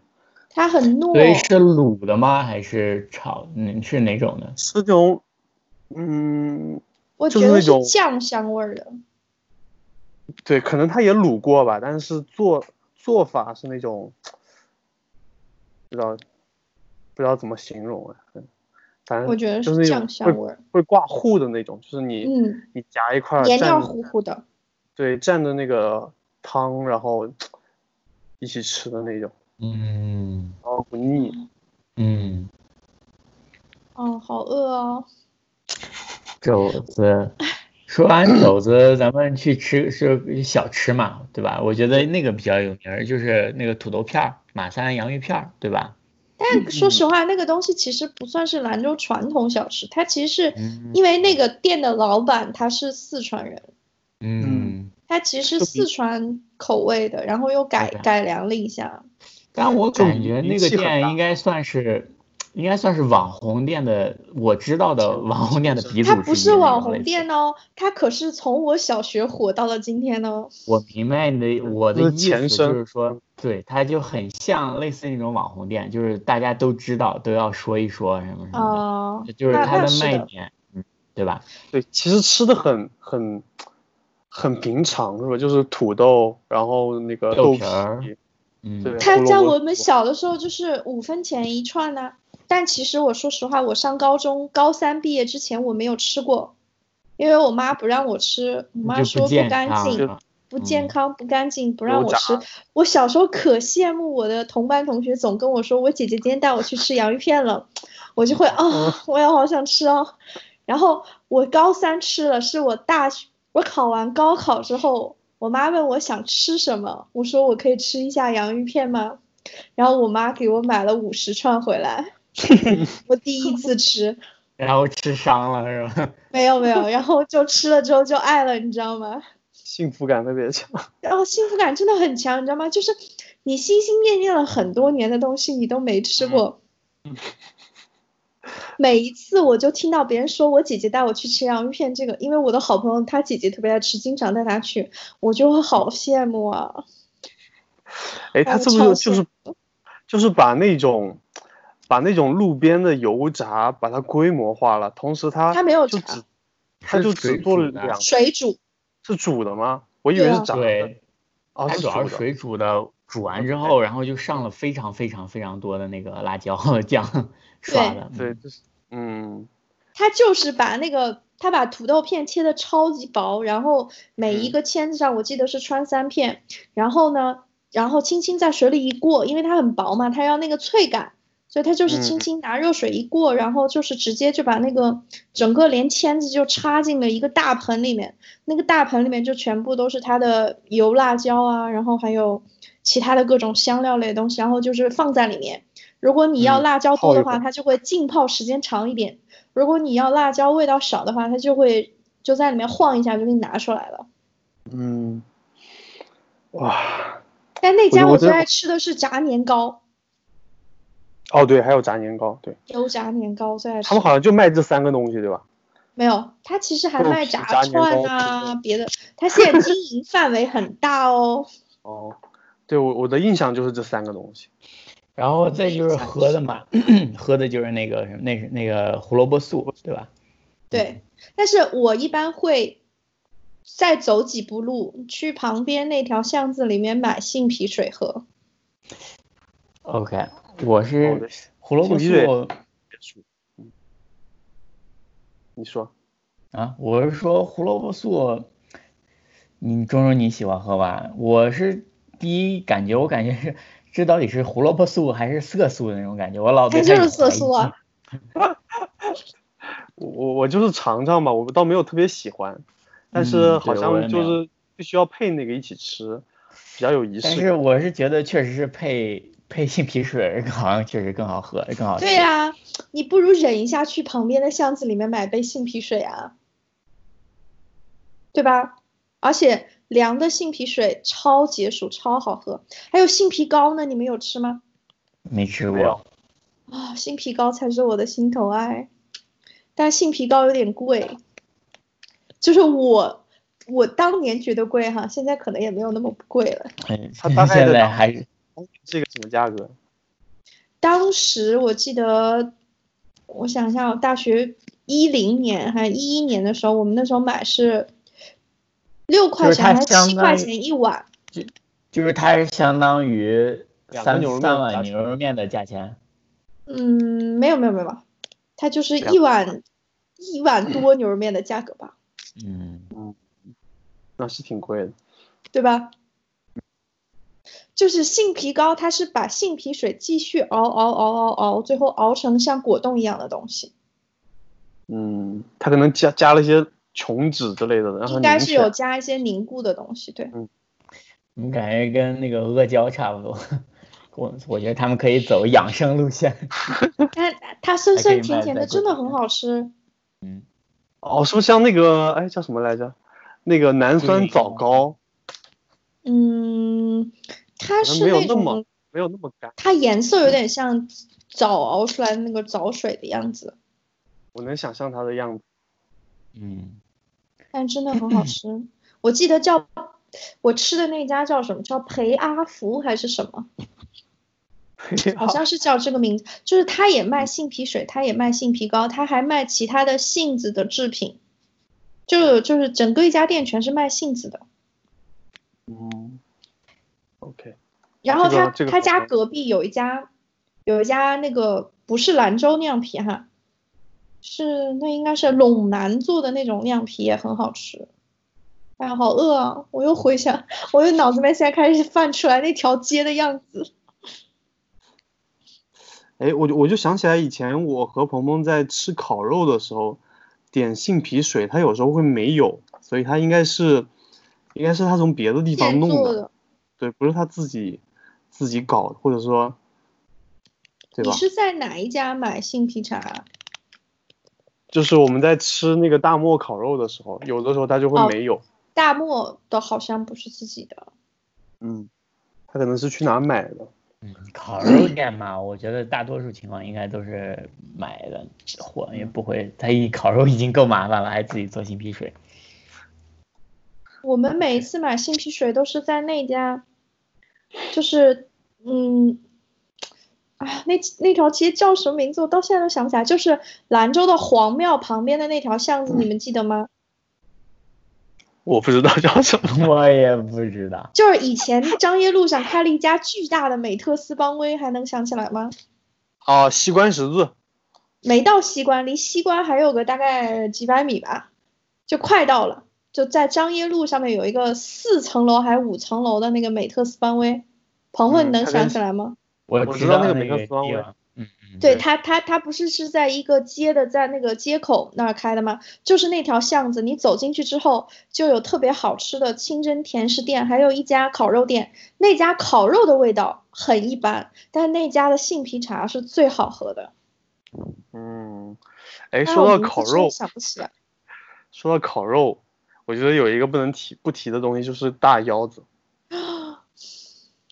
[SPEAKER 2] 它很糯，
[SPEAKER 1] 所以是卤的吗？还是炒？嗯，是哪种呢？
[SPEAKER 3] 是这种，嗯，
[SPEAKER 2] 我
[SPEAKER 3] 就
[SPEAKER 2] 觉
[SPEAKER 3] 是
[SPEAKER 2] 得
[SPEAKER 3] 那
[SPEAKER 2] 是
[SPEAKER 3] 种
[SPEAKER 2] 酱香味儿的。
[SPEAKER 3] 嗯对，可能它也卤过吧，但是做做法是那种，不知道不知道怎么形容啊，嗯反正
[SPEAKER 2] 我觉得
[SPEAKER 3] 就是是那
[SPEAKER 2] 酱
[SPEAKER 3] 种
[SPEAKER 2] 香
[SPEAKER 3] 会
[SPEAKER 2] 味儿
[SPEAKER 3] 会挂糊的那种，就是你、
[SPEAKER 2] 嗯，
[SPEAKER 3] 你夹一块儿
[SPEAKER 2] 黏
[SPEAKER 3] 蘸
[SPEAKER 2] 黏
[SPEAKER 3] 着
[SPEAKER 2] 糊糊的。
[SPEAKER 3] 对蘸着那个汤，然后一起吃的那种，
[SPEAKER 1] 嗯
[SPEAKER 3] 然后不腻。
[SPEAKER 1] 嗯，
[SPEAKER 2] 哦，好饿哦！
[SPEAKER 1] 肘子。说 完肘子，咱们去吃是小吃嘛，对吧？我觉得那个比较有名儿，就是那个土豆片儿、马三洋芋片儿，对吧？嗯
[SPEAKER 2] 但说实话，那个东西其实不算是兰州传统小吃，它其实是
[SPEAKER 1] 嗯
[SPEAKER 2] 因为那个店的老板他是四川人，
[SPEAKER 1] 嗯，
[SPEAKER 2] 他其实是
[SPEAKER 3] 就比
[SPEAKER 2] 四川口味的，然后又改
[SPEAKER 1] 对
[SPEAKER 2] 改良了一下。
[SPEAKER 1] 但我
[SPEAKER 3] 就
[SPEAKER 1] 感
[SPEAKER 3] 名
[SPEAKER 1] 觉那
[SPEAKER 3] 名
[SPEAKER 1] 个
[SPEAKER 3] 气很
[SPEAKER 1] 店
[SPEAKER 3] 大
[SPEAKER 1] 应该算是，应该算是网红店的，我知道的
[SPEAKER 3] 前
[SPEAKER 1] 网红店的
[SPEAKER 3] 前
[SPEAKER 1] 鼻祖
[SPEAKER 2] 它
[SPEAKER 1] 之一。
[SPEAKER 2] 不是网红店，哦，它可是从我小学火到了今天哦。
[SPEAKER 1] 我明白你的，我的
[SPEAKER 3] 就是
[SPEAKER 1] 意
[SPEAKER 3] 前
[SPEAKER 1] 思
[SPEAKER 3] 身
[SPEAKER 1] 就是说，对，它就很像类似那种网红店，就是大家都知道，都要说一说什么什么的，
[SPEAKER 2] 啊、
[SPEAKER 1] 嗯就是
[SPEAKER 2] 那
[SPEAKER 1] 它
[SPEAKER 2] 那
[SPEAKER 1] 的
[SPEAKER 2] 是
[SPEAKER 1] 卖
[SPEAKER 2] 的，
[SPEAKER 1] 点，嗯，对吧？
[SPEAKER 3] 对，其实吃的很很很平常，是吧？就是土豆，然后那个豆
[SPEAKER 1] 豆皮儿嗯，
[SPEAKER 3] 对
[SPEAKER 2] 他
[SPEAKER 3] 胡萝
[SPEAKER 2] 在
[SPEAKER 3] 卜
[SPEAKER 2] 我们
[SPEAKER 3] 丝
[SPEAKER 2] 小的时候就是五分钱一串呐、但其实我说实话，我上高中高三毕业之前我没有吃过，因为我妈不让我吃，我妈
[SPEAKER 1] 就
[SPEAKER 2] 说
[SPEAKER 1] 健
[SPEAKER 2] 干
[SPEAKER 1] 康
[SPEAKER 2] 净，
[SPEAKER 1] 了
[SPEAKER 2] 不健
[SPEAKER 1] 嗯
[SPEAKER 2] 康、不干净，不
[SPEAKER 3] 油
[SPEAKER 2] 让我
[SPEAKER 3] 炸
[SPEAKER 2] 吃。我小时候可羡慕我的同班同学，总跟我说我姐姐今天带我去吃洋芋片了，我就会啊、我也好想吃哦。然后我高三吃了，是我大学我考完高考之后，我妈问我想吃什么，我说我可以吃一下洋芋片吗？然后我妈给我买了五十串回来，我第一次吃，
[SPEAKER 1] 然后吃伤了是吧？
[SPEAKER 2] 没有没有，然后就吃了之后就爱了，你知道吗？
[SPEAKER 3] 幸福感特别强。
[SPEAKER 2] 然后幸福感真的很强，你知道吗？就是你心心念念了很多年的东西，你都没
[SPEAKER 3] 嗯
[SPEAKER 2] 吃过。 每一次我就听到别人说我姐姐带我去吃洋芋片，这个，因为我的好朋友她姐姐特别爱吃，经常带她去，我就会
[SPEAKER 3] 嗯
[SPEAKER 2] 好羡慕啊。
[SPEAKER 3] 哎，他
[SPEAKER 2] 哦
[SPEAKER 3] 是不
[SPEAKER 2] 超
[SPEAKER 3] 是就是就是把那种把那种路边的油炸把它规模化了，同时它
[SPEAKER 2] 它没有
[SPEAKER 3] 就
[SPEAKER 2] 炸
[SPEAKER 3] 只它
[SPEAKER 1] 是
[SPEAKER 3] 就
[SPEAKER 1] 水
[SPEAKER 3] 只做了
[SPEAKER 1] 煮的
[SPEAKER 3] 两
[SPEAKER 2] 水煮，
[SPEAKER 3] 是煮的吗？我以
[SPEAKER 2] 对
[SPEAKER 3] 为是
[SPEAKER 2] 啊
[SPEAKER 3] 炸的
[SPEAKER 1] 对，，
[SPEAKER 3] 哦
[SPEAKER 1] 它
[SPEAKER 3] 是
[SPEAKER 1] 主要是
[SPEAKER 3] 煮的。
[SPEAKER 1] 水煮的，煮完之后，然后就上了非常非常非常多的那个辣椒 酱刷的，
[SPEAKER 3] 对，
[SPEAKER 1] 嗯，
[SPEAKER 3] 就是嗯，
[SPEAKER 2] 它就是把那个它把土豆片切的超级薄，然后每一
[SPEAKER 3] 嗯
[SPEAKER 2] 个签子上我记得是穿三片，然后呢，然后轻轻在水里一过，因为它很薄嘛，它要那个脆感，所以它就是轻
[SPEAKER 3] 嗯
[SPEAKER 2] 轻拿热水一过，然后就是直接就把那个整个连签子就插进了一个大盆里面，那个大盆里面就全部都是它的油辣椒啊，然后还有其他的各种香料类的东西，然后就是放在里面。如果你要
[SPEAKER 3] 嗯
[SPEAKER 2] 辣椒多
[SPEAKER 3] 泡
[SPEAKER 2] 的
[SPEAKER 3] 一会
[SPEAKER 2] 话，
[SPEAKER 3] 儿
[SPEAKER 2] 它就会浸泡时间长一点；如果你要辣椒味道少的话，它就会就在里面晃一下就给你拿出来了。
[SPEAKER 3] 嗯，哇，
[SPEAKER 2] 但那
[SPEAKER 3] 觉
[SPEAKER 2] 家
[SPEAKER 3] 得
[SPEAKER 2] 我
[SPEAKER 3] 我
[SPEAKER 2] 最
[SPEAKER 3] 真
[SPEAKER 2] 爱吃的是炸年糕，
[SPEAKER 3] 哦对，还有炸年糕，对
[SPEAKER 2] 油炸年糕最爱吃
[SPEAKER 3] 他。们好像就卖这三个东西，对吧？
[SPEAKER 2] 没有，它其实还
[SPEAKER 3] 豆
[SPEAKER 2] 卖
[SPEAKER 3] 皮炸年
[SPEAKER 2] 串
[SPEAKER 3] 糕
[SPEAKER 2] 啊，别的。它现在经营范围很大哦。
[SPEAKER 3] 哦，对我我的印象就是这三个东西。
[SPEAKER 1] 然后再就是喝的嘛，喝的就是那个什么，那是那个胡萝卜素，对吧？
[SPEAKER 2] 对，但是我一般会再走几步路，去旁边那条巷子里面买杏皮水喝。
[SPEAKER 1] OK，我
[SPEAKER 3] 我的
[SPEAKER 1] 是胡萝卜
[SPEAKER 3] 信息水
[SPEAKER 1] 素
[SPEAKER 3] 嗯你说，
[SPEAKER 1] 啊，我是说胡萝卜素，你中中你喜欢喝吧？我是第一感觉，我感觉是这到底是胡萝卜素还是色素的那种感觉，我老对
[SPEAKER 2] 它
[SPEAKER 1] 它
[SPEAKER 2] 就是
[SPEAKER 1] 有
[SPEAKER 2] 色
[SPEAKER 1] 怀
[SPEAKER 2] 素
[SPEAKER 1] 疑
[SPEAKER 2] 啊。
[SPEAKER 3] 我我我就是尝尝吧，我倒没有特别喜欢，但是
[SPEAKER 1] 嗯对
[SPEAKER 3] 好
[SPEAKER 1] 我也
[SPEAKER 3] 像
[SPEAKER 1] 没
[SPEAKER 3] 就
[SPEAKER 1] 有
[SPEAKER 3] 是必须要配那个一起吃，比较有仪
[SPEAKER 1] 但
[SPEAKER 3] 式
[SPEAKER 1] 是
[SPEAKER 3] 感。
[SPEAKER 1] 我是觉得确实是配配杏皮水，好像确实更好喝，更好吃。
[SPEAKER 2] 对呀、你不如忍一下，去旁边的巷子里面买杯杏皮水啊，对吧？而且凉的杏皮水超解暑，超好喝。还有杏皮糕呢，你们有吃吗？
[SPEAKER 1] 没吃
[SPEAKER 3] 没有
[SPEAKER 1] 过，
[SPEAKER 2] 啊、杏皮糕才是我的心头爱，但杏皮糕有点贵，就是我我当年觉得贵哈，现在可能也没有那么贵了。
[SPEAKER 1] 嗯
[SPEAKER 3] 它大 概
[SPEAKER 1] 现
[SPEAKER 3] 得
[SPEAKER 1] 在
[SPEAKER 3] 到
[SPEAKER 1] 还是
[SPEAKER 3] 哦这个什么价格？
[SPEAKER 2] 当时我记得，我想一下，我大学一零年还一一年的时候，我们那时候买是六块钱
[SPEAKER 1] 它
[SPEAKER 2] 还是
[SPEAKER 1] 相
[SPEAKER 2] 七块
[SPEAKER 1] 当于
[SPEAKER 2] 钱一碗，
[SPEAKER 1] 就是它是相当于
[SPEAKER 3] 两
[SPEAKER 1] 三
[SPEAKER 3] 个牛肉面
[SPEAKER 1] 三
[SPEAKER 3] 的价
[SPEAKER 1] 碗
[SPEAKER 3] 钱
[SPEAKER 1] 牛肉面的价钱。
[SPEAKER 2] 嗯，没有没有没有，它就是
[SPEAKER 3] 两
[SPEAKER 2] 一碗一碗多牛肉面的价格吧，
[SPEAKER 1] 嗯，
[SPEAKER 3] 那是挺贵的。
[SPEAKER 2] 对吧？就是杏皮糕，它是把杏皮水继续熬熬熬熬熬，最后熬成像果冻一样的东西，
[SPEAKER 3] 嗯，它可能加加了一些琼脂之类的，然后
[SPEAKER 2] 应该
[SPEAKER 3] 凝
[SPEAKER 2] 是
[SPEAKER 3] 起来
[SPEAKER 2] 有加一些凝固的东西，对。
[SPEAKER 1] 你感觉跟那个阿胶差不多。 我我觉得他们可以走养生路线。
[SPEAKER 2] 但它酸
[SPEAKER 1] 还可以
[SPEAKER 2] 酸甜
[SPEAKER 1] 卖
[SPEAKER 2] 甜
[SPEAKER 1] 在
[SPEAKER 2] 的，
[SPEAKER 1] 贵
[SPEAKER 2] 真的
[SPEAKER 1] 州
[SPEAKER 2] 很
[SPEAKER 1] 的
[SPEAKER 2] 好吃。
[SPEAKER 3] 哦，是不是像那个哎叫什么来着？那个南酸枣糕
[SPEAKER 2] 嗯，它
[SPEAKER 3] 可能
[SPEAKER 2] 是
[SPEAKER 3] 没有
[SPEAKER 2] 那
[SPEAKER 3] 那么
[SPEAKER 2] 种，
[SPEAKER 3] 没有那么干，
[SPEAKER 2] 它颜色有点像枣熬出来的那个枣水的样子，
[SPEAKER 3] 我能想象它的样子。
[SPEAKER 1] 嗯，
[SPEAKER 2] 但真的很好吃。
[SPEAKER 3] 嗯
[SPEAKER 2] 我记得叫我吃的那家叫什么？叫培阿福还是什么？好 像是叫这个名字。就是它也卖杏皮水，它也卖杏皮糕，它还卖其他的杏子的制品。就就是整个一家店全是卖杏子的。
[SPEAKER 3] 嗯，OK，
[SPEAKER 2] 然后
[SPEAKER 3] 啊这个
[SPEAKER 2] 他、
[SPEAKER 3] 这个
[SPEAKER 2] 他
[SPEAKER 3] 好
[SPEAKER 2] 家
[SPEAKER 3] 的
[SPEAKER 2] 隔壁有一家，有一家那个不是兰州酿啤哈，是那应该是陇南做的那种酿啤也很好吃。哎呀，好饿啊！我又回想，我又脑子里面现在开始泛出来那条街的样子。
[SPEAKER 3] 哎，我就我就想起来以前我和鹏鹏在吃烤肉的时候，点杏皮水，它有时候会没有，所以它应该是，应该是他从别的地方
[SPEAKER 2] 现
[SPEAKER 3] 弄
[SPEAKER 2] 做
[SPEAKER 3] 的，
[SPEAKER 2] 的，
[SPEAKER 3] 对，不是他自己自己搞的，或者说，对
[SPEAKER 2] 你
[SPEAKER 3] 吧？
[SPEAKER 2] 是在哪一家买杏皮茶啊？
[SPEAKER 3] 就是我们在吃那个大漠烤肉的时候，有的时候它就
[SPEAKER 2] 哦
[SPEAKER 3] 会没有，
[SPEAKER 2] 大漠的好像不是自己的，
[SPEAKER 3] 嗯，他可能是去哪儿买的。
[SPEAKER 1] 嗯烤肉店嘛，我觉得大多数情况应该都是买的货，也不会。他一烤肉已经够麻烦了，还自己做杏皮水。
[SPEAKER 2] 我们每一次买杏皮水都是在那家，就是嗯，啊，那那条街叫什么名字？我到现在都想不起来。就是兰州的黄庙旁边的那条巷子，你们记得吗？
[SPEAKER 3] 我不知道叫什 么，
[SPEAKER 1] 我也不知道，
[SPEAKER 2] 就是以前张掖路上开了一家巨大的美特斯邦威，还能想起来吗？
[SPEAKER 3] 啊，西关十字，
[SPEAKER 2] 没到西关，离西关还有个大概几百米吧，就快到了。就在张掖路上面有一个四层楼还五层楼的那个美特斯邦威，鹏鹏，你
[SPEAKER 3] 嗯
[SPEAKER 2] 能
[SPEAKER 3] 它
[SPEAKER 2] 想
[SPEAKER 3] 跟
[SPEAKER 2] 起来吗？
[SPEAKER 1] 我
[SPEAKER 3] 我
[SPEAKER 1] 知
[SPEAKER 3] 知道
[SPEAKER 1] 那
[SPEAKER 3] 那个梅克
[SPEAKER 1] 地
[SPEAKER 3] 斯邦威
[SPEAKER 1] 方。嗯嗯，
[SPEAKER 2] 对他，他他不是是在一个街的，在那个街口那儿开的吗？就是那条巷子，你走进去之后，就有特别好吃的清真甜食店，还有一家烤肉店。那家烤肉的味道很一般，但是那家的杏皮茶是最好喝的。
[SPEAKER 3] 嗯，哎，
[SPEAKER 2] 但
[SPEAKER 3] 说
[SPEAKER 2] 我
[SPEAKER 3] 到
[SPEAKER 2] 名字
[SPEAKER 3] 烤
[SPEAKER 2] 真的
[SPEAKER 3] 肉，
[SPEAKER 2] 想不起来。
[SPEAKER 3] 说到烤肉，我觉得有一个不能提不提的东西就是大腰子，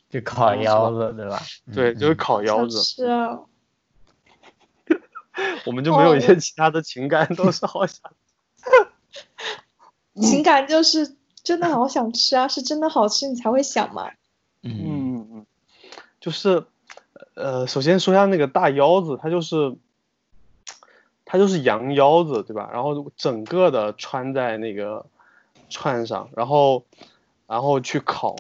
[SPEAKER 1] 就烤腰子对吧？
[SPEAKER 3] 对，
[SPEAKER 1] 嗯
[SPEAKER 3] 就是
[SPEAKER 1] 嗯
[SPEAKER 3] 烤腰子，
[SPEAKER 2] 是啊，
[SPEAKER 3] 我们就没有一
[SPEAKER 2] 哦
[SPEAKER 3] 些其他的情感，都是好想，
[SPEAKER 1] 嗯
[SPEAKER 2] 情感就是真的好想吃啊，是真的好吃你才会想嘛。
[SPEAKER 1] 嗯
[SPEAKER 3] 嗯嗯，就是，呃，首先说一下那个大腰子，它就是，它就是羊腰子，对吧？然后整个的穿在那个串上，然后，然后去烤，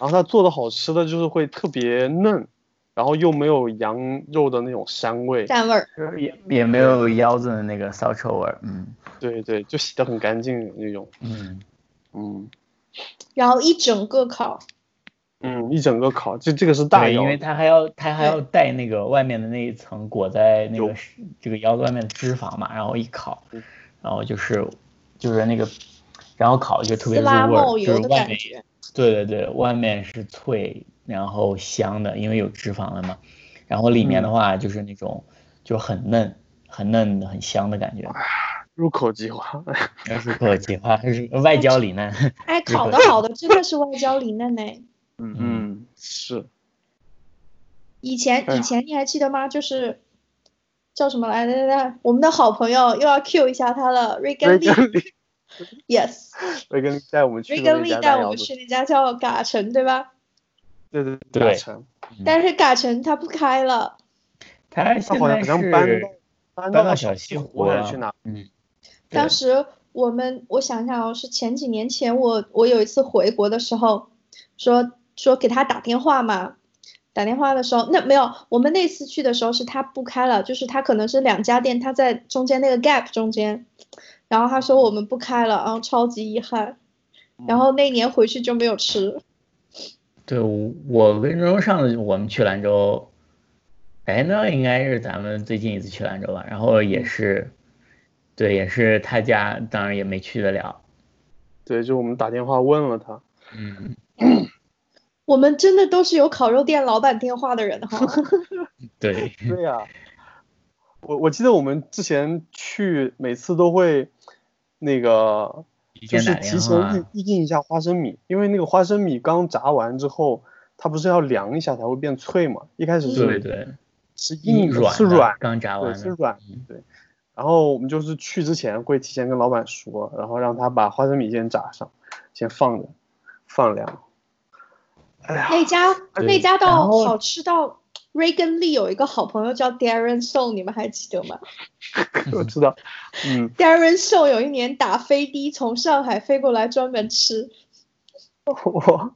[SPEAKER 3] 然后它做的好吃的就是会特别嫩，然后又没有羊肉的那种膻味，
[SPEAKER 2] 占味儿，
[SPEAKER 1] 就是也也没有腰子的那个骚臭味儿。嗯
[SPEAKER 3] 对对，就洗的很干净那种，
[SPEAKER 1] 嗯，
[SPEAKER 3] 嗯
[SPEAKER 2] 然后一整个烤，
[SPEAKER 3] 嗯，一整个烤，就这个是大
[SPEAKER 1] 对，
[SPEAKER 3] 腰
[SPEAKER 1] 因为
[SPEAKER 3] 子
[SPEAKER 1] 它还要它还要带那个外面的那一层裹在那个
[SPEAKER 3] 有
[SPEAKER 1] 是这个腰子外面的脂肪嘛，然后一烤
[SPEAKER 3] 嗯，
[SPEAKER 1] 然后就是就是那个，然后烤就特别
[SPEAKER 2] 撕
[SPEAKER 1] 入
[SPEAKER 2] 拉
[SPEAKER 1] 味儿
[SPEAKER 2] 冒，
[SPEAKER 1] 就
[SPEAKER 2] 油
[SPEAKER 1] 是
[SPEAKER 2] 的
[SPEAKER 1] 外
[SPEAKER 2] 感
[SPEAKER 1] 面
[SPEAKER 2] 觉。
[SPEAKER 1] 对对对，外面是脆然后香的，因为有脂肪了嘛，然后里面
[SPEAKER 3] 嗯
[SPEAKER 1] 的话就是那种就很嫩很嫩很香的感觉，
[SPEAKER 3] 入口即化，
[SPEAKER 1] 那是可计划，它是外焦里嫩。
[SPEAKER 2] 哎，烤的好的真的是外焦里嫩哎呢。
[SPEAKER 3] 嗯
[SPEAKER 1] 嗯
[SPEAKER 3] 嗯 是。
[SPEAKER 2] 以前
[SPEAKER 3] 哎
[SPEAKER 2] 以
[SPEAKER 3] 呀
[SPEAKER 2] 前你还记得吗？就是叫什么来着来来来，我们的好朋友又要 Q 一下他了瑞
[SPEAKER 3] 瑞
[SPEAKER 2] 根利
[SPEAKER 3] 根利，
[SPEAKER 2] ，yes，
[SPEAKER 3] 瑞根利带我们去
[SPEAKER 2] 瑞
[SPEAKER 3] 的
[SPEAKER 2] 根
[SPEAKER 3] 那
[SPEAKER 2] 利
[SPEAKER 3] 家
[SPEAKER 2] 带
[SPEAKER 3] 大
[SPEAKER 2] 我
[SPEAKER 3] 窑
[SPEAKER 2] 们
[SPEAKER 3] 子，
[SPEAKER 2] 去那家叫嘎城，对吧？
[SPEAKER 3] 对对
[SPEAKER 1] 对
[SPEAKER 3] 大成
[SPEAKER 1] 嗯
[SPEAKER 2] 但是嘎城它不开了，
[SPEAKER 1] 它
[SPEAKER 3] 他
[SPEAKER 1] 现
[SPEAKER 3] 好像
[SPEAKER 1] 在
[SPEAKER 3] 好
[SPEAKER 1] 是
[SPEAKER 3] 像搬到搬
[SPEAKER 1] 搬到
[SPEAKER 3] 到
[SPEAKER 1] 小西
[SPEAKER 3] 西
[SPEAKER 1] 湖
[SPEAKER 3] 还
[SPEAKER 1] 了
[SPEAKER 3] 是去哪？
[SPEAKER 1] 嗯，对
[SPEAKER 2] 当时我们我想想哦，是前几年前我我有一次回国的时候，说说给他打电话嘛，打电话的时候那没有，我们那次去的时候是他不开了，就是他可能是两家店，他在中间那个 gap 中间，然后他说我们不开了，然后超级遗憾，
[SPEAKER 1] 嗯
[SPEAKER 2] 然后那年回去就没有吃，
[SPEAKER 1] 对，我我跟周周上次我们去兰州，哎，那应该是咱们最近一次去兰州吧。然后也是，对，也是他家，当然也没去得了。
[SPEAKER 3] 对，就我们打电话问了他，
[SPEAKER 1] 嗯，
[SPEAKER 2] 我们真的都是有烤肉店老板电话的人 哈，
[SPEAKER 1] 对，
[SPEAKER 3] 对呀、我我记得我们之前去每次都会那个
[SPEAKER 1] 提
[SPEAKER 3] 就
[SPEAKER 1] 前
[SPEAKER 3] 是
[SPEAKER 1] 打
[SPEAKER 3] 提
[SPEAKER 1] 电
[SPEAKER 3] 前
[SPEAKER 1] 话
[SPEAKER 3] 预，预定一下花生米，因为那个花生米刚炸完之后，它不是要凉一下才会变脆嘛，一开始
[SPEAKER 1] 对
[SPEAKER 2] 嗯
[SPEAKER 3] 是
[SPEAKER 1] 对，
[SPEAKER 3] 是
[SPEAKER 1] 一
[SPEAKER 3] 硬的
[SPEAKER 1] 软
[SPEAKER 3] 是
[SPEAKER 1] 的
[SPEAKER 3] 软
[SPEAKER 1] 刚炸完的，
[SPEAKER 3] 对，是软的
[SPEAKER 1] 嗯
[SPEAKER 3] 对。然后我们就是去之前会提前跟老板说，然后让他把花生米先炸上，先放着，放凉。哎呀，
[SPEAKER 2] 那家
[SPEAKER 1] 对
[SPEAKER 2] 那家
[SPEAKER 1] 然
[SPEAKER 2] 到
[SPEAKER 1] 后
[SPEAKER 2] 好吃到 Reagan Lee 有一个好朋友叫 Darren Show，你们还记得吗？
[SPEAKER 3] 我知 道，嗯，
[SPEAKER 2] Darren Show 有一年打飞的从上海飞过来专门吃，
[SPEAKER 3] 我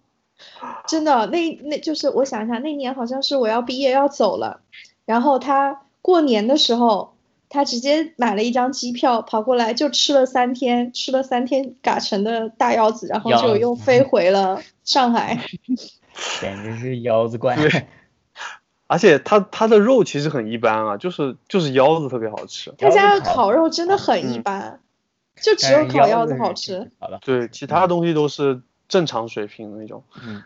[SPEAKER 2] 真的，那那就是我想一下，那年好像是我要毕业要走了，然后他过年的时候，他直接买了一张机票跑过来就吃了三天，吃了三天嘎城的大腰子，然后
[SPEAKER 1] 腰
[SPEAKER 2] 就
[SPEAKER 1] 子
[SPEAKER 2] 又飞回了 上海。
[SPEAKER 1] 简直是腰子怪。
[SPEAKER 3] 而且它它的肉其实很一般啊，就是就是腰子特别好吃，
[SPEAKER 2] 他家的
[SPEAKER 1] 腰子好
[SPEAKER 2] 烤肉真的很一
[SPEAKER 3] 嗯
[SPEAKER 2] 般，就只有
[SPEAKER 1] 但是腰
[SPEAKER 2] 烤腰子好吃。。
[SPEAKER 1] 好的，
[SPEAKER 3] 对，其他东西都是正常水平的那种。
[SPEAKER 1] 嗯。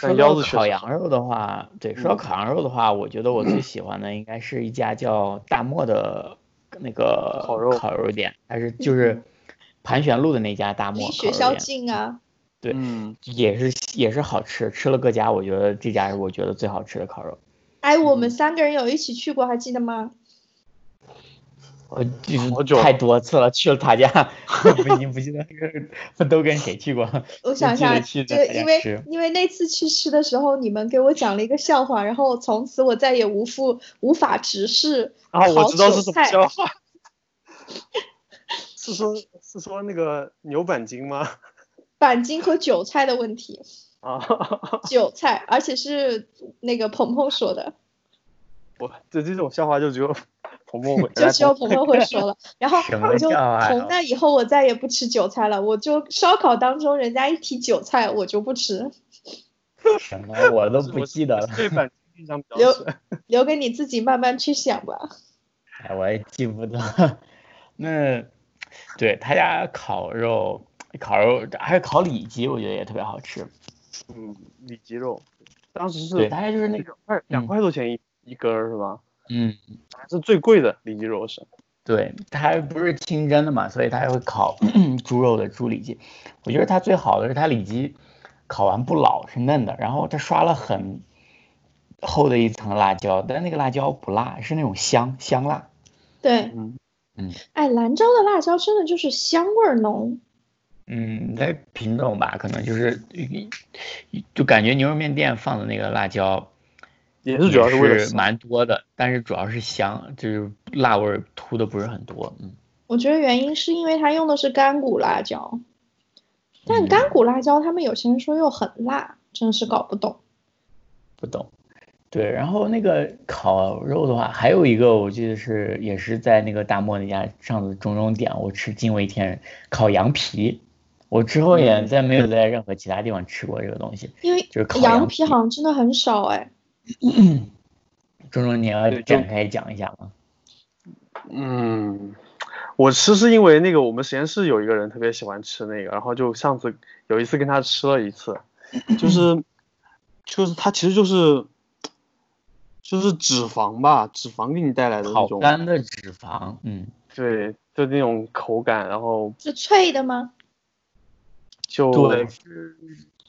[SPEAKER 3] 但
[SPEAKER 1] 说
[SPEAKER 3] 腰
[SPEAKER 1] 到
[SPEAKER 3] 子确
[SPEAKER 1] 烤
[SPEAKER 3] 实嗯
[SPEAKER 1] 羊肉的话，对，说到烤羊肉的话，我觉得我最喜欢的应该是一家叫大漠的那个
[SPEAKER 3] 烤肉
[SPEAKER 1] 烤肉店，还
[SPEAKER 2] 嗯
[SPEAKER 1] 是就是盘旋路的那家大漠
[SPEAKER 2] 离
[SPEAKER 1] 烤
[SPEAKER 2] 学
[SPEAKER 1] 肉
[SPEAKER 2] 校
[SPEAKER 1] 店，
[SPEAKER 2] 近啊，
[SPEAKER 1] 对
[SPEAKER 3] 嗯，
[SPEAKER 1] 也是也是好吃，吃了各家，我觉得这家是我觉得最好吃的烤肉。
[SPEAKER 2] 哎，我
[SPEAKER 1] 嗯
[SPEAKER 2] 们三个人有一起去过，还记得吗？
[SPEAKER 1] 我就
[SPEAKER 3] 好
[SPEAKER 1] 是
[SPEAKER 3] 久
[SPEAKER 1] 太多次了，去了他家， 我已经不记得 跟都跟谁去过。
[SPEAKER 2] 我想一
[SPEAKER 1] 记得
[SPEAKER 2] 下，
[SPEAKER 1] 记得
[SPEAKER 2] 这个
[SPEAKER 1] 大家
[SPEAKER 2] 因为
[SPEAKER 1] 吃
[SPEAKER 2] 因为那次去吃的时候，你们给我讲了一个笑话，然后从此我再也无复无法直视
[SPEAKER 3] 啊，我
[SPEAKER 2] 烤
[SPEAKER 3] 知道
[SPEAKER 2] 韭
[SPEAKER 3] 是什么
[SPEAKER 2] 菜
[SPEAKER 3] 笑话，是说是说那个牛板筋吗？
[SPEAKER 2] 板筋和韭菜的问题。
[SPEAKER 3] 啊，
[SPEAKER 2] 韭菜，而且是那个鹏鹏说的，
[SPEAKER 3] 我对这种笑话就只有 彭博会，
[SPEAKER 2] 就只有鹏鹏会说 了。然后
[SPEAKER 1] 什么
[SPEAKER 2] 我就
[SPEAKER 1] 笑话呀
[SPEAKER 2] 从那以后，我再也不吃韭菜了。我就烧烤当中人家一提韭菜，我就不吃，
[SPEAKER 1] 什么我都不记得了，
[SPEAKER 3] 对板筋印象比较
[SPEAKER 2] 有
[SPEAKER 3] 深。
[SPEAKER 2] 留给你自己慢慢去想吧。
[SPEAKER 1] 哎，我也记不得。 那对他家烤肉，烤肉还有烤里脊，我觉得也特别好吃。
[SPEAKER 3] 嗯，里脊肉，当时是
[SPEAKER 1] 对，嗯他家就是那个，
[SPEAKER 3] 两块两块多钱一一根儿是吧？
[SPEAKER 1] 嗯，
[SPEAKER 3] 还是最贵的里脊肉是。
[SPEAKER 1] 对，它不是清真的嘛，所以它还会烤 猪肉的猪里脊。我觉得它最好的是它里脊烤完不老，是嫩的，然后它刷了很厚的一层辣椒，但那个辣椒不辣，是那种香香辣。
[SPEAKER 2] 对，
[SPEAKER 3] 嗯，
[SPEAKER 2] 哎，兰州的辣椒真的就是香味儿浓。
[SPEAKER 1] 嗯，它品种吧，可能就是就感觉牛肉面店放的那个辣椒
[SPEAKER 3] 也
[SPEAKER 1] 也
[SPEAKER 3] 是主要是为了
[SPEAKER 1] 蛮多的，但是主要是香，就是辣味儿突的不是很多。嗯，
[SPEAKER 2] 我觉得原因是因为它用的是干谷辣椒，但
[SPEAKER 1] 嗯
[SPEAKER 2] 干谷辣椒他们有些人说又很辣，真是搞不懂。
[SPEAKER 1] 不懂。对，然后那个烤肉的话，还有一个我记得是也是在那个大漠那家，上次种种点我吃惊为天人，烤羊皮，我之后也再没有在任何其他地方吃过这个东西。
[SPEAKER 2] 因为
[SPEAKER 1] 就是烤
[SPEAKER 2] 羊
[SPEAKER 1] 羊
[SPEAKER 2] 皮
[SPEAKER 1] 皮
[SPEAKER 2] 好像真的很少哎。
[SPEAKER 1] 钟钟，你要
[SPEAKER 3] 对就
[SPEAKER 1] 展开讲一下吗？
[SPEAKER 3] 嗯，我吃是因为那个我们实验室有一个人特别喜欢吃那个，然后就上次有一次跟他吃了一次，就是就是它其实就是就是脂肪吧，脂肪给你带来的那
[SPEAKER 1] 烤
[SPEAKER 3] 种
[SPEAKER 1] 干的脂肪，嗯，
[SPEAKER 3] 对，就那种口感，然后
[SPEAKER 2] 是脆的吗？
[SPEAKER 3] 就
[SPEAKER 1] 对，是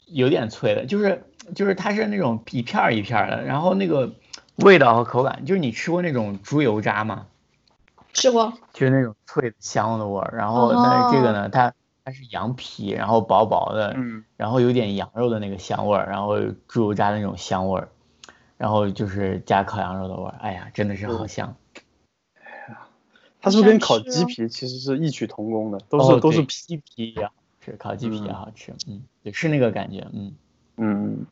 [SPEAKER 1] 有点脆的，就是就是它是那种一片儿一片儿的，然后那个味道和口感，就是你吃过那种猪油渣吗？
[SPEAKER 2] 吃过。
[SPEAKER 1] 就是那种脆的香的味儿，然
[SPEAKER 3] 哦
[SPEAKER 1] 后但是这个呢，它它是羊皮，然后薄薄的，
[SPEAKER 3] 嗯，
[SPEAKER 1] 然后有点羊肉的那个香味儿，然后猪油渣的那种香味儿，然后就是加烤羊肉的味儿，哎呀，真的是好香，
[SPEAKER 3] 它是不是跟
[SPEAKER 2] 好
[SPEAKER 3] 烤
[SPEAKER 2] 像是
[SPEAKER 3] 鸡
[SPEAKER 2] 哦
[SPEAKER 3] 皮其实是异曲同工的，都是
[SPEAKER 1] 哦
[SPEAKER 3] 都是
[SPEAKER 1] 对
[SPEAKER 3] 皮皮呀，
[SPEAKER 1] 是烤鸡皮也
[SPEAKER 3] 嗯
[SPEAKER 1] 好吃，嗯，对，是那个感觉，嗯，
[SPEAKER 3] 嗯，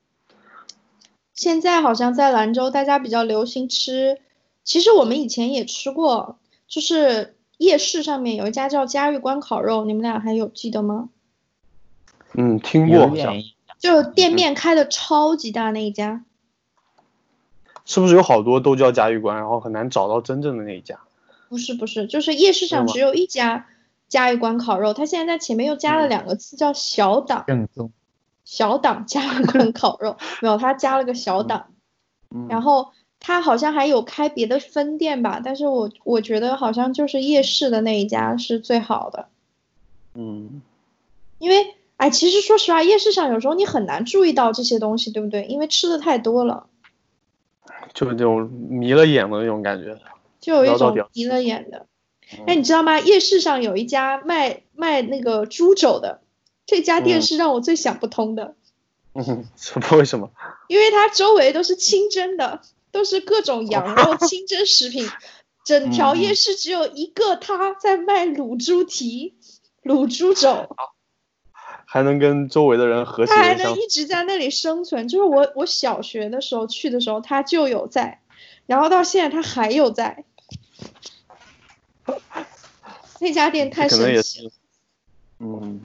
[SPEAKER 2] 现在好像在兰州，大家比较流行吃，其实我们以前也吃过，就是夜市上面有一家叫嘉峪关烤肉，你们俩还有记得吗？
[SPEAKER 3] 嗯，听过
[SPEAKER 1] 有
[SPEAKER 3] 好像
[SPEAKER 1] 点
[SPEAKER 2] 就
[SPEAKER 1] 嗯
[SPEAKER 2] 店面开的超级大那一家，
[SPEAKER 3] 是不是有好多都叫嘉峪关，然后很难找到真正的那一家？
[SPEAKER 2] 不是不是，就是夜市上
[SPEAKER 3] 是吗
[SPEAKER 2] 只有一家嘉峪关烤肉，它现在在前面又加了
[SPEAKER 3] 嗯
[SPEAKER 2] 两个字叫小档，
[SPEAKER 1] 正宗，
[SPEAKER 2] 小档嘉峪关烤肉，没有，它加了个小档。
[SPEAKER 3] 嗯，
[SPEAKER 2] 然后它好像还有开别的分店吧，但是我我觉得好像就是夜市的那一家是最好的，
[SPEAKER 3] 嗯，
[SPEAKER 2] 因为哎，其实说实话，夜市上有时候你很难注意到这些东西，对不对？因为吃的太多了，
[SPEAKER 3] 就是这种迷了眼的那种感觉。
[SPEAKER 2] 就有
[SPEAKER 3] 聊
[SPEAKER 2] 一
[SPEAKER 3] 到
[SPEAKER 2] 种
[SPEAKER 3] 点儿
[SPEAKER 2] 迷了眼的。
[SPEAKER 3] 嗯
[SPEAKER 2] 哎，你知道吗？夜市上有一家卖卖那个猪肘的，这家店
[SPEAKER 3] 嗯
[SPEAKER 2] 是让我最想不通的，
[SPEAKER 3] 嗯，这不为什么？
[SPEAKER 2] 因为它周围都是清真的，都是各种羊 肉清真食品，整条
[SPEAKER 3] 嗯
[SPEAKER 2] 夜市只有一个他在卖卤猪蹄、卤猪肘，
[SPEAKER 3] 还能跟周围的人和谐
[SPEAKER 2] 他还
[SPEAKER 3] 的相
[SPEAKER 2] 能
[SPEAKER 3] 处
[SPEAKER 2] 一直在那里生存。就是我我小学的时候去的时候，他就有在，然后到现在他还有在。 那家店太
[SPEAKER 3] 可能也
[SPEAKER 2] 神奇了
[SPEAKER 3] 是，嗯，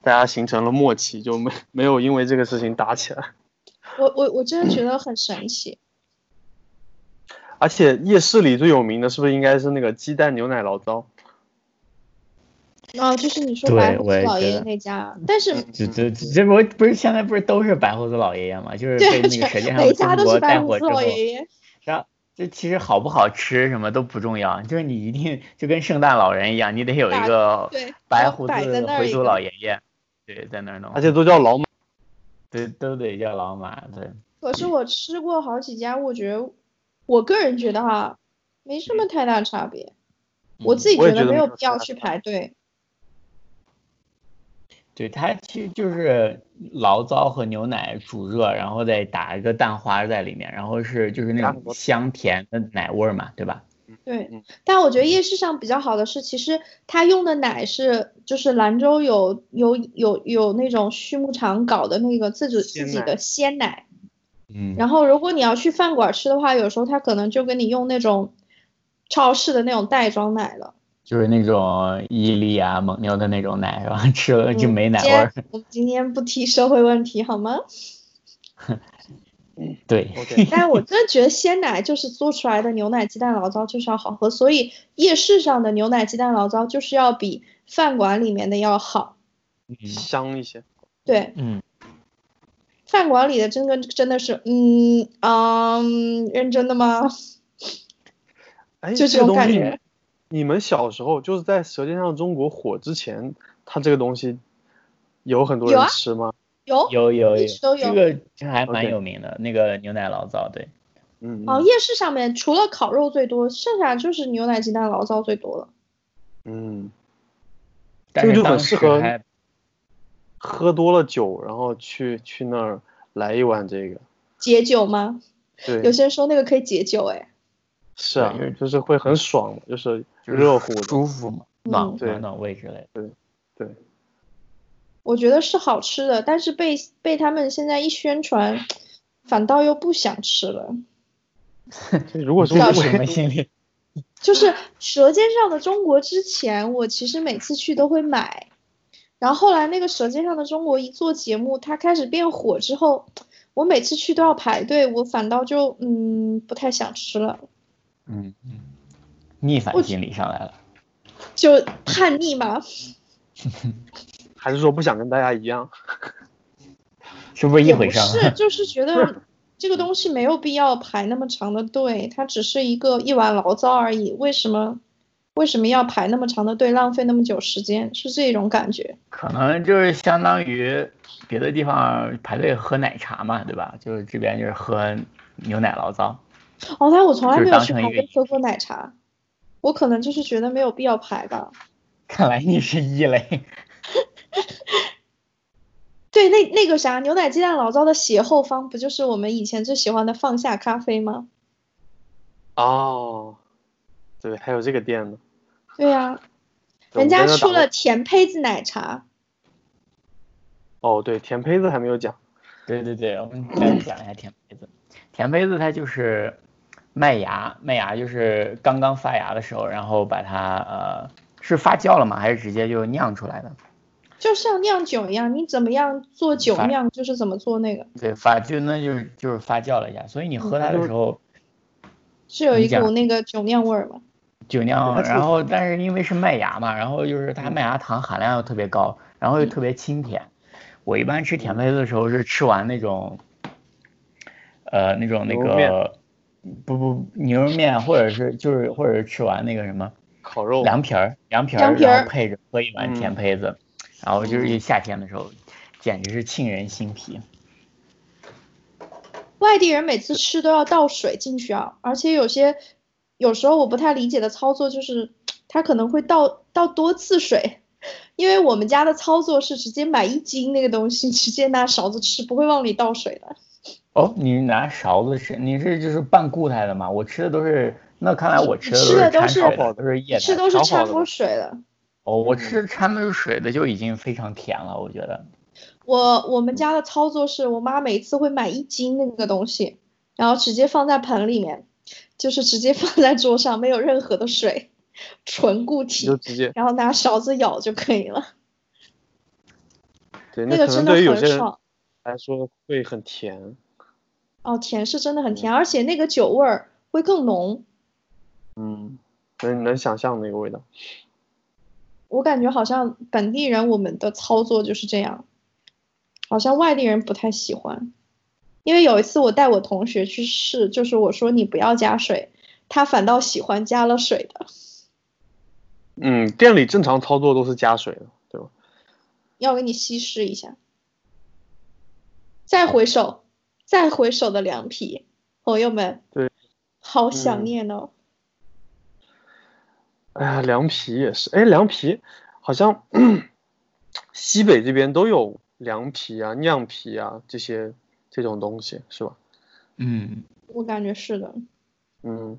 [SPEAKER 3] 大家形成了默契，就没没有因为这个事情打起来。
[SPEAKER 2] 我我我真的觉得很神奇。
[SPEAKER 3] 而且夜市里最有名的是不是应该是那个鸡蛋牛奶醪糟？
[SPEAKER 2] 啊，就是你说
[SPEAKER 1] 对
[SPEAKER 2] 白胡
[SPEAKER 1] 我
[SPEAKER 2] 子
[SPEAKER 1] 也
[SPEAKER 2] 老
[SPEAKER 1] 觉
[SPEAKER 2] 爷爷
[SPEAKER 1] 得嗯
[SPEAKER 2] 那家，但是
[SPEAKER 1] 这这这不不是现在不是都是白胡子老爷爷嘛？就是被
[SPEAKER 2] 对，
[SPEAKER 1] 那个《舌尖上
[SPEAKER 2] 每
[SPEAKER 1] 的
[SPEAKER 2] 家
[SPEAKER 1] 中
[SPEAKER 2] 都
[SPEAKER 1] 国》
[SPEAKER 2] 是白
[SPEAKER 1] 带
[SPEAKER 2] 胡
[SPEAKER 1] 火
[SPEAKER 2] 子
[SPEAKER 1] 之后
[SPEAKER 2] 老，爷爷。
[SPEAKER 1] 然后这其实好不好吃什么都不重要，就是你一定就跟圣诞老人一样，你得有一
[SPEAKER 2] 摆
[SPEAKER 1] 个
[SPEAKER 2] 对，
[SPEAKER 1] 白
[SPEAKER 2] 然后
[SPEAKER 1] 胡
[SPEAKER 2] 摆
[SPEAKER 1] 子
[SPEAKER 2] 在那儿
[SPEAKER 1] 回
[SPEAKER 2] 一
[SPEAKER 1] 族
[SPEAKER 2] 个
[SPEAKER 1] 老爷爷，对，在那儿弄
[SPEAKER 3] 而，且都 叫老马，
[SPEAKER 1] 对，都得叫老马，对，
[SPEAKER 2] 可是我吃过好几家，我觉得，我个人觉得哈，没什么太大差别。我
[SPEAKER 1] 嗯
[SPEAKER 2] 自己
[SPEAKER 3] 我也觉
[SPEAKER 2] 得
[SPEAKER 3] 得
[SPEAKER 2] 没
[SPEAKER 3] 没
[SPEAKER 2] 有
[SPEAKER 3] 有
[SPEAKER 2] 必
[SPEAKER 3] 太
[SPEAKER 2] 要
[SPEAKER 3] 大
[SPEAKER 2] 去
[SPEAKER 3] 差
[SPEAKER 2] 排队。
[SPEAKER 1] 嗯对，它其实就是醪糟和牛奶煮热，然后再打一个蛋花在里面，然后是就是那
[SPEAKER 3] 加
[SPEAKER 1] 种
[SPEAKER 3] 很多
[SPEAKER 1] 香甜的奶味儿嘛，对吧？
[SPEAKER 2] 对
[SPEAKER 3] 嗯，
[SPEAKER 2] 但我觉得夜市上比较好的是，其实他用的奶是就是兰州有有有有那种畜牧场搞的那个自己自
[SPEAKER 3] 鲜
[SPEAKER 2] 己
[SPEAKER 3] 奶
[SPEAKER 2] 的鲜奶，
[SPEAKER 1] 嗯，
[SPEAKER 2] 然后如果你要去饭馆吃的话，有时候他可能就给你用那种超市的那种袋装奶了，
[SPEAKER 1] 就是那种伊利啊、蒙牛的那种奶是吧？吃了就
[SPEAKER 2] 嗯
[SPEAKER 1] 没奶
[SPEAKER 2] 今
[SPEAKER 1] 味儿
[SPEAKER 2] 天。我们今天不提社会问题好吗？
[SPEAKER 1] 对，
[SPEAKER 3] OK，
[SPEAKER 2] 但我真的觉得鲜奶就是做出来的牛奶鸡蛋醪糟就是要好喝，所以夜市上的牛奶鸡蛋醪糟就是要比饭馆里面的要好。
[SPEAKER 3] 香一些。
[SPEAKER 2] 对，
[SPEAKER 1] 嗯，
[SPEAKER 2] 饭馆里的真的真的是，嗯嗯，认真的吗？
[SPEAKER 3] 哎，
[SPEAKER 2] 就这
[SPEAKER 3] 这
[SPEAKER 2] 种
[SPEAKER 3] 个东
[SPEAKER 2] 感
[SPEAKER 3] 西
[SPEAKER 2] 觉
[SPEAKER 3] 你，你们小时候就是在《舌尖上的中国》火之前，它这个东西有很多
[SPEAKER 2] 有
[SPEAKER 3] 人
[SPEAKER 2] 啊
[SPEAKER 3] 吃吗？
[SPEAKER 2] 有
[SPEAKER 1] 有有
[SPEAKER 2] 一
[SPEAKER 1] 有
[SPEAKER 2] 直，都
[SPEAKER 1] 这
[SPEAKER 2] 有
[SPEAKER 1] 个这还蛮
[SPEAKER 3] OK
[SPEAKER 1] 有名的，那个牛奶醪糟，对，
[SPEAKER 3] 嗯，
[SPEAKER 2] 哦，
[SPEAKER 3] 嗯
[SPEAKER 2] 夜市上面除了烤肉最多，剩下就是牛奶鸡蛋醪糟最多了。
[SPEAKER 3] 嗯，
[SPEAKER 1] 但
[SPEAKER 3] 这个
[SPEAKER 1] 是
[SPEAKER 3] 就很
[SPEAKER 1] 当
[SPEAKER 3] 适
[SPEAKER 1] 时
[SPEAKER 3] 合
[SPEAKER 1] 还
[SPEAKER 3] 喝多了酒，然后去去那儿来一碗这个。
[SPEAKER 2] 解酒吗？有
[SPEAKER 3] 对，
[SPEAKER 2] 些人说那个可以解酒，哎，
[SPEAKER 3] 是啊
[SPEAKER 1] 对就是，
[SPEAKER 3] 就是会很爽，就是
[SPEAKER 1] 就是
[SPEAKER 3] 热乎的。
[SPEAKER 1] 舒服嘛，暖
[SPEAKER 2] 嗯
[SPEAKER 3] 对
[SPEAKER 1] 暖暖胃之类的。
[SPEAKER 2] 我觉得是好吃的，但是被被他们现在一宣传，反倒又不想吃了。
[SPEAKER 3] 这如果
[SPEAKER 1] 这
[SPEAKER 3] 说
[SPEAKER 1] 是
[SPEAKER 2] 我
[SPEAKER 1] 什么心 理？
[SPEAKER 2] 就是《舌尖上的中国》之前，我其实每次去都会买，然后后来那个《舌尖上的中国》一做节目，它开始变火之后，我每次去都要排队，我反倒就嗯不太想吃了，
[SPEAKER 1] 嗯，嗯逆反
[SPEAKER 2] 我
[SPEAKER 1] 心理上来了。
[SPEAKER 2] 就叛逆嘛。
[SPEAKER 3] 还是说不想跟大家一样，
[SPEAKER 1] 是不是一
[SPEAKER 2] 也不
[SPEAKER 1] 回事儿？
[SPEAKER 2] 是，就是觉得这个东西没有必要排那么长的队，它只是一个一碗醪糟而已，为什么为什么要排那么长的队，浪费那么久时间？是这种感觉。
[SPEAKER 1] 可能就是相当于别的地方排队喝奶茶嘛，对吧？就是这边就是喝牛奶醪糟。
[SPEAKER 2] 哦，但我从来
[SPEAKER 1] 就
[SPEAKER 2] 没
[SPEAKER 1] 是
[SPEAKER 2] 有
[SPEAKER 1] 当
[SPEAKER 2] 去
[SPEAKER 1] 成
[SPEAKER 2] 排
[SPEAKER 1] 一个
[SPEAKER 2] 队喝过奶茶，我可能就是觉得没有必要排吧。
[SPEAKER 1] 看来你是异类。
[SPEAKER 2] 对，那那个啥，牛奶鸡蛋醪糟的斜后方不就是我们以前最喜欢的放下咖啡吗？
[SPEAKER 3] 哦，对，还有这个店呢。
[SPEAKER 2] 对呀、人
[SPEAKER 3] 对我
[SPEAKER 2] 家
[SPEAKER 3] 们在那
[SPEAKER 2] 出
[SPEAKER 3] 打
[SPEAKER 2] 了
[SPEAKER 3] 过
[SPEAKER 2] 甜胚子奶茶，
[SPEAKER 3] 哦，对，甜胚子还没有讲。
[SPEAKER 1] 对对对，我们再讲一下甜胚子。甜胚子它就是麦芽，麦芽就是刚刚发芽的时候，然后把它呃是发酵了吗？还是直接就酿出来的？
[SPEAKER 2] 就像酿酒一样，你怎么样做酒
[SPEAKER 1] 嗯反
[SPEAKER 2] 酿，就是怎么做那个。
[SPEAKER 1] 对，发就那就是就是发酵了一下，所以你喝它的时候
[SPEAKER 2] 是有
[SPEAKER 1] 你
[SPEAKER 2] 一
[SPEAKER 1] 讲
[SPEAKER 2] 股那个酒酿味儿嘛？
[SPEAKER 1] 酒酿，
[SPEAKER 3] 对它就
[SPEAKER 1] 然后但是因为是麦芽嘛，然后就是它麦芽糖含量又特别高，然后又特别清甜。我一般吃甜胚子的时候是吃完那种，呃，那种那
[SPEAKER 3] 牛肉面
[SPEAKER 1] 个，不不牛肉面，或者是就是或者是吃完那个什么
[SPEAKER 3] 烤肉，
[SPEAKER 1] 凉皮儿，凉皮
[SPEAKER 2] 凉
[SPEAKER 1] 儿，
[SPEAKER 2] 皮儿
[SPEAKER 1] 然后配着喝一碗甜胚子，然后就是夏天的时候，简直是沁人心脾。
[SPEAKER 2] 外地人每次吃都要倒水进去啊，而且有些有时候我不太理解的操作就是，他可能会倒倒多次水，因为我们家的操作是直接买一斤那个东西，直接拿勺子吃，不会往里倒水的。
[SPEAKER 1] 哦，你拿勺子吃，你是就是半固态的吗？我吃的都是，那看来我吃
[SPEAKER 2] 吃
[SPEAKER 1] 的
[SPEAKER 2] 的都
[SPEAKER 1] 都
[SPEAKER 2] 是
[SPEAKER 1] 是掺水的，都是液态。
[SPEAKER 2] 吃都是
[SPEAKER 3] 炒好
[SPEAKER 2] 掺
[SPEAKER 3] 的
[SPEAKER 2] 过
[SPEAKER 3] 吧
[SPEAKER 2] 水了。
[SPEAKER 1] 哦，
[SPEAKER 3] 嗯
[SPEAKER 1] 我吃掺的是水的就已经非常甜了，我觉得。
[SPEAKER 2] 我我们家的操作是我妈每次会买一斤那个东西，然后直接放在盆里面，就是直接放在桌上，没有任何的水，纯固
[SPEAKER 3] 你
[SPEAKER 2] 体
[SPEAKER 3] 就，直接
[SPEAKER 2] 然后拿勺子舀就可以了。
[SPEAKER 3] 对，
[SPEAKER 2] 那个
[SPEAKER 3] 可
[SPEAKER 2] 真
[SPEAKER 3] 能
[SPEAKER 2] 的
[SPEAKER 3] 对于有
[SPEAKER 2] 很
[SPEAKER 3] 些人
[SPEAKER 2] 爽
[SPEAKER 3] 来说会很甜，
[SPEAKER 2] 哦，甜是真的很甜，而且那个酒味儿会更浓，
[SPEAKER 3] 嗯，能能想象那个味道。
[SPEAKER 2] 我感觉好像本地人我们的操作就是这样，好像外地人不太喜欢。因为有一次我带我同学去试，就是我说你不要加水，他反倒喜欢加了水的。
[SPEAKER 3] 嗯，店里正常操作都是加水的，对吧？
[SPEAKER 2] 要给你稀释一下，再回首，再回首的凉皮，朋友们，
[SPEAKER 3] 对，嗯
[SPEAKER 2] 好想念哦。
[SPEAKER 3] 哎呀，凉皮也是，哎，凉皮好像 西北这边都有凉皮啊、酿皮啊这些这种东西，是吧？
[SPEAKER 1] 嗯，
[SPEAKER 2] 我感觉是的，
[SPEAKER 3] 嗯，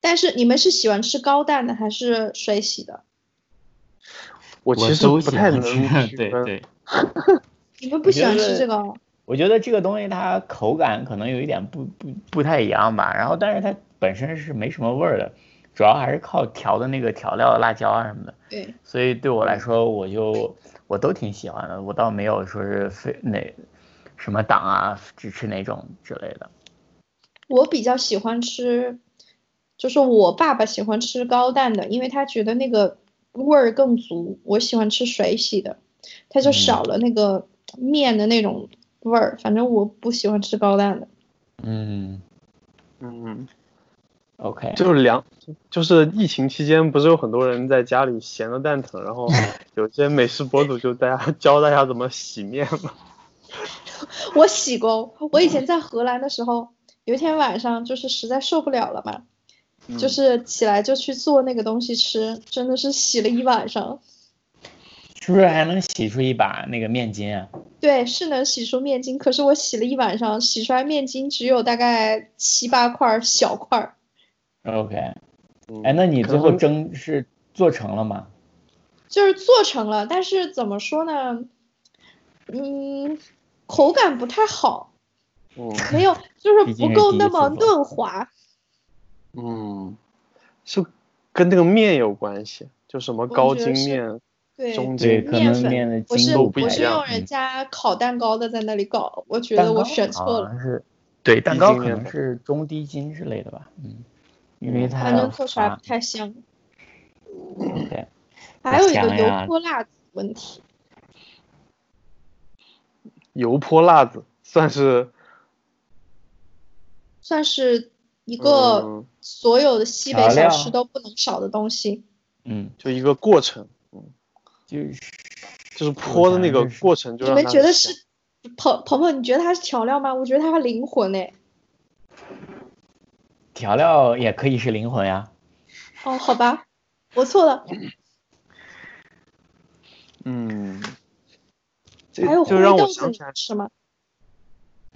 [SPEAKER 2] 但是你们是喜欢吃高蛋的还是水洗的？
[SPEAKER 3] 我
[SPEAKER 1] 我
[SPEAKER 3] 其实
[SPEAKER 1] 都
[SPEAKER 3] 不
[SPEAKER 1] 喜
[SPEAKER 3] 太能
[SPEAKER 1] 欢
[SPEAKER 3] 区
[SPEAKER 1] 吃。 对
[SPEAKER 3] 分，
[SPEAKER 1] 对，
[SPEAKER 2] 你们不喜欢吃这个哦？
[SPEAKER 1] 我觉得这个东西它口感可能有一点不不不太一样吧，然后但是它本身是没什么味儿的，主要还是靠调的那个调料、辣椒啊什么的。
[SPEAKER 2] 对，
[SPEAKER 1] 所以对我
[SPEAKER 3] 嗯
[SPEAKER 1] 来说，我就我都挺喜欢的，我倒没有说是非哪什么党啊，只吃哪种之类的。
[SPEAKER 2] 我比较喜欢吃，就是我爸爸喜欢吃高蛋的，因为他觉得那个味儿更足。我喜欢吃水洗的，它就
[SPEAKER 1] 嗯
[SPEAKER 2] 少了那个面的那种味儿。反正我不喜欢吃高蛋的。
[SPEAKER 1] 嗯
[SPEAKER 3] 嗯，
[SPEAKER 1] ，OK，
[SPEAKER 3] 就是凉，就是疫情期间不是有很多人在家里闲的蛋疼，然后有些美食博主就大家教大家怎么洗面嘛。
[SPEAKER 2] 我洗过，我以前在荷兰的时候，有一天晚上就是实在受不了了嘛，
[SPEAKER 3] 嗯
[SPEAKER 2] 就是起来就去做那个东西吃，真的是洗了一晚上。
[SPEAKER 1] 是不是还能洗出一把那个面筋啊？
[SPEAKER 2] 对，是能洗出面筋，可是我洗了一晚上，洗出来面筋只有大概七八块儿小块儿，
[SPEAKER 1] OK，
[SPEAKER 3] 嗯，
[SPEAKER 1] 哎，那你
[SPEAKER 3] 可
[SPEAKER 1] 最后
[SPEAKER 3] 能
[SPEAKER 1] 蒸是做成了吗？
[SPEAKER 2] 就是做成了，但是怎么说呢，嗯，口感不太好，
[SPEAKER 3] 嗯
[SPEAKER 2] 没有，就是
[SPEAKER 1] 毕
[SPEAKER 2] 不
[SPEAKER 1] 竟是
[SPEAKER 2] 够
[SPEAKER 1] 第一
[SPEAKER 2] 那
[SPEAKER 1] 次
[SPEAKER 2] 么
[SPEAKER 1] 做
[SPEAKER 2] 嫩滑。
[SPEAKER 3] 嗯，是跟那个面有关系，就什么高
[SPEAKER 2] 觉
[SPEAKER 3] 筋
[SPEAKER 2] 得是
[SPEAKER 3] 面，
[SPEAKER 2] 对，
[SPEAKER 3] 中
[SPEAKER 1] 对，
[SPEAKER 3] 间
[SPEAKER 1] 可
[SPEAKER 2] 面
[SPEAKER 1] 能
[SPEAKER 2] 粉
[SPEAKER 1] 面的
[SPEAKER 2] 我
[SPEAKER 1] 筋
[SPEAKER 2] 是
[SPEAKER 1] 都
[SPEAKER 3] 不
[SPEAKER 2] 我
[SPEAKER 3] 一
[SPEAKER 2] 是
[SPEAKER 3] 样
[SPEAKER 2] 用人
[SPEAKER 1] 嗯
[SPEAKER 2] 家烤蛋糕的在那里搞，我觉
[SPEAKER 1] 蛋
[SPEAKER 2] 得
[SPEAKER 1] 糕啊
[SPEAKER 2] 我选错
[SPEAKER 1] 好
[SPEAKER 2] 了，
[SPEAKER 1] 像是，对，蛋
[SPEAKER 3] 低
[SPEAKER 1] 糕
[SPEAKER 3] 筋
[SPEAKER 1] 可
[SPEAKER 3] 面
[SPEAKER 1] 能
[SPEAKER 3] 粉
[SPEAKER 1] 是中低筋之类的吧，嗯，因为啊它
[SPEAKER 2] 反
[SPEAKER 1] 要
[SPEAKER 2] 正做出来
[SPEAKER 1] 发
[SPEAKER 2] 不太香。
[SPEAKER 1] 对，
[SPEAKER 2] 还有一个
[SPEAKER 1] 想
[SPEAKER 2] 油
[SPEAKER 1] 呀
[SPEAKER 2] 泼辣子问题，
[SPEAKER 3] 油泼辣子算是
[SPEAKER 2] 算是一个
[SPEAKER 3] 嗯
[SPEAKER 2] 所有的西北
[SPEAKER 1] 调
[SPEAKER 2] 小
[SPEAKER 1] 料
[SPEAKER 2] 吃都不能少的东西。
[SPEAKER 1] 嗯，
[SPEAKER 3] 就一个过程，
[SPEAKER 1] 就是
[SPEAKER 3] 就是泼的那个
[SPEAKER 1] 感觉是
[SPEAKER 3] 过程就
[SPEAKER 2] 你
[SPEAKER 3] 让
[SPEAKER 2] 们
[SPEAKER 3] 它
[SPEAKER 2] 觉得
[SPEAKER 3] 很
[SPEAKER 2] 是
[SPEAKER 3] 香
[SPEAKER 2] 鹏鹏鹏？你觉得它是调料吗？我觉得它是灵魂哎。
[SPEAKER 1] 调料也可以是灵魂呀。
[SPEAKER 2] 哦，好吧，我错了。
[SPEAKER 3] 嗯，这
[SPEAKER 2] 还有
[SPEAKER 3] 就
[SPEAKER 2] 灰
[SPEAKER 3] 让
[SPEAKER 2] 豆
[SPEAKER 3] 我
[SPEAKER 2] 子
[SPEAKER 3] 想
[SPEAKER 2] 你
[SPEAKER 3] 起来
[SPEAKER 2] 吃吗？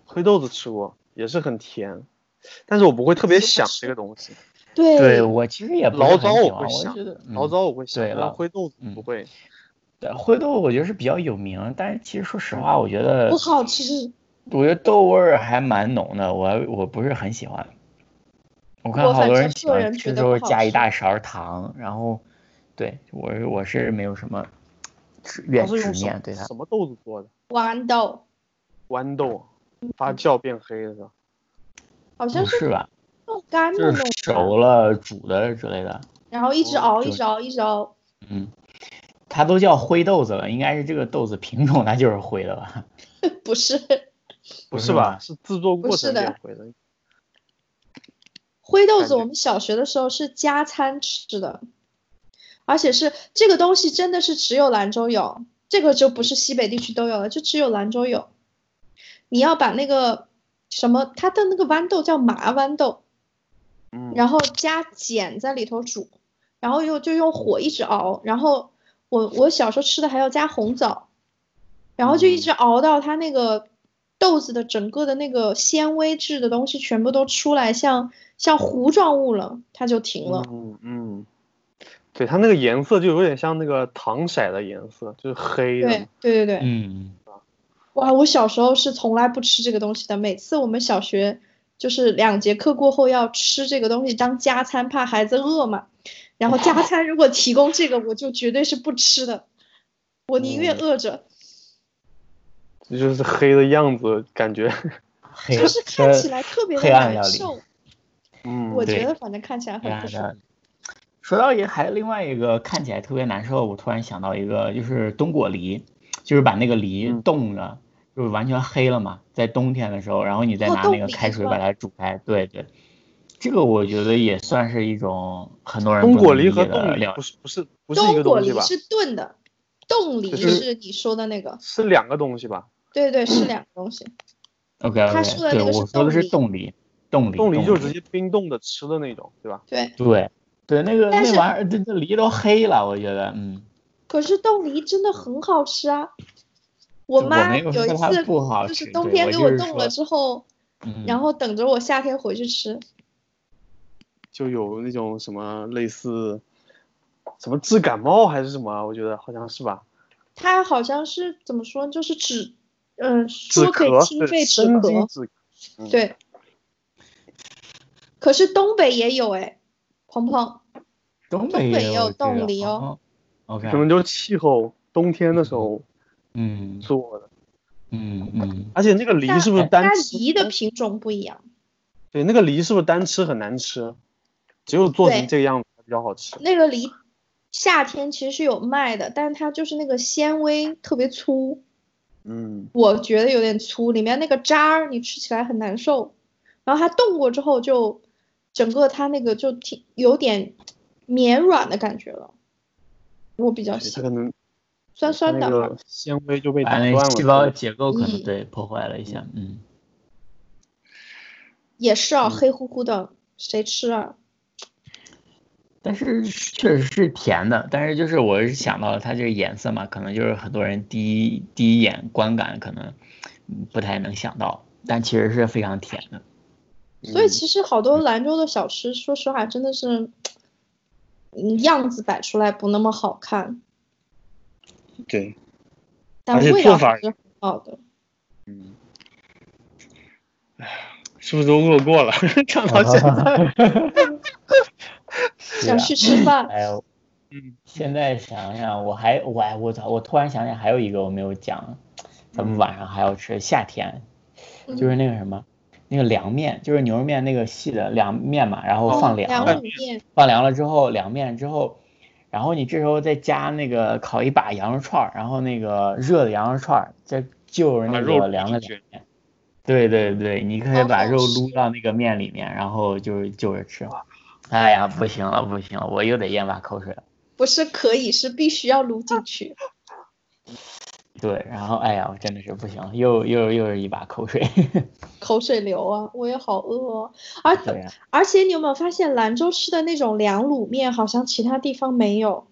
[SPEAKER 3] 灰豆子吃过，也是很甜，但是我不会特别
[SPEAKER 2] 喜欢
[SPEAKER 3] 想
[SPEAKER 2] 吃
[SPEAKER 3] 这个东西，
[SPEAKER 2] 对
[SPEAKER 1] 对我其实也不是
[SPEAKER 3] 醪
[SPEAKER 1] 很
[SPEAKER 3] 糟
[SPEAKER 1] 喜
[SPEAKER 3] 我
[SPEAKER 1] 欢，
[SPEAKER 3] 会
[SPEAKER 1] 我
[SPEAKER 3] 想
[SPEAKER 1] 觉得，
[SPEAKER 3] 醪糟我会
[SPEAKER 1] 嗯
[SPEAKER 3] 想，
[SPEAKER 1] 对
[SPEAKER 3] 但
[SPEAKER 1] 醪
[SPEAKER 3] 灰豆子
[SPEAKER 1] 嗯
[SPEAKER 3] 不会，
[SPEAKER 1] 嗯，灰豆我觉得是比较有名，但是其实说实话，我觉得
[SPEAKER 2] 不好吃。
[SPEAKER 1] 我觉得豆味儿还蛮浓的，我我不是很喜欢。我
[SPEAKER 2] 我
[SPEAKER 1] 看好
[SPEAKER 2] 反
[SPEAKER 1] 多
[SPEAKER 2] 正
[SPEAKER 1] 人喜
[SPEAKER 2] 个
[SPEAKER 1] 欢
[SPEAKER 2] 人觉
[SPEAKER 1] 吃
[SPEAKER 2] 得
[SPEAKER 1] 的时候
[SPEAKER 2] 不好
[SPEAKER 1] 加一
[SPEAKER 2] 吃
[SPEAKER 1] 大勺糖，然后，对我我是没有什么执
[SPEAKER 3] 它
[SPEAKER 1] 怨
[SPEAKER 3] 是
[SPEAKER 1] 执
[SPEAKER 3] 用什
[SPEAKER 1] 念
[SPEAKER 3] 么
[SPEAKER 1] 对它。
[SPEAKER 3] 什么豆子做的？
[SPEAKER 2] 豌豆
[SPEAKER 3] 豌豆
[SPEAKER 2] 嗯
[SPEAKER 3] 发酵变黑的是吧？
[SPEAKER 2] 好
[SPEAKER 1] 不
[SPEAKER 2] 像是
[SPEAKER 1] 哦是吧？
[SPEAKER 2] 弄干
[SPEAKER 1] 就
[SPEAKER 2] 的
[SPEAKER 1] 是
[SPEAKER 2] 弄
[SPEAKER 1] 熟了、煮的之类的。
[SPEAKER 2] 然后一直
[SPEAKER 3] 哦
[SPEAKER 2] 熬，
[SPEAKER 1] 就
[SPEAKER 2] 一直熬，一直熬。
[SPEAKER 1] 嗯，它都叫灰豆子了，应该是这个豆子品种，它就是灰的吧？
[SPEAKER 2] 不是，
[SPEAKER 3] 不
[SPEAKER 1] 不
[SPEAKER 3] 是
[SPEAKER 1] 是
[SPEAKER 3] 吧？
[SPEAKER 1] 吗
[SPEAKER 3] 是制作
[SPEAKER 2] 不
[SPEAKER 3] 过
[SPEAKER 2] 是
[SPEAKER 3] 程
[SPEAKER 2] 的
[SPEAKER 3] 变灰的。
[SPEAKER 2] 灰豆
[SPEAKER 3] 感
[SPEAKER 2] 子
[SPEAKER 3] 觉
[SPEAKER 2] 我们小学的时候是加餐吃的，而且是这个东西真的是只有兰州有，这个就不是西北地区都有了，就只有兰州有。你要把那个什么，它的那个豌豆叫麻豌豆，
[SPEAKER 3] 嗯，
[SPEAKER 2] 然后加碱在里头煮，然后又就用火一直熬，然后我我小时候吃的还要加红枣，然后就一直熬到它那个豆子的整个的那个纤维质的东西全部都出来，像像糊状物了，它就停了。
[SPEAKER 3] 嗯嗯，对，它那个颜色就有点像那个糖色的颜色，就是黑的。
[SPEAKER 2] 对对对对，
[SPEAKER 1] 嗯，
[SPEAKER 2] 哇！我小时候是从来不吃这个东西的，每次我们小学就是两节课过后要吃这个东西当加餐，怕孩子饿嘛。然后加餐如果提供这个，我就绝对是不吃的，我宁
[SPEAKER 1] 嗯
[SPEAKER 2] 愿饿着，
[SPEAKER 3] 这就是黑的样子，感觉。
[SPEAKER 1] 黑
[SPEAKER 2] 就是看起来特别的
[SPEAKER 1] 黑暗
[SPEAKER 2] 难
[SPEAKER 1] 料理
[SPEAKER 2] 受。
[SPEAKER 3] 嗯，
[SPEAKER 2] 我
[SPEAKER 1] 对
[SPEAKER 2] 觉得反正看起来很不舒服。
[SPEAKER 1] 说到一个，还另外一个看起来特别难受，我突然想到一个，就是冬果梨，就是把那个梨
[SPEAKER 3] 嗯
[SPEAKER 1] 冻着，就是完全黑了嘛，在冬天的时候，然后你再
[SPEAKER 2] 哦
[SPEAKER 1] 拿
[SPEAKER 2] 冻
[SPEAKER 1] 那个
[SPEAKER 2] 梨
[SPEAKER 1] 开水
[SPEAKER 2] 是
[SPEAKER 1] 把
[SPEAKER 2] 吧
[SPEAKER 1] 它煮开，对对，这个我觉得也算是一种很多人
[SPEAKER 3] 冬
[SPEAKER 1] 不
[SPEAKER 3] 果
[SPEAKER 1] 能
[SPEAKER 3] 梨
[SPEAKER 1] 理
[SPEAKER 3] 和
[SPEAKER 1] 解的
[SPEAKER 3] 冻梨
[SPEAKER 1] 料
[SPEAKER 3] 不是不是不是一
[SPEAKER 2] 冬
[SPEAKER 3] 个
[SPEAKER 2] 果
[SPEAKER 3] 东西
[SPEAKER 2] 梨
[SPEAKER 3] 吧？
[SPEAKER 2] 是炖的，冻梨
[SPEAKER 3] 就是
[SPEAKER 2] 是你说的那个，
[SPEAKER 3] 是两个东西吧？
[SPEAKER 2] 对对，是两个东西。
[SPEAKER 1] OK
[SPEAKER 2] 他
[SPEAKER 1] OK，
[SPEAKER 2] 说的
[SPEAKER 1] 对
[SPEAKER 2] 那个
[SPEAKER 1] 我
[SPEAKER 2] 是
[SPEAKER 1] 说的
[SPEAKER 2] 冻
[SPEAKER 1] 是
[SPEAKER 2] 梨
[SPEAKER 1] 冻梨，冻梨，
[SPEAKER 3] 冻梨
[SPEAKER 1] 梨
[SPEAKER 3] 就是直接冰冻的吃的那种，对吧？
[SPEAKER 2] 对，
[SPEAKER 1] 对对，那个
[SPEAKER 2] 但
[SPEAKER 1] 那
[SPEAKER 2] 是
[SPEAKER 1] 玩意儿，这这梨都黑了，我觉得，嗯，
[SPEAKER 2] 可是冻梨真的很好吃啊！我
[SPEAKER 1] 就我
[SPEAKER 2] 妈
[SPEAKER 1] 没有
[SPEAKER 2] 有
[SPEAKER 1] 说
[SPEAKER 2] 一
[SPEAKER 1] 它
[SPEAKER 2] 次
[SPEAKER 1] 不好
[SPEAKER 2] 就
[SPEAKER 1] 吃
[SPEAKER 2] 是冬
[SPEAKER 1] 对
[SPEAKER 2] 天
[SPEAKER 1] 我
[SPEAKER 2] 给
[SPEAKER 1] 就
[SPEAKER 2] 我
[SPEAKER 1] 是
[SPEAKER 2] 冻
[SPEAKER 1] 说
[SPEAKER 2] 了之后，
[SPEAKER 1] 嗯
[SPEAKER 2] 然后等着我夏天回去吃。
[SPEAKER 3] 就有那种什么类似什么治感冒还是什么啊，我觉得好像是吧？
[SPEAKER 2] 它好像是怎么说，就是止，嗯、
[SPEAKER 3] 止
[SPEAKER 2] 说可以
[SPEAKER 3] 咳，
[SPEAKER 2] 清肺
[SPEAKER 3] 对，
[SPEAKER 2] 止
[SPEAKER 3] 生津
[SPEAKER 2] 咳，
[SPEAKER 3] 止咳。嗯
[SPEAKER 2] 对。可是东北也有哎，鹏鹏，
[SPEAKER 1] 东
[SPEAKER 2] 东
[SPEAKER 1] 北
[SPEAKER 2] 北也
[SPEAKER 1] 也
[SPEAKER 2] 有
[SPEAKER 1] 这
[SPEAKER 2] 冻
[SPEAKER 1] 个
[SPEAKER 2] 梨哦。
[SPEAKER 1] 哦，OK，
[SPEAKER 3] 可能就是气候冬天的时候
[SPEAKER 1] 嗯
[SPEAKER 3] 做的，
[SPEAKER 1] 嗯嗯，
[SPEAKER 3] 而且那个梨
[SPEAKER 2] 但
[SPEAKER 3] 是不是单
[SPEAKER 2] 但
[SPEAKER 3] 吃？
[SPEAKER 2] 梨的品种不一样，
[SPEAKER 3] 对，那个梨是不是单吃很难吃？只有做成
[SPEAKER 2] 对
[SPEAKER 3] 这个样子才比较好吃。
[SPEAKER 2] 那个梨夏天其实是有卖的，但是它就是那个纤维特别粗，
[SPEAKER 3] 嗯，
[SPEAKER 2] 我觉得有点粗，里面那个渣儿你吃起来很难受。然后它冻过之后就，整个它那个就挺有点绵软的感觉了，我比较
[SPEAKER 3] 对
[SPEAKER 2] 喜
[SPEAKER 3] 它
[SPEAKER 2] 欢
[SPEAKER 3] 可能
[SPEAKER 2] 酸酸
[SPEAKER 3] 它那
[SPEAKER 2] 的。
[SPEAKER 3] 个纤维就被打
[SPEAKER 1] 把
[SPEAKER 3] 断
[SPEAKER 1] 那
[SPEAKER 3] 了。
[SPEAKER 1] 细胞结构可能
[SPEAKER 2] 嗯
[SPEAKER 1] 对破坏了一下，嗯，
[SPEAKER 2] 也是啊，
[SPEAKER 3] 嗯
[SPEAKER 2] 黑乎乎的，谁吃啊？
[SPEAKER 1] 但是确实是甜的，但是就是我是想到它这个颜色嘛，可能就是很多人第一第一眼观感可能嗯不太能想到，但其实是非常甜的，
[SPEAKER 2] 所以
[SPEAKER 3] 嗯
[SPEAKER 2] 其实好多兰州的小吃，说实话真的是，嗯，样子摆出来不那么好看，
[SPEAKER 3] 对，
[SPEAKER 2] 但
[SPEAKER 3] 而且
[SPEAKER 2] 味
[SPEAKER 3] 做
[SPEAKER 2] 道
[SPEAKER 3] 法
[SPEAKER 2] 还是很好的。
[SPEAKER 3] 嗯，哎，是不是都饿过了？ 唱到现在，
[SPEAKER 1] 啊
[SPEAKER 3] 啊
[SPEAKER 2] 想去吃饭，
[SPEAKER 1] 哎呦，
[SPEAKER 3] 嗯，
[SPEAKER 1] 现在想想，我还我还我操，我突然想起来还有一个我没有讲，咱
[SPEAKER 3] 嗯
[SPEAKER 1] 们晚上还要吃夏天，
[SPEAKER 2] 嗯
[SPEAKER 1] 就是那个什么，那个凉面，就是牛肉面那个细的凉面嘛，然
[SPEAKER 3] 哦
[SPEAKER 1] 后
[SPEAKER 2] 嗯
[SPEAKER 1] 放
[SPEAKER 2] 凉
[SPEAKER 1] 凉
[SPEAKER 2] 拌
[SPEAKER 1] 了，
[SPEAKER 2] 面，
[SPEAKER 1] 放凉了之后凉面之后，然后你这时候再加那个烤一把羊肉串儿，然后那个热的羊肉串儿再就着
[SPEAKER 3] 把
[SPEAKER 1] 那
[SPEAKER 3] 肉
[SPEAKER 1] 个
[SPEAKER 3] 撸
[SPEAKER 1] 凉的
[SPEAKER 3] 进
[SPEAKER 1] 凉面。对对对，你可以
[SPEAKER 2] 好
[SPEAKER 1] 把
[SPEAKER 2] 哦好
[SPEAKER 1] 肉
[SPEAKER 2] 吃
[SPEAKER 1] 撸到那个面里面，然后就是就着吃。哎呀，不行了不行了，我又得咽把口水了。
[SPEAKER 2] 不是可以，是必须要撸进去。
[SPEAKER 1] 对，然后哎呀，我真的是不行，了，又又又是一把口水。
[SPEAKER 2] 口水流啊，我也好饿哦。而
[SPEAKER 1] 对啊呀、
[SPEAKER 2] 而且你有没有发现，兰州吃的那种凉卤面，好像其他地方没有。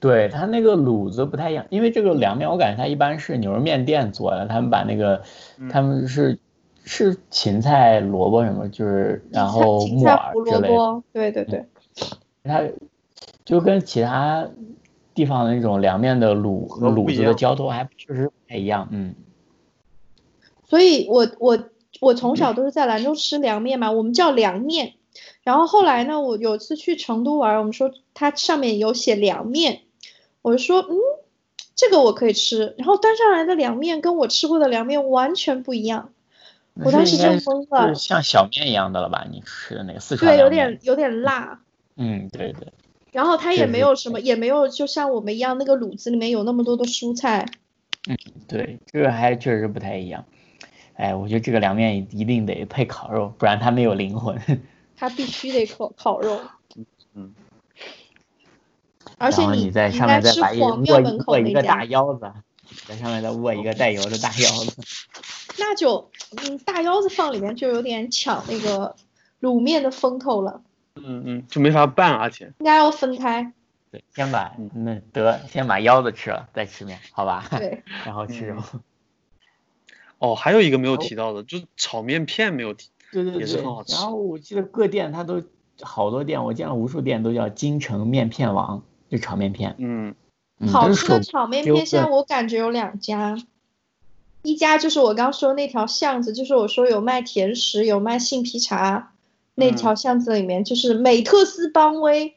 [SPEAKER 1] 对它那个卤子不太一样，因为这个凉面我感觉它一般是牛肉面店做的，他们把那个
[SPEAKER 3] 嗯
[SPEAKER 1] 他们是是芹菜、萝卜什么，就是然后
[SPEAKER 2] 芹
[SPEAKER 1] 木
[SPEAKER 2] 菜
[SPEAKER 1] 耳
[SPEAKER 2] 胡
[SPEAKER 1] 之类
[SPEAKER 2] 萝
[SPEAKER 1] 的，嗯
[SPEAKER 2] 卜，对对对，
[SPEAKER 1] 它就跟其他地方的那种凉面的卤
[SPEAKER 3] 都不
[SPEAKER 1] 卤
[SPEAKER 3] 一
[SPEAKER 1] 子的
[SPEAKER 3] 样
[SPEAKER 1] 浇头还确实不太一样，嗯，
[SPEAKER 2] 所以我我我从
[SPEAKER 1] 嗯
[SPEAKER 2] 小都是在兰州吃凉面嘛，我们叫凉面。然后后来呢，我有次去成都玩，我们说它上面有写凉面，我就说嗯，这个我可以吃。然后端上来的凉面跟我吃过的凉面完全不一样，我当时
[SPEAKER 1] 那
[SPEAKER 2] 真
[SPEAKER 1] 是
[SPEAKER 2] 懵
[SPEAKER 1] 应该
[SPEAKER 2] 了
[SPEAKER 1] 是，像小面一样的了吧？你吃的那个四川
[SPEAKER 2] 对，有
[SPEAKER 1] 凉面
[SPEAKER 2] 点，有点辣。
[SPEAKER 1] 嗯，对对，
[SPEAKER 2] 然后它也
[SPEAKER 1] 对
[SPEAKER 2] 没
[SPEAKER 1] 对
[SPEAKER 2] 有什么，也没有就像我们一样，那个卤子里面有那么多的蔬菜。
[SPEAKER 1] 对，这个还确实不太一样。哎，我觉得这个凉面一定得配烤肉，不然它没有灵魂。
[SPEAKER 2] 它必须得烤烤肉。
[SPEAKER 3] 嗯。
[SPEAKER 2] 而且
[SPEAKER 1] 然后
[SPEAKER 2] 你
[SPEAKER 1] 你在
[SPEAKER 2] 你
[SPEAKER 1] 上
[SPEAKER 2] 该
[SPEAKER 1] 面再
[SPEAKER 2] 吃
[SPEAKER 1] 把一
[SPEAKER 2] 黄
[SPEAKER 1] 握
[SPEAKER 2] 庙
[SPEAKER 1] 一
[SPEAKER 2] 门口
[SPEAKER 1] 握一
[SPEAKER 2] 那
[SPEAKER 1] 个大
[SPEAKER 2] 家，
[SPEAKER 1] 腰子，在上面再握一个带油的大腰子。
[SPEAKER 2] 那就嗯大腰子放里面就有点抢那个卤面的风头了，
[SPEAKER 3] 嗯嗯，就没法拌，而且
[SPEAKER 2] 应该要分开。
[SPEAKER 1] 对，先把
[SPEAKER 3] 嗯
[SPEAKER 1] 那 得先把腰子吃了，再吃面，好吧？
[SPEAKER 2] 对，
[SPEAKER 1] 然后吃肉。
[SPEAKER 3] 哦，还有一个没有提到的，就是炒面片没有提。
[SPEAKER 1] 对对对，
[SPEAKER 3] 也是很好吃
[SPEAKER 1] 然后我记得各店它都好多店，我见了无数店都叫京城面片王，就炒面片。
[SPEAKER 3] 嗯，
[SPEAKER 1] 嗯、
[SPEAKER 2] 好
[SPEAKER 1] 都是
[SPEAKER 2] 吃的
[SPEAKER 1] 手
[SPEAKER 2] 炒面
[SPEAKER 1] 丢
[SPEAKER 2] 片，现在
[SPEAKER 1] 的
[SPEAKER 2] 我感觉有两家，一家就是我刚说那条巷子，就是我说有卖甜食，有卖杏皮茶，那
[SPEAKER 3] 嗯
[SPEAKER 2] 条巷子里面就是美特斯邦威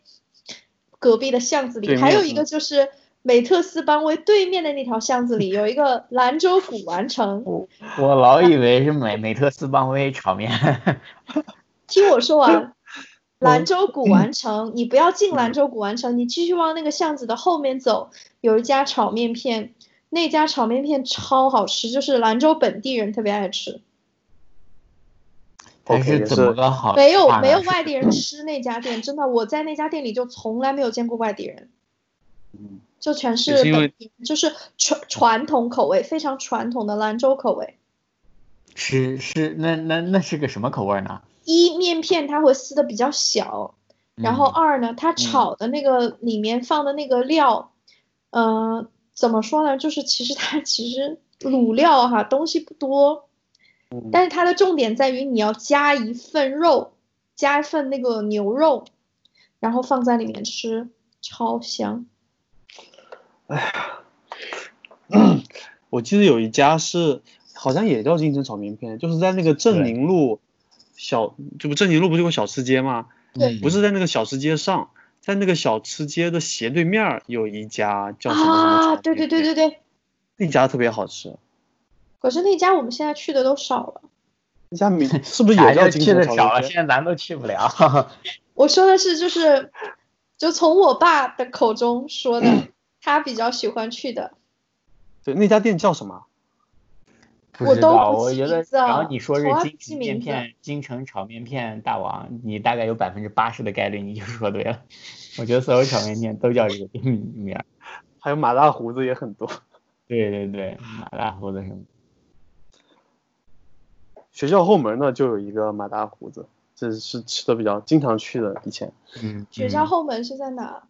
[SPEAKER 2] 隔壁的巷子
[SPEAKER 3] 对
[SPEAKER 2] 里，
[SPEAKER 3] 面
[SPEAKER 2] 还有一个
[SPEAKER 3] 嗯
[SPEAKER 2] 就是美特斯邦威对面的那条巷子里有一个兰州古玩城。
[SPEAKER 1] 我老以为是美美特斯邦威炒面，
[SPEAKER 2] 听我 说完，兰
[SPEAKER 3] 嗯
[SPEAKER 2] 州古玩城，你不要进兰州古玩城，你继续往那个巷子的后面走，有一家炒面片，那家炒面片超好吃，就是兰州本地人特别爱吃，
[SPEAKER 1] 它
[SPEAKER 3] OK，也
[SPEAKER 1] 是怎么
[SPEAKER 3] 是
[SPEAKER 1] 个好
[SPEAKER 2] 没有
[SPEAKER 1] 法
[SPEAKER 2] 没
[SPEAKER 1] 呢
[SPEAKER 2] 有外地人吃那家店，真的，我在那家店里就从来没有见过外地人，就全是
[SPEAKER 3] 嗯也是因为
[SPEAKER 2] 本地人，就是传传统口味，非常传统的兰州口味。
[SPEAKER 1] 是是那那那是个什么口味呢？
[SPEAKER 2] 一面片它会撕的比较小，然后
[SPEAKER 1] 嗯
[SPEAKER 2] 二呢，它炒的那个里面放的那个料，呃，怎么说呢？就是其实它其实卤料哈东西不多，
[SPEAKER 3] 嗯
[SPEAKER 2] 但是它的重点在于你要加一份肉，加一份那个牛肉，然后放在里面吃，超香。
[SPEAKER 3] 我记得有一家是好像也叫京城炒面片，就是在那个
[SPEAKER 1] 对
[SPEAKER 3] 镇宁路小，这不镇宁路不是有个小吃街吗？
[SPEAKER 2] 对
[SPEAKER 1] 嗯
[SPEAKER 3] 不是在那个小吃街上，在那个小吃街的斜对面儿有一家叫什么什么
[SPEAKER 2] 啊，
[SPEAKER 3] 炒
[SPEAKER 2] 对对
[SPEAKER 3] 面
[SPEAKER 2] 对
[SPEAKER 3] 店
[SPEAKER 2] 对对，
[SPEAKER 3] 那家特别好吃。
[SPEAKER 2] 可是那家我们现在去的都少了。
[SPEAKER 3] 那 家名是不是
[SPEAKER 1] 啥
[SPEAKER 3] 也
[SPEAKER 1] 叫
[SPEAKER 3] 叫
[SPEAKER 1] 去
[SPEAKER 3] 京
[SPEAKER 1] 的
[SPEAKER 3] 城
[SPEAKER 1] 少
[SPEAKER 3] 炒
[SPEAKER 1] 了，
[SPEAKER 3] 面
[SPEAKER 1] 现
[SPEAKER 3] 片？
[SPEAKER 1] 在咱都去不了。
[SPEAKER 2] 我说的是，就是，就从我爸的口中说的，
[SPEAKER 3] 嗯
[SPEAKER 2] 他比较喜欢去的。
[SPEAKER 3] 对，那家店叫什么？
[SPEAKER 1] 不
[SPEAKER 2] 我
[SPEAKER 1] 知
[SPEAKER 2] 都
[SPEAKER 1] 道，
[SPEAKER 2] 不
[SPEAKER 1] 我
[SPEAKER 2] 记
[SPEAKER 1] 觉
[SPEAKER 2] 名
[SPEAKER 1] 得，
[SPEAKER 2] 字
[SPEAKER 1] 然后
[SPEAKER 2] 啊
[SPEAKER 1] 你说是
[SPEAKER 2] 从来不
[SPEAKER 1] 京
[SPEAKER 2] 记
[SPEAKER 1] 城面
[SPEAKER 2] 名字
[SPEAKER 1] 片、京城炒面片大王，你大概有百分之八十的概率你就说对了。我觉得所有炒面店都叫这个店名儿。
[SPEAKER 3] 还有马大胡子也很多。
[SPEAKER 1] 对对对，马大胡子什么？
[SPEAKER 3] 学校后门呢就有一个马大胡子，这是吃的比较经常去的。以前
[SPEAKER 1] 嗯，
[SPEAKER 2] 学校后门是在哪？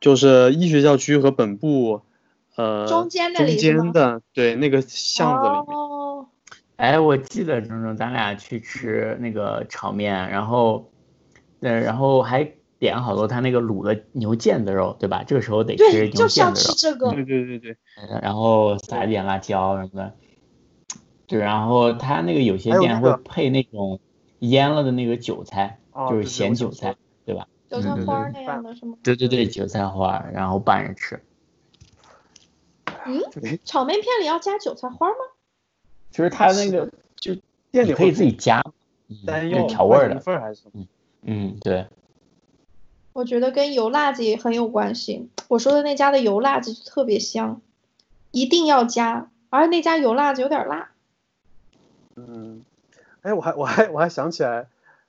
[SPEAKER 3] 就是一学校区和本部，呃，
[SPEAKER 2] 中间那
[SPEAKER 3] 中
[SPEAKER 2] 里是吗
[SPEAKER 3] 间的对那个巷子里面。
[SPEAKER 2] 哦，
[SPEAKER 1] 哎，我记得中中，咱俩去吃那个炒面，然后，呃，然后还点了好多他那个卤的牛腱子肉，对吧？这个时候得吃
[SPEAKER 2] 对，
[SPEAKER 1] 牛
[SPEAKER 2] 就是要
[SPEAKER 1] 腱子
[SPEAKER 2] 吃
[SPEAKER 1] 肉，
[SPEAKER 2] 这个。
[SPEAKER 3] 对对对对，
[SPEAKER 1] 呃然后撒一点辣椒什么的。对，然后他那个有些
[SPEAKER 3] 还有
[SPEAKER 1] 店
[SPEAKER 3] 那
[SPEAKER 1] 会
[SPEAKER 3] 个
[SPEAKER 1] 配那种腌了的那个韭菜，
[SPEAKER 3] 哦
[SPEAKER 1] 就是
[SPEAKER 3] 对对
[SPEAKER 1] 咸
[SPEAKER 3] 我想
[SPEAKER 1] 韭菜
[SPEAKER 3] 说。
[SPEAKER 2] 韭
[SPEAKER 3] 嗯
[SPEAKER 2] 菜花儿那样的是吗？
[SPEAKER 1] 对对对，韭菜花儿，然后拌着吃。
[SPEAKER 2] 嗯，
[SPEAKER 3] 哎
[SPEAKER 2] 炒面片里要加韭菜花儿吗？
[SPEAKER 1] 就是他那个就
[SPEAKER 3] 店
[SPEAKER 1] 你
[SPEAKER 3] 里
[SPEAKER 1] 可以自己加，嗯
[SPEAKER 3] 单
[SPEAKER 1] 就
[SPEAKER 3] 要
[SPEAKER 1] 是调味儿
[SPEAKER 3] 一
[SPEAKER 1] 的。
[SPEAKER 3] 份儿还是什么？
[SPEAKER 1] 嗯，对。
[SPEAKER 2] 我觉得跟油辣子也很有关系。我说的那家的油辣子就特别香，一定要加，而那家油辣子有点辣。
[SPEAKER 3] 嗯，哎，我还我还我还想起来，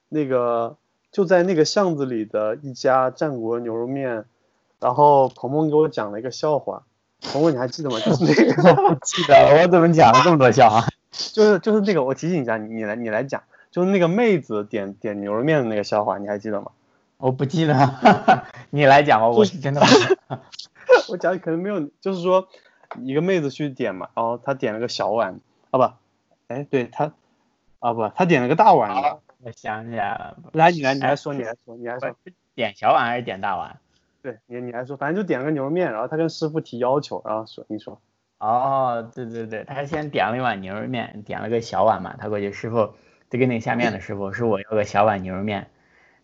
[SPEAKER 3] 那个就在那个巷子里的一家战国牛肉面，然后鹏鹏给我讲了一个笑话，鹏鹏你还记得吗？就是那个。
[SPEAKER 1] 我不记得了，我怎么讲了这么多笑话？
[SPEAKER 3] 就是就是那个，我提醒一下你，你来你来讲，就是那个妹子点点牛肉面的那个笑话，你还记得吗？
[SPEAKER 1] 我不记得， 你来讲吧，我是真的不记得。
[SPEAKER 3] 我讲可能没有，就是说一个妹子去点嘛，然后她点了个小碗，啊不，哎对她，啊不，她点了个大碗的。
[SPEAKER 1] 我想起来了，
[SPEAKER 3] 来你来你来说你来说你来说，
[SPEAKER 1] 点小碗还是点大碗？
[SPEAKER 3] 对你你来说，反正就点了个牛肉面，然后她跟师傅提要求，然后说你说，
[SPEAKER 1] 哦，对对对，他先点了一碗牛肉面，点了个小碗嘛。他过去师傅就跟那个下面的师傅说，我要个小碗牛肉面。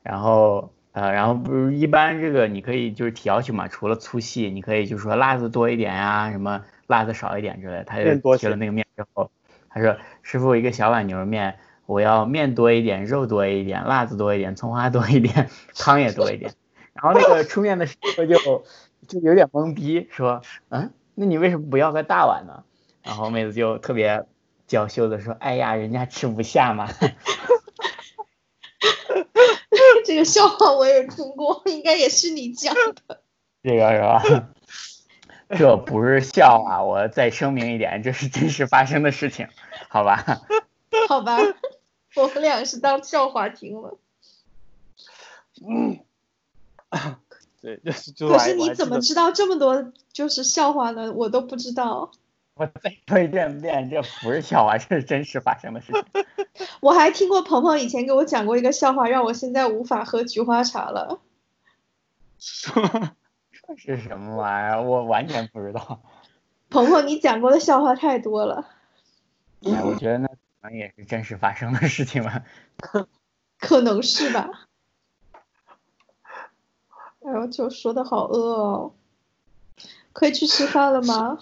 [SPEAKER 1] 然后呃，然后不是一般这个你可以就是提要求嘛，除了粗细，你可以就说辣子多一点呀、什么辣子少一点之类的。他
[SPEAKER 3] 面多
[SPEAKER 1] 就提
[SPEAKER 3] 些
[SPEAKER 1] 了那个面之后，他说师傅一个小碗牛肉面，我要面多一点，肉多一点，辣子多一点，葱花多一点， 汤也多一点。然后那个出面的师傅就就有点懵逼，说，嗯，那你为什么不要个大碗呢？然后妹子就特别娇羞的说，哎呀，人家吃不下嘛。
[SPEAKER 2] 这个笑话我也听过，应该也是你讲的。
[SPEAKER 1] 这个是吧？ 这不是笑话，我再声明一点，这是真实发生的事情，好吧？
[SPEAKER 2] 好吧， 我们俩是当笑话听了。
[SPEAKER 3] 对，就是就是我
[SPEAKER 2] 可
[SPEAKER 3] 还
[SPEAKER 2] 是
[SPEAKER 3] 我
[SPEAKER 2] 你
[SPEAKER 3] 还记
[SPEAKER 2] 怎么
[SPEAKER 3] 得
[SPEAKER 2] 知道这么多就是笑话呢？我都不知道。
[SPEAKER 1] 我再说一遍遍，这不是笑话，这是真实发生的事情。
[SPEAKER 2] 我还听过鹏鹏以前给我讲过一个笑话，让我现在无法喝菊花茶了。
[SPEAKER 1] 这是什么玩意儿？我完全不知道。
[SPEAKER 2] 鹏鹏，你讲过的笑话太多了，
[SPEAKER 1] 哎，我觉得那可能也是真实发生的事情吧。
[SPEAKER 2] 可能是吧？ 哎呦，就说的好饿哦，可以去吃饭了吗？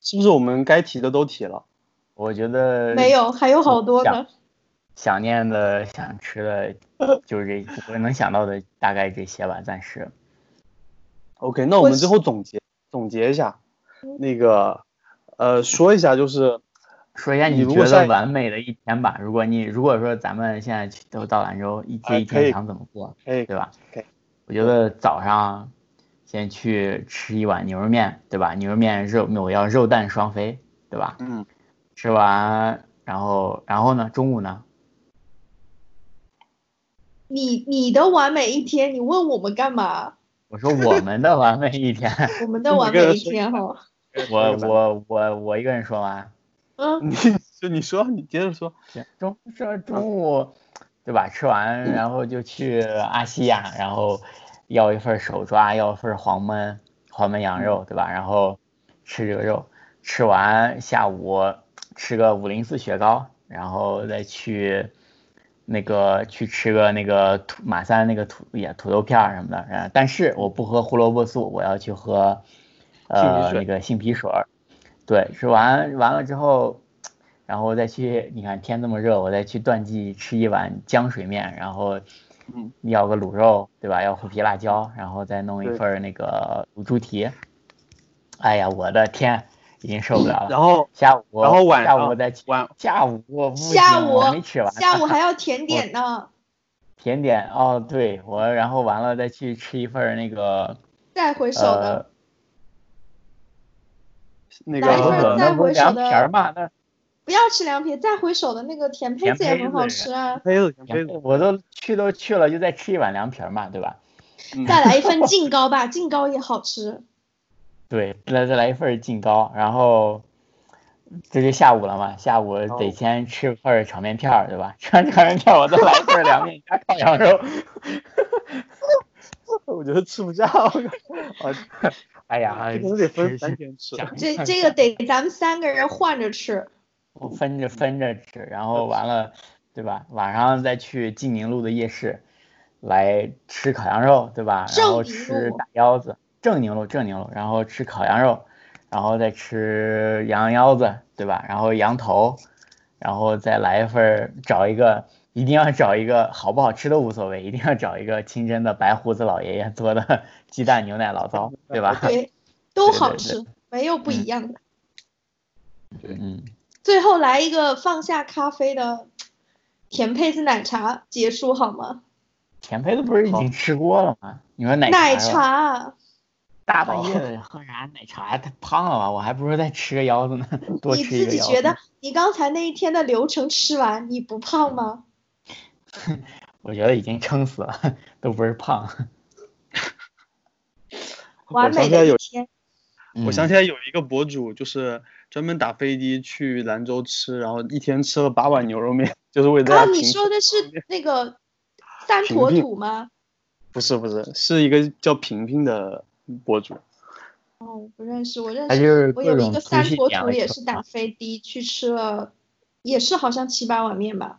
[SPEAKER 3] 是不是我们该提的都提了？
[SPEAKER 1] 我觉得
[SPEAKER 2] 没有，还有好多呢。
[SPEAKER 1] 想念的、想吃的，就是这我能想到的大概这些吧，暂时。
[SPEAKER 3] OK，那我们最后总结总结一下，那个呃，说一下就是
[SPEAKER 1] 说一下
[SPEAKER 3] 你
[SPEAKER 1] 你
[SPEAKER 3] 如
[SPEAKER 1] 觉
[SPEAKER 3] 果
[SPEAKER 1] 得
[SPEAKER 3] 在
[SPEAKER 1] 完美的一天吧。如果你如果说咱们现在去都到兰州，一
[SPEAKER 3] 哎
[SPEAKER 1] 这一
[SPEAKER 3] 可
[SPEAKER 1] 天
[SPEAKER 3] 以
[SPEAKER 1] 想怎么过，
[SPEAKER 3] 哎
[SPEAKER 1] 对吧
[SPEAKER 3] 可以？
[SPEAKER 1] 我觉得早上先去吃一碗牛肉面，对吧？牛肉面肉我要肉蛋双飞，对吧？
[SPEAKER 3] 嗯，
[SPEAKER 1] 吃完，然后然后呢？中午呢？
[SPEAKER 2] 你你的完美一天，你问我们干嘛？
[SPEAKER 1] 我说我们的完美一 天，
[SPEAKER 2] 我们的完美一天哈，
[SPEAKER 1] 我我我我一个人说完。
[SPEAKER 2] 嗯，
[SPEAKER 3] 你就你说你接着说，
[SPEAKER 1] 行，中这中午，对吧？吃
[SPEAKER 3] 嗯
[SPEAKER 1] 完然后就去阿西亚，然后要一份手抓，要一份黄焖黄焖
[SPEAKER 3] 嗯
[SPEAKER 1] 羊肉，对吧？然后吃这个肉，吃完下午吃个五零四雪糕，然后再去那个去吃个那个土马三那个土也土豆片儿什么的，呃，但是我不喝胡萝卜素，我要去喝
[SPEAKER 3] 杏
[SPEAKER 1] 呃
[SPEAKER 3] 皮水
[SPEAKER 1] 那个杏皮水儿。对，吃完完了之后，然后再去，你看天这么热，我再去断记吃一碗浆水面，然后
[SPEAKER 3] 嗯
[SPEAKER 1] 要个卤肉，对吧？要虎皮辣椒，然后再弄一
[SPEAKER 3] 对
[SPEAKER 1] 份儿那个卤猪蹄。哎呀，我的天，已经受不了了。
[SPEAKER 3] 然后
[SPEAKER 1] 下午，
[SPEAKER 3] 然后晚
[SPEAKER 1] 下
[SPEAKER 3] 上
[SPEAKER 1] 午我再去，
[SPEAKER 3] 晚
[SPEAKER 1] 下午我不行
[SPEAKER 2] 下午
[SPEAKER 1] 我没吃完，
[SPEAKER 2] 下午还要甜点呢，
[SPEAKER 1] 甜点哦，对我，然后完了再去吃一份儿那个
[SPEAKER 2] 再回首
[SPEAKER 1] 呃
[SPEAKER 2] 的，
[SPEAKER 3] 那
[SPEAKER 2] 来一份
[SPEAKER 1] 可
[SPEAKER 2] 儿
[SPEAKER 3] 个
[SPEAKER 1] 呃那不
[SPEAKER 2] 再
[SPEAKER 1] 是
[SPEAKER 2] 回首
[SPEAKER 1] 凉
[SPEAKER 2] 的
[SPEAKER 1] 皮儿嘛，那
[SPEAKER 2] 不要吃凉皮，再回首的那个甜胚子也很好吃啊，
[SPEAKER 3] 杯子，杯
[SPEAKER 1] 凉
[SPEAKER 3] 子，
[SPEAKER 1] 我都去都去了，就再吃一碗凉皮儿嘛，对吧？
[SPEAKER 3] 嗯
[SPEAKER 2] 再来 一份净糕吧，净糕也好吃，
[SPEAKER 1] 对，来再来一份儿净糕，然后这就下午了嘛，下午得
[SPEAKER 3] 哦
[SPEAKER 1] 先吃份儿炒面片儿，对吧？ 吃完炒面片儿，我再来一份儿凉面加烤羊肉。
[SPEAKER 3] 我觉得吃不下， 我靠
[SPEAKER 1] 哎
[SPEAKER 3] 啊，
[SPEAKER 1] 呀，
[SPEAKER 3] 这个得分
[SPEAKER 1] 是
[SPEAKER 3] 三
[SPEAKER 1] 是
[SPEAKER 3] 天吃。
[SPEAKER 1] 想
[SPEAKER 2] 这这个得咱们三个人换着吃，
[SPEAKER 1] 我分着分着吃，然后完了，对吧？晚上再去济宁路的夜市来吃烤羊肉，对吧？然
[SPEAKER 2] 正
[SPEAKER 1] 后
[SPEAKER 2] 宁
[SPEAKER 1] 吃
[SPEAKER 2] 路
[SPEAKER 1] 大腰子，正宁路正宁路，然后吃烤羊肉，然后再吃羊腰子，对吧？然后羊头，然后再来一份儿，找一个一定要找一个好不好吃都无所谓，一定要找一个清真的白胡子老爷爷做的 鸡蛋牛奶醪糟，对吧？
[SPEAKER 2] 对，都
[SPEAKER 1] 对
[SPEAKER 2] 好
[SPEAKER 1] 对
[SPEAKER 2] 吃，没有不一样的。
[SPEAKER 1] 嗯，
[SPEAKER 2] 最后来一个放下咖啡的甜胚子奶茶结束好吗？
[SPEAKER 1] 甜胚子不是已
[SPEAKER 3] 好
[SPEAKER 1] 经吃过了吗？你说奶
[SPEAKER 2] 奶
[SPEAKER 1] 是吧
[SPEAKER 2] 茶，啊
[SPEAKER 1] 大半夜的哦喝啥奶茶？太胖了吧？我还不如再吃个腰子呢，多
[SPEAKER 2] 你
[SPEAKER 1] 吃一
[SPEAKER 2] 自
[SPEAKER 1] 个
[SPEAKER 2] 己
[SPEAKER 1] 腰
[SPEAKER 2] 觉
[SPEAKER 1] 子
[SPEAKER 2] 得。你刚才那一天的流程吃完，你不
[SPEAKER 1] 嗯
[SPEAKER 2] 胖吗？
[SPEAKER 1] 我觉得已经撑死了， 都不是胖。
[SPEAKER 2] 完美
[SPEAKER 3] 我想起来
[SPEAKER 2] 的一
[SPEAKER 3] 有
[SPEAKER 2] 天，
[SPEAKER 3] 我想
[SPEAKER 1] 起
[SPEAKER 3] 起来有一个博主，就是专门打飞的去兰州吃，然后一天吃了八碗牛肉面， 就是为大
[SPEAKER 2] 啊，
[SPEAKER 3] 家
[SPEAKER 2] 你
[SPEAKER 3] 评。
[SPEAKER 2] 说的是那个三坨
[SPEAKER 3] 平
[SPEAKER 2] 土吗？
[SPEAKER 3] 不是不是，是一个叫平平的博主。
[SPEAKER 2] 哦，我不认识，我认
[SPEAKER 1] 他就是
[SPEAKER 2] 识，我
[SPEAKER 1] 各
[SPEAKER 2] 有一
[SPEAKER 1] 种
[SPEAKER 2] 个
[SPEAKER 1] 资
[SPEAKER 2] 三
[SPEAKER 1] 讯
[SPEAKER 2] 坨
[SPEAKER 3] 啊
[SPEAKER 1] 点
[SPEAKER 2] 土
[SPEAKER 1] 了
[SPEAKER 2] 也
[SPEAKER 1] 以
[SPEAKER 2] 是
[SPEAKER 1] 后
[SPEAKER 2] 打飞的去吃了，也是好像七八碗面吧，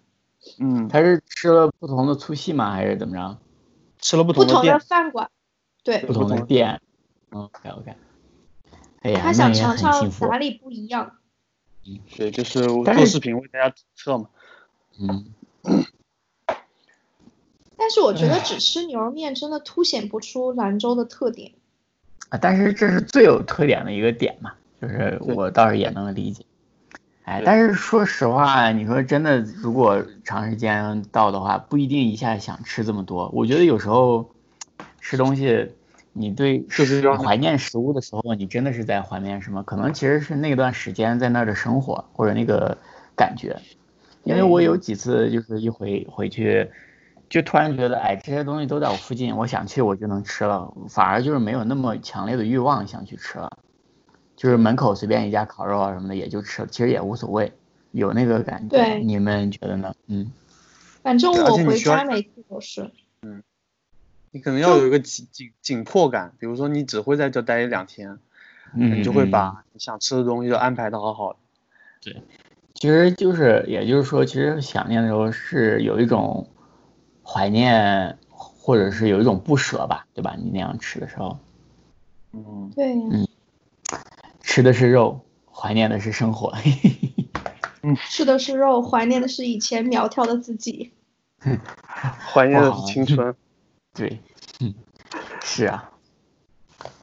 [SPEAKER 3] 嗯，
[SPEAKER 1] 他是吃了不同的粗细吗？还是怎么着？
[SPEAKER 3] 吃了不
[SPEAKER 2] 不
[SPEAKER 3] 同的
[SPEAKER 2] 同的
[SPEAKER 3] 店，
[SPEAKER 2] 饭馆，对
[SPEAKER 1] 不，同的店。嗯，OK OK。哎
[SPEAKER 3] 啊
[SPEAKER 1] 呀，
[SPEAKER 2] 他
[SPEAKER 1] 那
[SPEAKER 2] 想
[SPEAKER 1] 也
[SPEAKER 2] 尝
[SPEAKER 1] 很
[SPEAKER 2] 尝
[SPEAKER 1] 幸福
[SPEAKER 2] 哪。里不一样。
[SPEAKER 3] 对，就是
[SPEAKER 1] 但
[SPEAKER 3] 做
[SPEAKER 1] 是
[SPEAKER 3] 视频为大家测嘛。
[SPEAKER 1] 嗯，
[SPEAKER 2] 但是我觉得只吃牛肉面真的凸显不出兰州的特点。
[SPEAKER 1] 啊但是这是最有特点的一个点嘛，就是
[SPEAKER 3] 对
[SPEAKER 1] 我倒是也能理解。哎，
[SPEAKER 3] 对
[SPEAKER 1] 但是说实话，啊你说真的，如果长时间到的话，不一定一下想吃这么多。我觉得有时候吃东西，你对
[SPEAKER 3] 就是要
[SPEAKER 1] 怀念食物的时候，你真的是在怀念什么？可能其实是那段时间在那儿的生活或者那个感觉。因为我有几次就是一回回去，就突然觉得，哎，这些东西都在我附近，我想去我就能吃了，反而就是没有那么强烈的欲望想去吃了。就是门口随便一家烤肉啊什么的也就吃了，其实也无所谓，有那个感觉。
[SPEAKER 2] 对
[SPEAKER 1] 你们觉得呢？嗯，
[SPEAKER 2] 反正
[SPEAKER 3] 对而
[SPEAKER 2] 我
[SPEAKER 3] 且你
[SPEAKER 2] 回
[SPEAKER 3] 需要
[SPEAKER 2] 家每次都是。
[SPEAKER 3] 你可能要有一个紧紧紧迫感，比如说你只会在这待两天，
[SPEAKER 1] 嗯，
[SPEAKER 3] 你就会
[SPEAKER 1] 嗯
[SPEAKER 3] 把你想吃的东西都安排的好好的。
[SPEAKER 1] 其实就是，也就是说，其实想念的时候是有一种怀念，或者是有一种不舍吧，对吧？你那样吃的时候，
[SPEAKER 3] 嗯，
[SPEAKER 2] 对呀、
[SPEAKER 1] 吃的是肉，怀念的是生活。
[SPEAKER 2] 吃的是肉，怀念的是以前苗条的自己。
[SPEAKER 3] 怀念的
[SPEAKER 1] 哇
[SPEAKER 3] 是青春。
[SPEAKER 1] 对，嗯，是啊，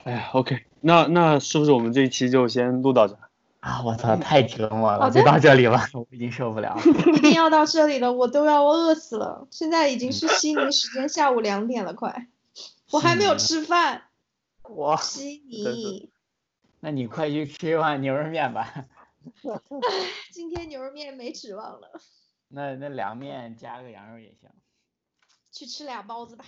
[SPEAKER 3] 哎呀，OK，那那是不是我们这一期就先录到这？
[SPEAKER 1] 啊，我操，太折磨
[SPEAKER 2] 好
[SPEAKER 1] 了，
[SPEAKER 2] 的
[SPEAKER 1] 就到这里吧，我已经受不了了。
[SPEAKER 2] 一定要到这里了，我都要饿死了。现在已经是悉尼时间下午两点了，快，我还没有
[SPEAKER 3] 啊
[SPEAKER 2] 吃饭。
[SPEAKER 3] 哇，
[SPEAKER 2] 悉
[SPEAKER 3] 真
[SPEAKER 2] 尼
[SPEAKER 3] 是，
[SPEAKER 1] 那你快去吃一碗牛肉面吧，
[SPEAKER 2] 今天牛肉面没指望了，
[SPEAKER 1] 那那凉面加个羊肉也行。
[SPEAKER 2] 去吃俩包子吧。